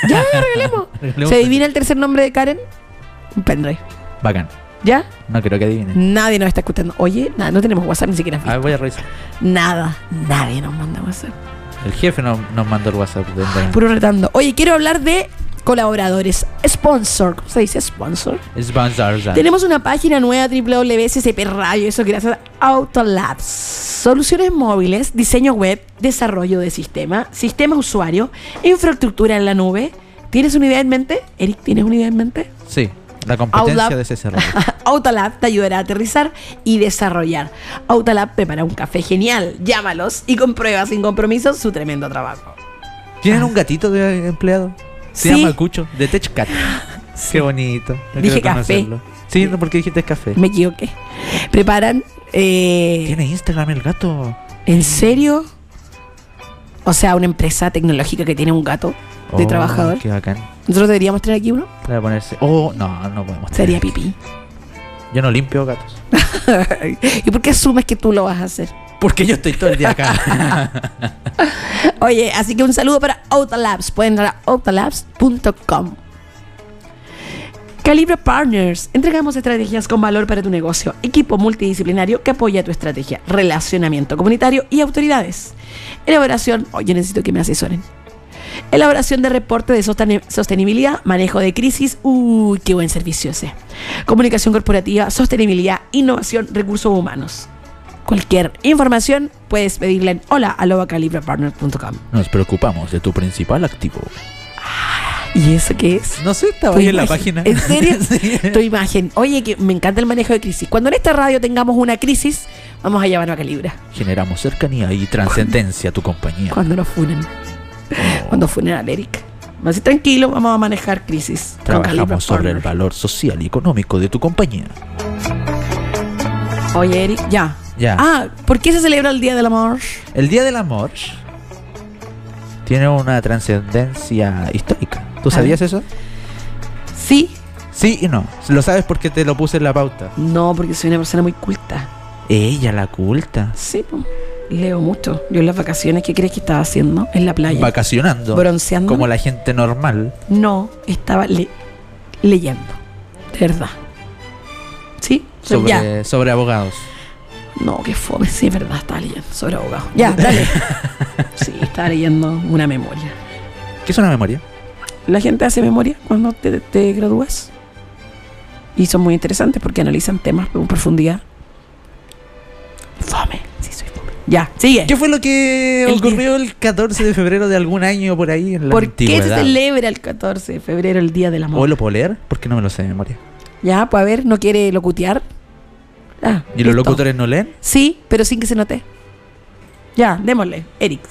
S4: ya, regalemos.
S6: Regalemos
S4: ¿Se adivina el tercer nombre de Karen? Un pendrive.
S6: Bacán.
S4: ¿Ya?
S6: No creo que adivinen.
S4: Nadie nos está escuchando. Oye, nada, no tenemos WhatsApp ni siquiera.
S6: A ver, voy a revisar.
S4: Nada, nadie nos manda WhatsApp.
S6: El jefe no- nos mandó el WhatsApp. de Instagram.
S4: Ah, Puro retando. Oye, quiero hablar de colaboradores. Sponsor. ¿Cómo se dice sponsor?
S6: Sponsors.
S4: Tenemos una página nueva www.ccp Radio, eso gracias a Autolabs. Soluciones móviles, diseño web, desarrollo de sistema, sistema usuario, infraestructura en la nube. ¿Tienes una idea en mente? Eric, ¿tienes una idea en mente?
S6: Sí, la competencia
S4: Outlab.
S6: de ese rollo.
S4: Autolab te ayudará a aterrizar y desarrollar. Autolab prepara un café genial. Llámalos y comprueba sin compromiso su tremendo trabajo.
S6: ¿Tienen un gatito de empleado? Se
S4: Ah. Sí.
S6: llama Cucho, de Tech Cat. Qué bonito. Yo
S4: Dije
S6: quiero
S4: café.
S6: conocerlo. Sí, no, porque dijiste café.
S4: Me equivoqué. Preparan. eh,
S6: Tiene Instagram el gato.
S4: ¿En serio? O sea, una empresa tecnológica que tiene un gato de
S6: Oh,
S4: trabajador.
S6: Qué bacán.
S4: ¿Nosotros deberíamos tener aquí uno?
S6: Le voy a ponerse. Oh, no, no podemos.
S4: Sería
S6: tener.
S4: pipí.
S6: Yo no limpio gatos.
S4: ¿Y por qué asumes que tú lo vas a hacer?
S6: Porque yo estoy todo el día acá.
S4: Oye, así que un saludo para Autolabs. Pueden entrar a autolabs.com. Calibra Partners. Entregamos estrategias con valor para tu negocio. Equipo multidisciplinario que apoya tu estrategia, relacionamiento comunitario y autoridades. Elaboración. Oye, necesito que me asesoren. Elaboración de reporte de sostene- sostenibilidad, manejo de crisis. Uy, qué buen servicio ese. Comunicación corporativa, sostenibilidad, innovación, recursos humanos. Cualquier información puedes pedirla en hola
S6: Nos preocupamos de tu principal activo.
S4: ¿Y eso qué es?
S6: No sé, estaba
S4: Tu
S6: ahí en la
S4: imagen.
S6: página.
S4: Pues, ¿En serio?
S6: Sí.
S4: Tu imagen. Oye, que me encanta el manejo de crisis. Cuando en esta radio tengamos una crisis, vamos a llamarnos a Calibra.
S6: Generamos cercanía y trascendencia a tu compañía.
S4: Cuando nos funen.
S6: Oh.
S4: Cuando funen a Eric. Así tranquilo, vamos a manejar crisis. con Calibra
S6: Trabajamos sobre el
S4: Partners.
S6: valor social y económico de tu compañía.
S4: Oye, Eric, ya.
S6: Ya.
S4: Ah, ¿por qué se celebra el Día del Amor?
S6: El Día del Amor tiene una trascendencia histórica. ¿Tú
S4: A
S6: sabías eso?
S4: Sí,
S6: Sí y no. Lo sabes porque te lo puse en la pauta.
S4: no, porque soy una persona muy culta.
S6: Ella, la culta.
S4: Sí, po. leo mucho. Yo en las vacaciones, ¿qué crees que estaba haciendo? En la playa.
S6: Vacacionando.
S4: Bronceando.
S6: Como la gente normal.
S4: No, estaba le- leyendo. De verdad. ¿Sí? Soy- Ya.
S6: Sobre, sobre abogados.
S4: No, qué fome. Sí, es verdad, estaba leyendo sobre abogado. Ya, dale. sí, estaba leyendo una memoria.
S6: ¿Qué es una memoria?
S4: La gente hace memoria cuando te, te gradúas. Y son muy interesantes porque analizan temas con profundidad. Fome. Sí, soy fome. Ya, sigue.
S6: ¿Qué fue lo que
S4: Eh. El
S6: ocurrió el 14 de febrero de algún año por ahí en la
S4: ¿Por qué se
S6: antigüedad?
S4: celebra el 14 de febrero el Día del Amor?
S6: ¿O lo puedo leer? Porque no me lo sé de memoria.
S4: Ya, pues a ver, ¿no quiere locutear? Ah,
S6: ¿Y
S4: listo.
S6: los locutores no leen?
S4: Sí, pero sin que se note. Ya, démosle. Erix,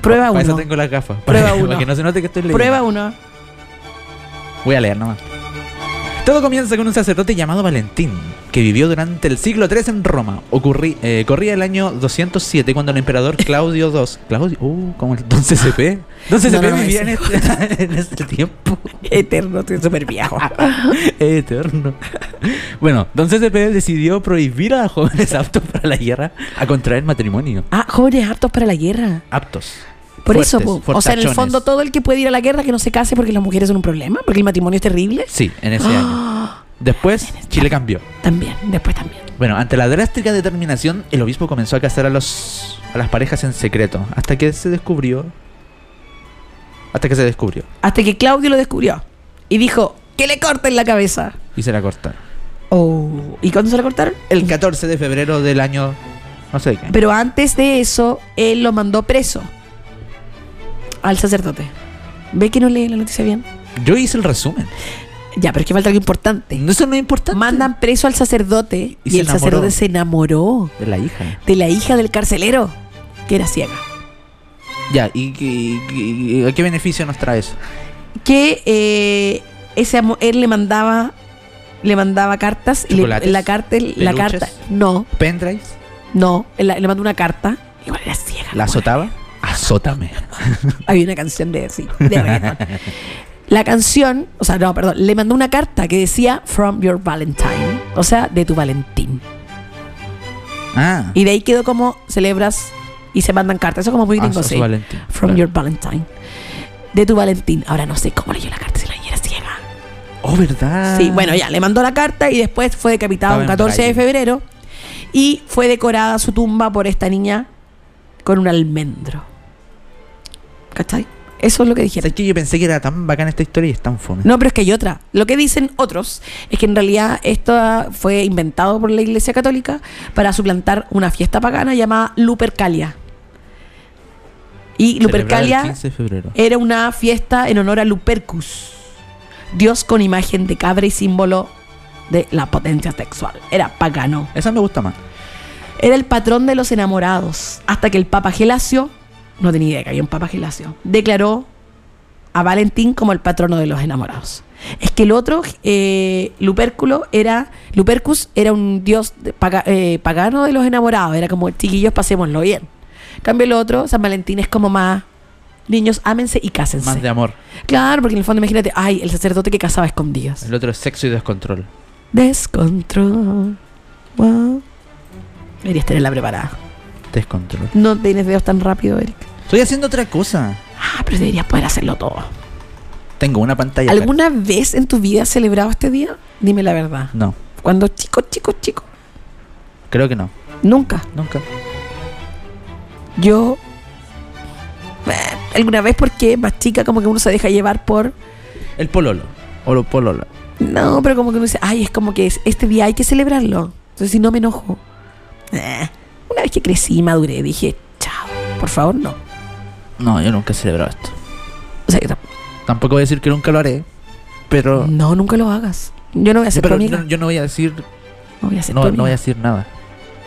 S4: prueba
S6: Para eso
S4: uno.
S6: tengo las gafas.
S4: Prueba
S6: para,
S4: uno.
S6: Para que no se note que estoy leyendo.
S4: Prueba uno.
S6: Voy a leer nomás. Todo comienza con un sacerdote llamado Valentín, que vivió durante el siglo III en Roma. Ocurrí- eh, corría el año 207 cuando el emperador Claudio II... Claudio... Uh, como el Don CCP. Don CCP
S4: Ah. no,
S6: vivía en,
S4: ese-
S6: este, en este tiempo
S4: Eterno, estoy súper viejo.
S6: eterno. Bueno, Don CCP decidió prohibir a jóvenes aptos para la guerra a contraer matrimonio.
S4: ah, jóvenes hartos para la guerra.
S6: Aptos.
S4: Por
S6: Fuertes,
S4: eso, po. o sea, en el
S6: fortachones.
S4: fondo todo el que puede ir a la guerra que no se case porque las mujeres son un problema, porque el matrimonio es terrible. Ah,
S6: Sí, en ese año. Después,
S4: este
S6: Chile cambió.
S4: También, después también.
S6: Bueno, ante la drástica determinación, el obispo comenzó a casar a los a las parejas en secreto, hasta que se descubrió hasta que se descubrió
S4: Hasta que Claudio lo descubrió y dijo que le corten la cabeza.
S6: y se la cortaron.
S4: Oh. ¿Y cuándo se la cortaron?
S6: El 14 de febrero del año no sé de qué. año.
S4: Pero antes de eso, él lo mandó preso al sacerdote. ¿Ve que no lee la noticia bien?
S6: Yo hice el resumen.
S4: Ya, pero es que falta algo importante.
S6: No, Eso no es importante.
S4: Mandan preso al sacerdote
S6: Y
S4: y,
S6: se
S4: el
S6: enamoró.
S4: sacerdote se enamoró
S6: de la hija.
S4: de la hija del carcelero, que era ciega.
S6: Ya, ¿y, y- y- y- a qué beneficio nos trae eso?
S4: Que eh, ese amo- él le mandaba le mandaba cartas y le-
S6: Chocolates,
S4: la carta la
S6: peluches.
S4: carta no
S6: ¿Pendrives?
S4: no él la- le mandó una carta igual era ciega
S6: ¿La azotaba? Azótame.
S4: Había una canción de sí, de reggaetón. La canción, o sea, no, perdón, le mandó una carta que decía From Your Valentine, o sea, de tu Valentín.
S6: Ah,
S4: Y de ahí quedó como celebras y se mandan cartas. Eso como muy
S6: a
S4: gringo,
S6: su
S4: sí.
S6: Valentín.
S4: From
S6: Claro.
S4: Your Valentine. De tu Valentín. Ahora no sé cómo leyó la carta, si la era ciega.
S6: Oh, ¿verdad?
S4: Sí, bueno, ya, le mandó la carta y después fue decapitado
S6: Estaba
S4: un
S6: en
S4: 14 de
S6: Braille.
S4: febrero y fue decorada su tumba por esta niña con un almendro. ¿Cachai? Eso es lo que dijeron.
S6: Es que yo pensé que era tan bacana esta historia y es tan fome.
S4: No, pero es que hay otra. Lo que dicen otros es que en realidad esto fue inventado por la Iglesia Católica para suplantar una fiesta pagana llamada Lupercalia. Y
S6: Celebrar el
S4: Lupercalia
S6: 15 de febrero.
S4: era una fiesta en honor a Lupercus, dios con imagen de cabra y símbolo de la potencia sexual. Era pagano.
S6: Esa me gusta más.
S4: Era el patrón de los enamorados, hasta que el Papa Gelasio, no tenía idea que había un Papa Gelasio, declaró a Valentín como el patrono de los enamorados. Es que el otro, eh, Luperculo, era, Lupercus era un dios de- paga- eh, pagano de los enamorados, era como, chiquillos, pasémoslo bien. En cambio el otro, San Valentín, es como más, niños, ámense y cásense.
S6: Más de amor.
S4: Claro, porque en el fondo imagínate, ay, el sacerdote que casaba a escondidas.
S6: El otro es sexo y descontrol.
S4: Descontrol. Wow. Deberías tenerla preparada.
S6: Descontrol.
S4: No tienes dedos tan rápido, Eric.
S6: Estoy haciendo otra cosa.
S4: Ah, pero deberías poder hacerlo todo.
S6: Tengo una pantalla. acá.
S4: ¿Alguna vez en tu vida has celebrado este día? Dime la verdad.
S6: No,
S4: Cuando chico, chico, chico.
S6: creo que no.
S4: Nunca.
S6: Nunca.
S4: Yo. eh, alguna vez porque más chica, como que uno se deja llevar por.
S6: El pololo. O lo polola.
S4: No, pero como que uno dice, ay, es como que es, este día hay que celebrarlo. Entonces, si no me enojo. Eh, una vez que crecí y maduré, dije, chao, por favor, no.
S6: No, yo nunca he celebrado esto.
S4: O sea, yo tamp-
S6: Tampoco voy a decir que nunca lo haré. Pero.
S4: no, nunca lo hagas. Yo no voy a ser tu
S6: pero
S4: amiga.
S6: no- yo no voy a decir.
S4: No voy a ser tu
S6: No, no voy a
S4: amiga.
S6: decir nada.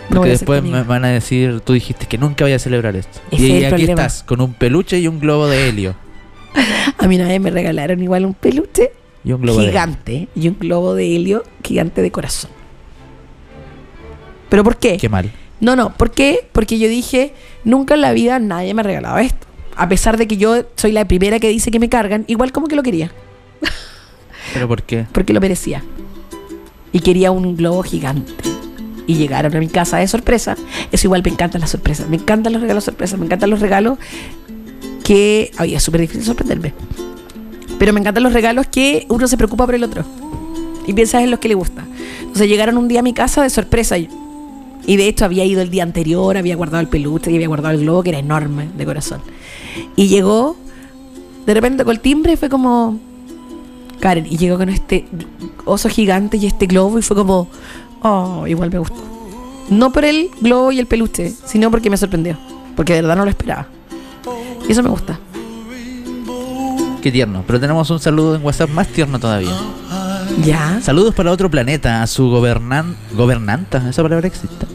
S4: No voy
S6: Porque
S4: a ser tu
S6: después me
S4: amiga.
S6: van a decir, tú dijiste que nunca voy a celebrar esto.
S4: Ese
S6: y
S4: es el
S6: aquí
S4: problema.
S6: estás, con un peluche y un globo de helio.
S4: A mí una vez me regalaron igual un peluche
S6: Y un globo de helio.
S4: gigante y un globo de helio gigante de corazón. ¿Pero por qué?
S6: Qué mal.
S4: No, no, ¿por qué? Porque yo dije, nunca en la vida nadie me ha regalado esto. a pesar de que yo soy la primera que dice que me cargan, igual como que lo quería,
S6: ¿Pero por qué?
S4: porque lo merecía. Y quería un globo gigante. Y llegaron a mi casa de sorpresa. Eso igual me encantan las sorpresas. Me encantan los regalos sorpresas. Me encantan los regalos que... Oye, es súper difícil sorprenderme. Pero me encantan los regalos que uno se preocupa por el otro. Y piensas en los que le gusta. Entonces llegaron un día a mi casa de sorpresa. Y y de hecho había ido el día anterior, había guardado el peluche y había guardado el globo, que era enorme de corazón. Y llegó, de repente tocó el timbre y fue como. Karen, y llegó con este oso gigante y este globo y fue como. Oh, igual me gustó. No por el globo y el peluche, sino porque me sorprendió. Porque de verdad no lo esperaba. Y eso me gusta.
S6: Qué tierno. Pero tenemos un saludo en WhatsApp más tierno todavía.
S4: Ya.
S6: Saludos para otro planeta, a su gobernan gobernanta, esa palabra existe.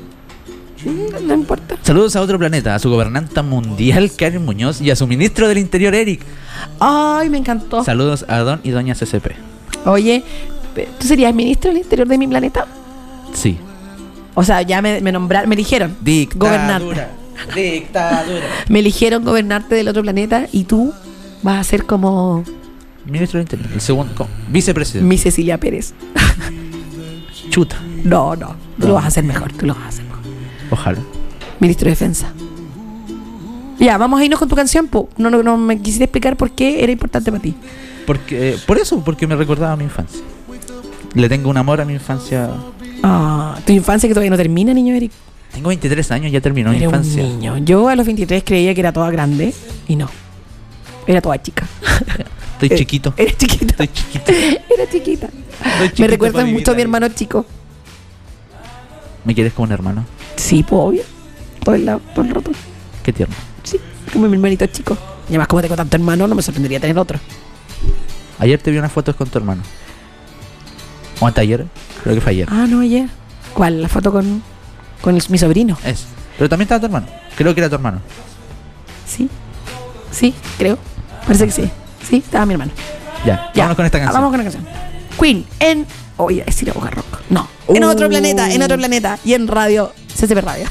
S4: Mm, No importa.
S6: Saludos a otro planeta, a su gobernanta mundial, Karen Muñoz, y a su ministro del Interior, Eric.
S4: Ay, me encantó.
S6: Saludos a Don y Doña CCP.
S4: Oye, ¿tú serías ministro del interior de mi planeta?
S6: Sí.
S4: O sea, ya me, me nombraron, me eligieron. Gobernante.
S6: Dictadura.
S4: Me eligieron gobernarte del otro planeta y tú vas a ser como
S6: Ministro del Interior, el segundo, ¿cómo? vicepresidente.
S4: mi Cecilia Pérez.
S6: Chuta.
S4: No, no, tú
S6: No.
S4: lo vas a hacer mejor, tú lo vas a hacer mejor.
S6: Ojalá.
S4: Ministro de Defensa. Ya, vamos a irnos con tu canción, po. No, no, no me quisiste explicar por qué era importante para ti.
S6: Porque, eh, por eso, porque me recordaba a mi infancia. Le tengo un amor a mi infancia.
S4: Ah, tu infancia que todavía no termina, niño Eric.
S6: Tengo 23 años, ya terminó mi
S4: Eres
S6: infancia.
S4: un niño. Yo a los 23 creía que era toda grande y no. Era toda chica.
S6: Estoy
S4: Eh,
S6: chiquito.
S4: Eres chiquita.
S6: Estoy chiquito.
S4: Era chiquita. Me recuerda mucho a mi hermano chico.
S6: ¿Me quieres como un hermano?
S4: Sí, pues obvio. Todo el, lado, todo el rato.
S6: Qué tierno.
S4: Sí, como mi hermanito chico. Y además, como tengo tanto hermano, no me sorprendería tener otro.
S6: Ayer te vi unas fotos con tu hermano. ¿O antes ayer? Creo que fue ayer.
S4: Ah, no, ayer. ¿Cuál? La foto con, con el- mi sobrino.
S6: Es. Pero también estaba tu hermano. Creo que era tu hermano.
S4: Sí. Sí, creo. Parece que sí. Sí, estaba mi hermano.
S6: Ya.
S4: Ya.
S6: Vámonos con esta
S4: Ah,
S6: canción.
S4: Vamos con la canción. Queen en. Oye, es ir a Boca Rock. No. En
S6: Uh.
S4: otro planeta, en otro planeta. Y en radio. CCP Radio.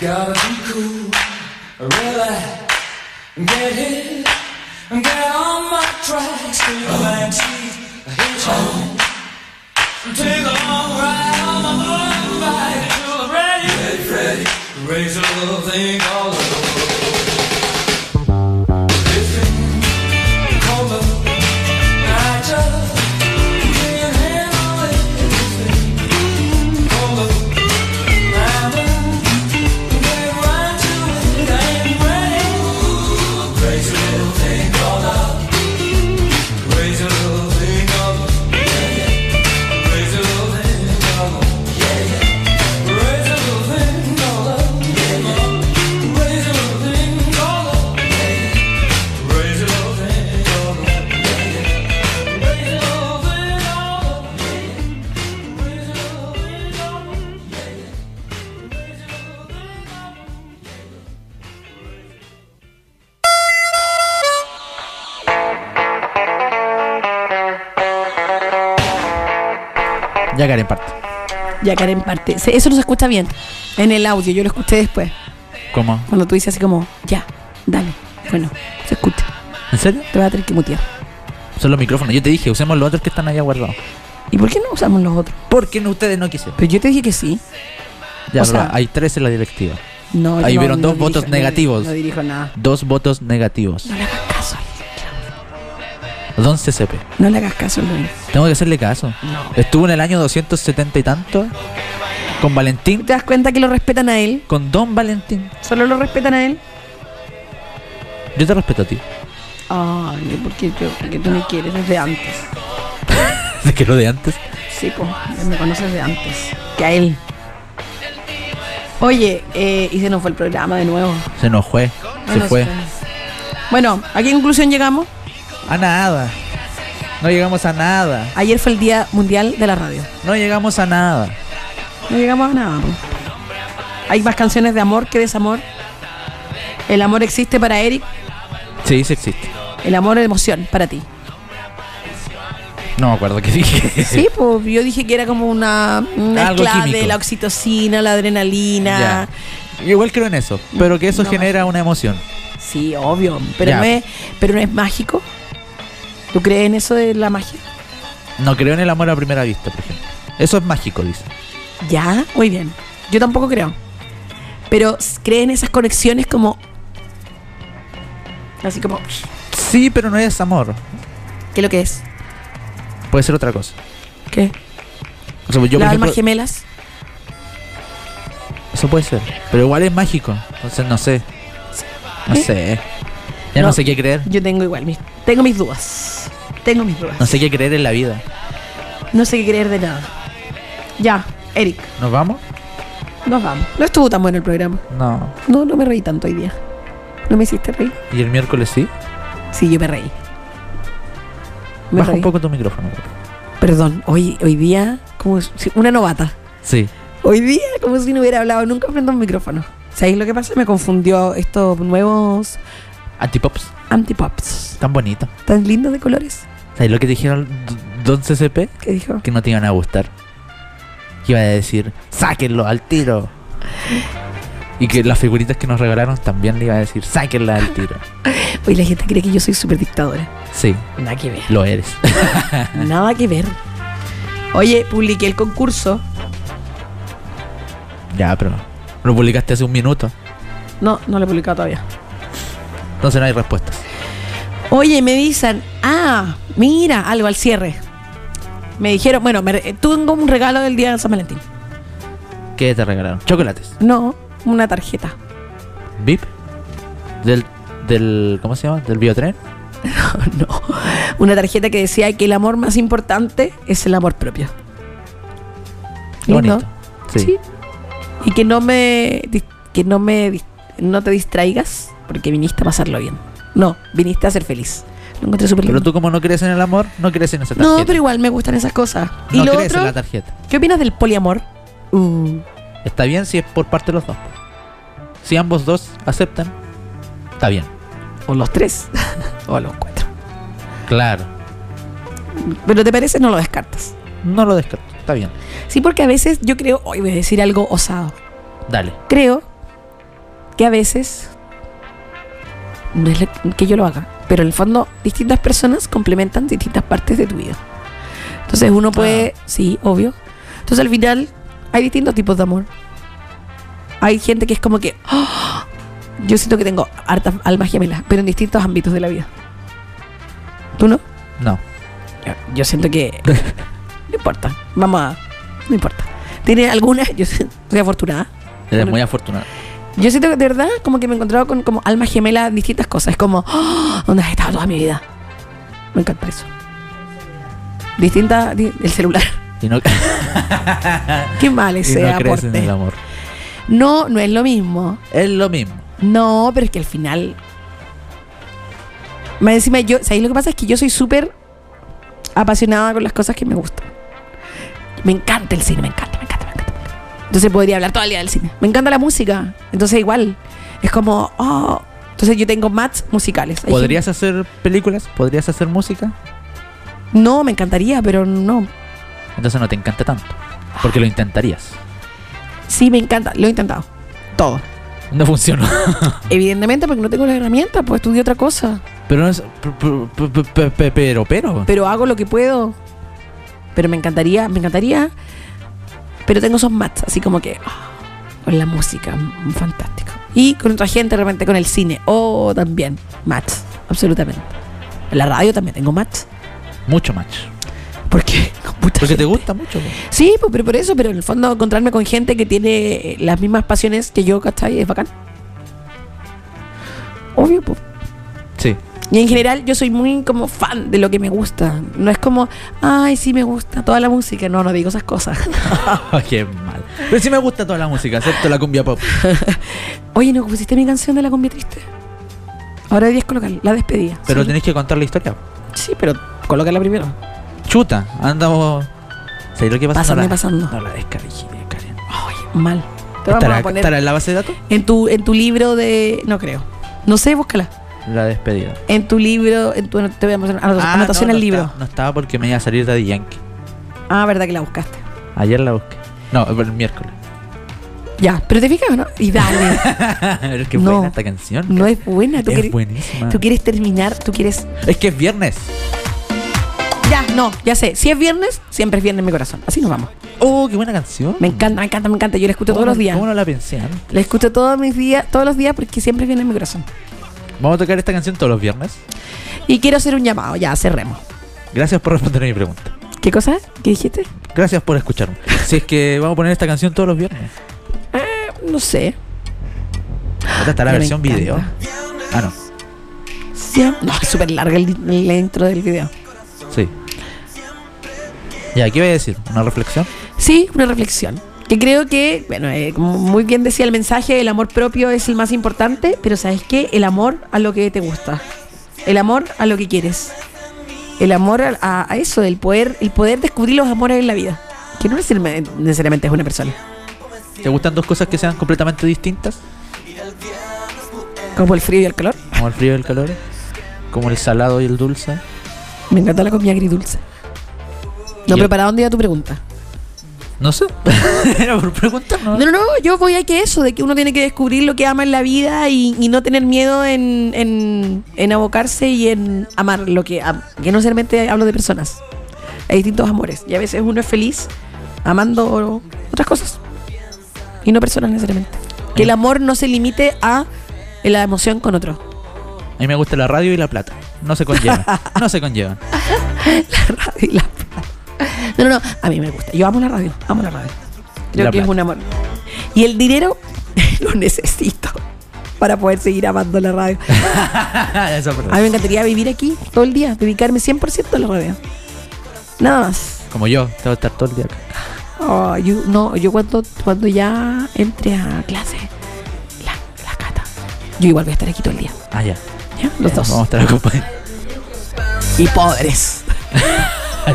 S7: Gotta be cool, relax, get hit, and get on my tracks. Take a back seat, I hate you. Take a long ride on my motorbike till I'm ready. Get ready, raise a little thing called love. This thing called love, I just can't handle it. This thing called love, I'm in. Raise a little
S6: Ya Karen parte.
S4: Ya Karen parte. Se- Eso no se escucha bien en el audio, yo lo escuché después.
S6: ¿Cómo?
S4: Cuando tú dices así como, ya, dale. Bueno, se escucha.
S6: ¿En serio?
S4: Te vas a tener que mutear.
S6: Son los micrófonos. Yo te dije, usemos los otros que están allá guardados.
S4: ¿Y por qué no usamos los otros?
S6: ¿Por qué no, ustedes no quisieron?
S4: Pero yo te dije que sí.
S6: Ya,
S4: O sea-
S6: pero hay tres en la directiva.
S4: No, yo
S6: Ahí
S4: no-
S6: vieron
S4: no
S6: dos
S4: dirijo-
S6: votos
S4: no-
S6: negativos.
S4: No dirijo nada.
S6: Dos votos negativos.
S4: No le hagas caso.
S6: Don CCP.
S4: No le hagas caso, Luis.
S6: Tengo que hacerle caso. Estuvo en el año 270 y tanto con Valentín,
S4: ¿Te das cuenta que lo respetan a él?
S6: con Don Valentín.
S4: ¿Solo lo respetan a él?
S6: Yo te respeto a ti.
S4: Ay, porque yo, porque tú me quieres desde antes.
S6: De que lo de antes.
S4: Sí, pues, me conoces de antes. Que a él. Oye, eh, y se nos fue el programa de nuevo.
S6: Se nos fue. Se
S4: Bueno,
S6: fue.
S4: Bueno, ¿a qué conclusión llegamos?
S6: A nada. No llegamos a nada.
S4: Ayer fue el Día Mundial de la Radio.
S6: No llegamos a nada.
S4: No llegamos a nada. po. Hay más canciones de amor que desamor. El amor existe para Eric,
S6: Sí, sí existe.
S4: el amor es emoción para ti.
S6: No me acuerdo qué dije.
S4: Sí, pues yo dije que era como una una
S6: Algo
S4: mezcla de
S6: químico.
S4: la oxitocina, la adrenalina.
S6: Ya. Yo igual creo en eso, pero que eso
S4: No,
S6: genera una emoción.
S4: Sí, obvio, pero
S6: Ya.
S4: no es, pero no es mágico. ¿Tú crees en eso de la magia?
S6: No creo en el amor a primera vista, por ejemplo. Eso es mágico, dice.
S4: Ya, muy bien. Yo tampoco creo. Pero s- creen esas conexiones como. Así como.
S6: Sí, pero no es amor.
S4: ¿Qué es lo que es?
S6: Puede ser otra cosa.
S4: ¿Qué?
S6: O sea, yo, por
S4: ¿Las
S6: ejemplo,
S4: almas gemelas?
S6: Eso puede ser. Pero igual es mágico. Entonces no sé. No
S4: ¿Sí?
S6: sé. Ya no.
S4: No.
S6: sé qué creer.
S4: Yo tengo igual. Mis, tengo mis dudas. Tengo mis dudas.
S6: No sé qué creer en la vida.
S4: No sé qué creer de nada. Ya, Eric,
S6: ¿Nos vamos?
S4: nos vamos. No estuvo tan bueno el programa.
S6: No.
S4: No, no me reí tanto hoy día. ¿No me hiciste reír?
S6: ¿Y el miércoles sí?
S4: Sí, yo me reí. Me
S6: Baja
S4: reí.
S6: un poco tu micrófono. por favor.
S4: Perdón, hoy, hoy día, como si- una novata.
S6: Sí.
S4: Hoy día, como si no hubiera hablado nunca frente a un micrófono. ¿Sabéis lo que pasa? Me confundió estos nuevos
S6: Antipops.
S4: antipops.
S6: Tan bonito.
S4: Tan lindos de colores.
S6: ¿Sabes lo que dijeron D- Don CCP?
S4: ¿Qué dijo?
S6: Que no te iban a gustar. Que iba a decir, sáquenlo al tiro. Y que las figuritas que nos regalaron también le iba a decir, sáquenlas al tiro.
S4: Hoy la gente cree que yo soy súper dictadora.
S6: Sí,
S4: Nada que ver.
S6: lo eres.
S4: Nada que ver. Oye, publiqué el concurso.
S6: ya, pero lo publicaste hace un minuto.
S4: No, no lo he publicado todavía.
S6: Entonces no hay respuestas.
S4: Oye, me dicen, ah, mira, algo al cierre. Me dijeron, bueno, me re- eh, tengo un regalo del día de San Valentín.
S6: ¿Qué te regalaron? Chocolates.
S4: No, una tarjeta.
S6: VIP. Del, del, ¿cómo se llama? Del biotren.
S4: No, una tarjeta que decía que el amor más importante es el amor propio. Lindo.
S6: Bonito. Sí.
S4: Sí. Y que no me dis- que no me dis- no te distraigas porque viniste a pasarlo bien. No, viniste a ser feliz. Lo encontré súper
S6: Pero
S4: lindo.
S6: tú como no crees en el amor, no crees en esa tarjeta.
S4: No, pero igual me gustan esas cosas. Y
S6: No
S4: lo
S6: crees en
S4: otro,
S6: la tarjeta.
S4: ¿qué opinas del poliamor? Uh,
S6: Está bien si es por parte de los dos. Si ambos dos aceptan, está bien.
S4: o los tres, o los cuatro.
S6: Claro.
S4: Pero te parece, no lo descartas.
S6: No lo descarto. Está bien.
S4: Sí, porque a veces yo creo, hoy voy a decir algo osado.
S6: Dale.
S4: creo que a veces no es lo- que yo lo haga, pero en el fondo distintas personas complementan distintas partes de tu vida. Entonces uno puede, sí, obvio. Entonces al final hay distintos tipos de amor. Hay gente que es como que ¡ah! yo siento que tengo hartas almas gemelas, pero en distintos ámbitos de la vida. ¿Tú no?
S6: No.
S4: Yo- Eh, Yo siento que. No importa. Vamos a. No importa. ¿Tiene alguna? Yo soy afortunada.
S6: Eres
S4: Bueno.
S6: muy afortunado.
S4: Yo siento que de verdad como que me he encontrado con como alma gemela en distintas cosas. Es como, ¡oh! ¿dónde has estado toda mi vida? Me encanta eso. Distinta, di- el celular.
S6: Y no,
S4: Qué mal
S6: y
S4: ese
S6: no crees en
S4: aporte.
S6: el amor.
S4: No, no es lo mismo.
S6: Es lo mismo.
S4: No, pero es que al final. Más encima, yo, ¿sabéis lo que pasa? Es que yo soy súper apasionada con las cosas que me gustan. Me encanta el cine, me encanta, me encanta, me encanta. me encanta. Entonces podría hablar todo el día del cine. Me encanta la música. Entonces, igual. Es como, oh. Entonces, yo tengo mats musicales. Hay
S6: ¿Podrías hacer películas? ¿Podrías hacer música?
S4: gente- No, me encantaría, pero no.
S6: Entonces no te encanta tanto. Porque lo intentarías.
S4: Sí, me encanta. Lo he intentado. Todo.
S6: No funcionó.
S4: Evidentemente porque no tengo las herramientas, pues estudié otra cosa.
S6: Pero no es. p- p- p- p- p- Pero, pero.
S4: Pero hago lo que puedo. Pero me encantaría, me encantaría. Pero tengo esos mats, así como que. ah, con la música, mm, fantástico. Y con otra gente, de repente con el cine. Oh, también. Mats, absolutamente. En la radio también tengo mats.
S6: Mucho match.
S4: Porque.
S6: Porque te gusta mucho. po.
S4: Sí, pues, pero por eso, pero en el fondo encontrarme con gente que tiene eh, las mismas pasiones que yo, ¿cachai? Es bacán. Obvio, pues.
S6: Sí.
S4: Y en general yo soy muy como fan de lo que me gusta. No es como, ay, sí me gusta toda la música. No, no digo esas cosas.
S6: Ah, Qué mal. Pero sí me gusta toda la música, excepto la cumbia pop.
S4: Oye, ¿no pusiste mi canción de la cumbia triste? Ahora debías colocarla, la despedida.
S6: Pero
S4: sí.
S6: tenéis que contar la historia.
S4: Sí, pero colócala primero.
S6: Chuta, andamos. ¿Sabéis lo que pasa?
S4: Pasando,
S6: no la,
S4: pasando.
S6: No la descargué, Karen.
S4: Mal. Te vamos
S6: ¿Estará,
S4: a poner
S6: estará en la base de datos?
S4: en tu, en tu libro de... No creo. No sé, búscala.
S6: La despedida.
S4: En tu libro, en tu te voy a poner anot-
S6: Ah,
S4: anotación
S6: no,
S4: al
S6: no
S4: libro.
S6: estaba- no estaba porque me iba a salir de Yankee.
S4: Ah, verdad que la buscaste.
S6: Ayer la busqué. No, el miércoles.
S4: Ya, pero te fijas, ¿no? Y dale.
S6: Pero es que
S4: No.
S6: buena esta canción.
S4: no es buena. Tú,
S6: Es
S4: quieres,
S6: buenísima.
S4: tú quieres terminar, tú quieres
S6: Es que es viernes.
S4: Ya, no, ya sé. Si es viernes, siempre es viernes en mi corazón. Así nos vamos.
S6: Oh, qué buena canción.
S4: Me encanta, me encanta, me encanta. Yo la escucho todos los días.
S6: ¿Cómo no la pensé ah? antes?
S4: La escucho todos mis días, todos los días porque siempre es viernes en mi corazón.
S6: Vamos a tocar esta canción todos los viernes.
S4: Y quiero hacer un llamado, ya, cerremos.
S6: Gracias por responder a mi pregunta.
S4: ¿Qué cosa? ¿Qué dijiste?
S6: Gracias por escucharme. si es que vamos a poner esta canción todos los viernes.
S4: No sé.
S6: Acá está la
S4: Me
S6: versión
S4: encanta.
S6: video. Ah, no.
S4: Siem- No, es súper larga el, el intro del video.
S6: Sí. Ya, ¿qué voy a decir? ¿Una reflexión?
S4: Sí, una reflexión. Que creo que, bueno, eh, como muy bien decía el mensaje, el amor propio es el más importante, pero ¿sabes qué? El amor a lo que te gusta. El amor a lo que quieres. El amor a, a- a eso, el poder, el poder descubrir los amores en la vida. Que no necesariamente necesariamente es una persona.
S6: ¿Te gustan dos cosas que sean completamente distintas?
S4: Como el frío y el calor.
S6: Como el frío y el calor. Como el salado y el dulce.
S4: Me encanta la comida agridulce. No,
S6: Y el-
S4: pero ¿para dónde iba tu pregunta?
S6: No sé. Era por preguntar, ¿no?
S4: No, no, no, yo voy a que eso, de que uno tiene que descubrir lo que ama en la vida y, y no tener miedo en, en, en abocarse y en amar lo que ama. Que no solamente hablo de personas, hay distintos amores. Y a veces uno es feliz amando otras cosas y no personas necesariamente. Que el amor no se limite a la emoción con otro.
S6: A mí me gusta la radio y la plata. No se conllevan. no se conllevan.
S4: La radio y la plata. No, no, no, a mí me gusta. Yo amo la radio, amo la radio. Creo
S6: La
S4: que es
S6: plata.
S4: un amor. Y el dinero lo necesito para poder seguir amando la radio.
S6: Ah, Eso es
S4: A mí
S6: verdad.
S4: me encantaría vivir aquí todo el día, dedicarme 100% a la radio. Nada más.
S6: Como yo, tengo que estar todo el día acá.
S4: Oh, yo- no, yo cuando, cuando ya entre a clase, la, la cata, yo igual voy a estar aquí todo el día.
S6: Ah, ya.
S4: ¿ya? Los dos.
S6: Vamos a estar acompañados.
S4: Y pobres.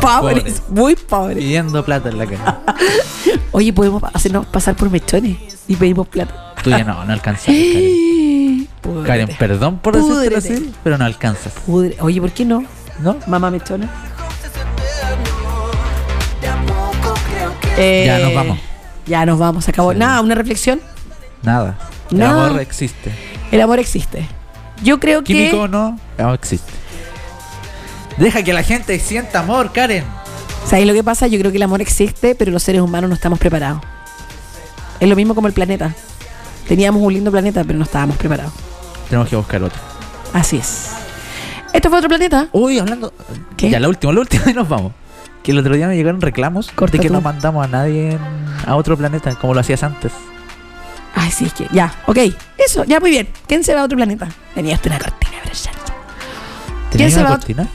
S4: pobres,
S6: Pobres.
S4: muy pobres.
S6: Pidiendo plata en la cara.
S4: Oye, podemos pa- hacernos pasar por mechones y pedimos plata.
S6: Tú ya no, no alcanzas. Karen.
S4: Karen,
S6: Karen, perdón por decirte
S4: Púdrete.
S6: así, pero no alcanzas.
S4: Oye, ¿por qué no?
S6: ¿No?
S4: Mamá mechona. Eh,
S6: Ya nos vamos.
S4: Ya nos vamos, se acabó. Nada, una reflexión.
S6: Nada. El
S4: No.
S6: amor existe.
S4: El amor existe. Yo creo
S6: Químico o
S4: que.
S6: no, el amor existe. Deja que la gente sienta amor, Karen.
S4: ¿Sabéis lo que pasa? Yo creo que el amor existe, pero los seres humanos no estamos preparados. Es lo mismo como el planeta. Teníamos un lindo planeta, pero no estábamos preparados.
S6: Tenemos que buscar otro.
S4: Así es. Esto fue otro planeta.
S6: Uy, hablando.
S4: ¿Qué?
S6: Ya, la última, la última y nos vamos. Que el otro día me llegaron reclamos
S4: Corta
S6: de que
S4: tú.
S6: no mandamos a nadie en- a otro planeta como lo hacías antes.
S4: Ay, sí, es que. Ya, ok. Eso, ya muy bien. ¿Quién se va a otro planeta? Tenías tú una cortina, Brian. ¿Quién
S6: ¿Tenías
S4: se
S6: una
S4: va?
S6: cortina?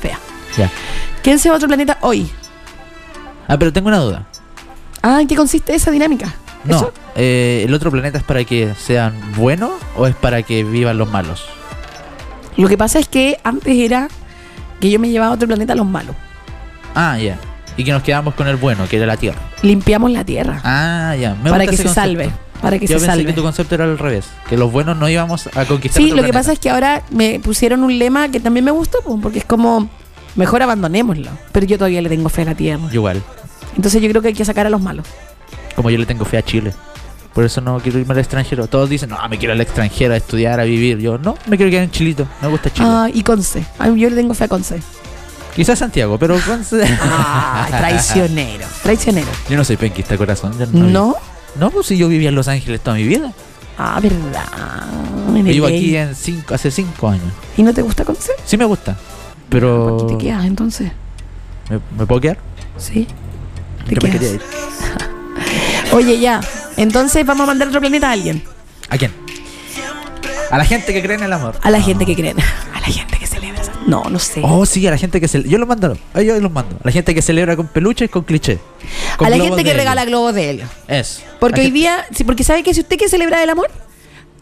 S4: Fea.
S6: Ya.
S4: ¿Quién se va a otro planeta hoy?
S6: Ah, pero tengo una duda.
S4: Ah, ¿en qué consiste esa dinámica?
S6: No,
S4: ¿Eso?
S6: eh, ¿el otro planeta es para que sean buenos o es para que vivan los malos?
S4: Lo que pasa es que antes era que yo me llevaba a otro planeta a los malos.
S6: Ah, ya. Y que nos quedamos con el bueno, que era la Tierra.
S4: Limpiamos la Tierra
S6: Ah, ya. Me
S4: para
S6: gusta
S4: que se
S6: ese concepto.
S4: salve. Para que
S6: Yo
S4: se
S6: pensé
S4: salve.
S6: que tu concepto era al revés, que los buenos no íbamos a conquistar
S4: Sí, lo que pasa es que ahora me pusieron un lema que también me gustó, pues, porque es como, mejor abandonémoslo. Pero yo todavía le tengo fe a la Tierra.
S6: Igual,
S4: Entonces yo creo que hay que sacar a los malos.
S6: Como yo le tengo fe a Chile. Por eso no quiero irme al extranjero. Todos dicen, no, me quiero ir al extranjero a estudiar, a vivir. Yo, no, me quiero quedar en Chilito. Me gusta Chile.
S4: Ah, y Conce. Ay, yo le tengo fe a Conce.
S6: Quizás Santiago, pero...
S4: Ah, traicionero. Traicionero.
S6: Yo no soy penquista, corazón. Yo no,
S4: ¿No?
S6: No, pues si yo vivía en Los Ángeles toda mi vida.
S4: Ah, verdad. En
S6: Vivo
S4: LA.
S6: aquí eh. en cinco, hace cinco años.
S4: ¿Y no te gusta Conce?
S6: Sí me gusta,
S4: ¿Por qué Ah,
S6: pero...
S4: pues, te quedas entonces?
S6: ¿Me, me puedo quedar?
S4: Sí. Te
S6: Yo me
S4: quedas.
S6: quería ir.
S4: Oye, ya. Entonces vamos a mandar otro planeta a alguien.
S6: ¿A quién? A la gente que cree en el amor.
S4: A la gente que cree. A la gente que celebra. esa- No, no sé.
S6: Oh, sí, a la gente que se... Yo los mando, ah, yo los mando. A la gente que celebra con peluches y con clichés.
S4: a la gente que regala globos de helio.
S6: Eso.
S4: Porque
S6: La
S4: hoy
S6: gente-
S4: día, sí, porque sabe que si usted quiere celebrar el amor,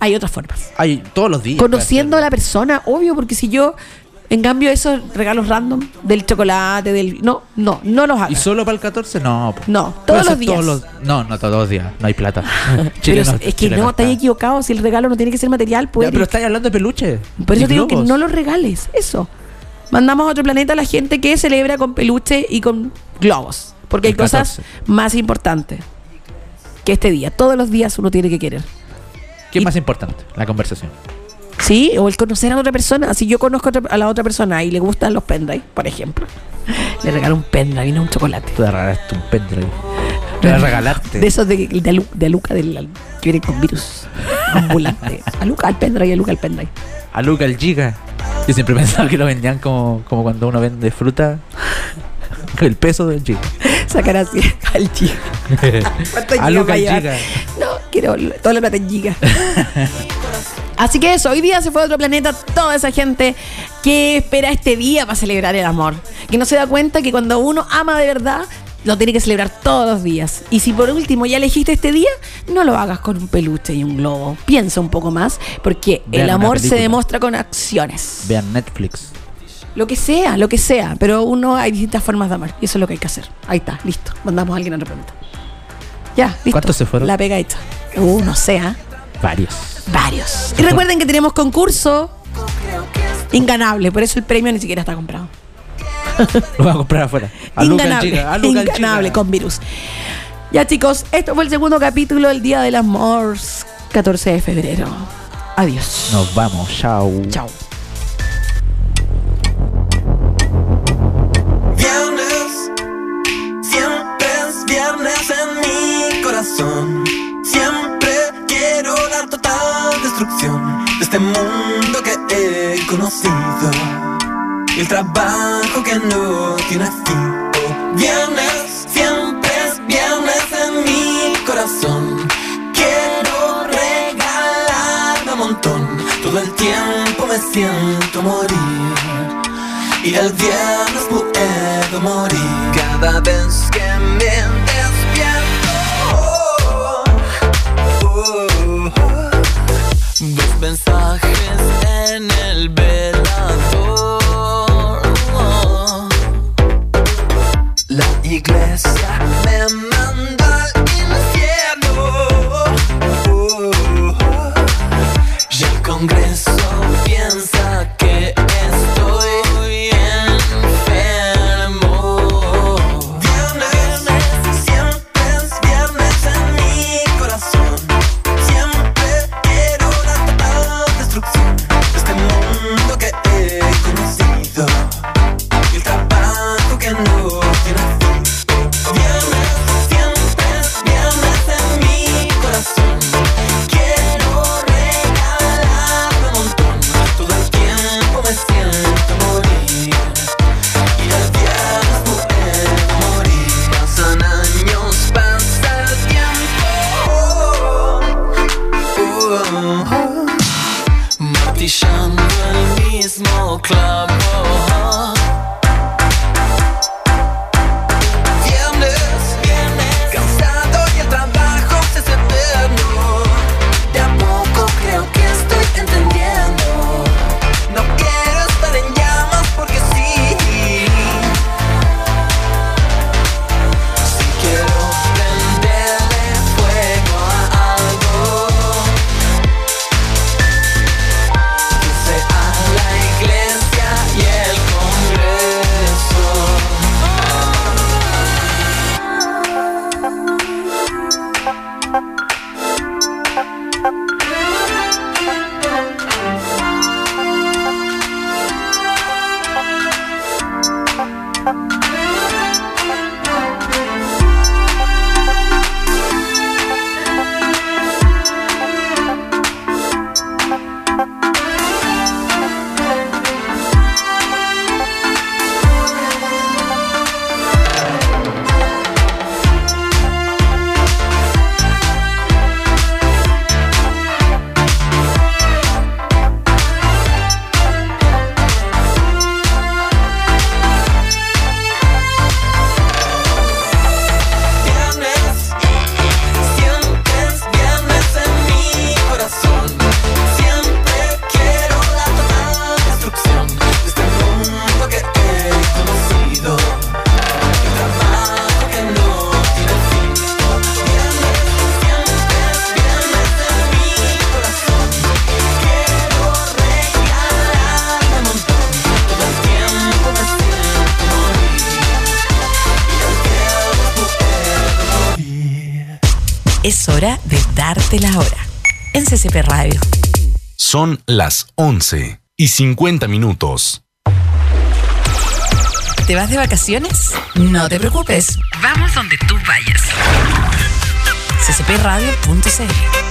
S4: hay otras formas.
S6: Ay, todos los días. pues.
S4: Conociendo a
S6: puede
S4: la persona, obvio, porque si yo, en cambio, esos regalos random del chocolate, del. No, no, no los
S6: ser. ¿Y
S4: hago.
S6: solo para el 14? No. po.
S4: No,
S6: Puede
S4: todos los
S6: ser
S4: días.
S6: No, no todos los días. No hay plata. Chile
S4: Pero es,
S6: no-
S4: es que
S6: Chile
S4: no,
S6: está.
S4: estáis equivocado. Si el regalo no tiene que ser material,
S6: Ya,
S4: puede.
S6: pero estáis hablando de peluches.
S4: Por eso
S6: y
S4: te digo que
S6: globos.
S4: no los regales. Eso. Mandamos a otro planeta a la gente que celebra con peluche y con globos. Porque hay
S6: El
S4: cosas
S6: 14.
S4: más importantes que este día. Todos los días uno tiene que querer.
S6: ¿Qué es
S4: y-
S6: más importante? La conversación.
S4: ¿Sí? O el conocer a otra persona. Si yo conozco a otra- a la otra persona y le gustan los pendrive, por ejemplo, le regalo un pendrive y no un chocolate.
S6: Tú te regalaste un pendrive. Te la regalaste.
S4: De esos de, de, Alu- de Aluca, del, que viene con virus ambulante. Aluca al pendrive, Aluca al pendrive.
S6: A Luca el Giga. Yo siempre pensaba que lo vendían como, como cuando uno vende fruta. El peso del Giga.
S4: Sacar así al chico. ¿Cuántos
S6: A
S4: gigas
S6: Luca
S4: va a
S6: el
S4: llevar?
S6: Giga.
S4: No, quiero toda la plata en gigas. Así que eso, hoy día se fue a otro planeta toda esa gente que espera este día para celebrar el amor. Que no se da cuenta que cuando uno ama de verdad, lo tiene que celebrar todos los días. Y si por último ya elegiste este día, no lo hagas con un peluche y un globo. Piensa un poco más, porque
S6: Vean
S4: el
S6: una
S4: amor se
S6: película.
S4: demuestra con acciones.
S6: Vean Netflix.
S4: Lo que sea, lo que sea. Pero uno hay distintas formas de amar. Y eso es lo que hay que hacer. Ahí está, listo. Mandamos a alguien a otro planeta. Ya, listo.
S6: ¿Cuántos se fueron?
S4: La pega hecha. Uh, no sé, ¿ah?
S6: Varios.
S4: Varios. Y recuerden que tenemos concurso inganable. Por eso el premio ni siquiera está comprado.
S6: Lo voy a comprar afuera. A Luca el
S4: Inganable.
S6: Giga. A Luca el
S4: Inganable
S6: Giga.
S4: con virus. Ya, chicos, esto fue el segundo capítulo del Día del Amor, 14 de febrero. Adiós.
S6: Nos vamos. Chao.
S4: Chao.
S7: Viernes, siempre es viernes en mi corazón. Siempre quiero la total destrucción de este mundo que he conocido. Y el trabajo que no tiene fin. Oh, Viernes, siempre es viernes en mi corazón. Quiero regalarme un montón. Todo el tiempo me siento morir. Y el viernes puedo morir Cada vez que me despierto oh, oh, oh. Dos mensajes en el velador oh. La iglesia me manda al infierno oh, oh, oh. Y el Congreso piensa que estoy enfermo. Viernes, siempre es viernes en mi corazón. Siempre quiero la total destrucción de este mundo que he conocido. Y el trabajo que no tiene fin. Viernes, siempre es viernes en mi corazón. Quiero regalarme un montón. Todo el tiempo me siento morir. Y los días puedo morir. Pasan años, pasa el tiempo. Oh, oh, oh. Martillando el mismo clavo. Viernes, viernes, cansado y el trabajo se hace eterno. De a poco creo que estoy entendiendo. No quiero estar en llamas porque sí. Si quiero prenderle fuego a algo. Que sea la iglesia
S1: Es hora de darte la hora. En CCP Radio.
S2: Son las 11 y 50 minutos.
S1: ¿Te vas de vacaciones? No te preocupes. Vamos donde tú vayas. ccpradio.cl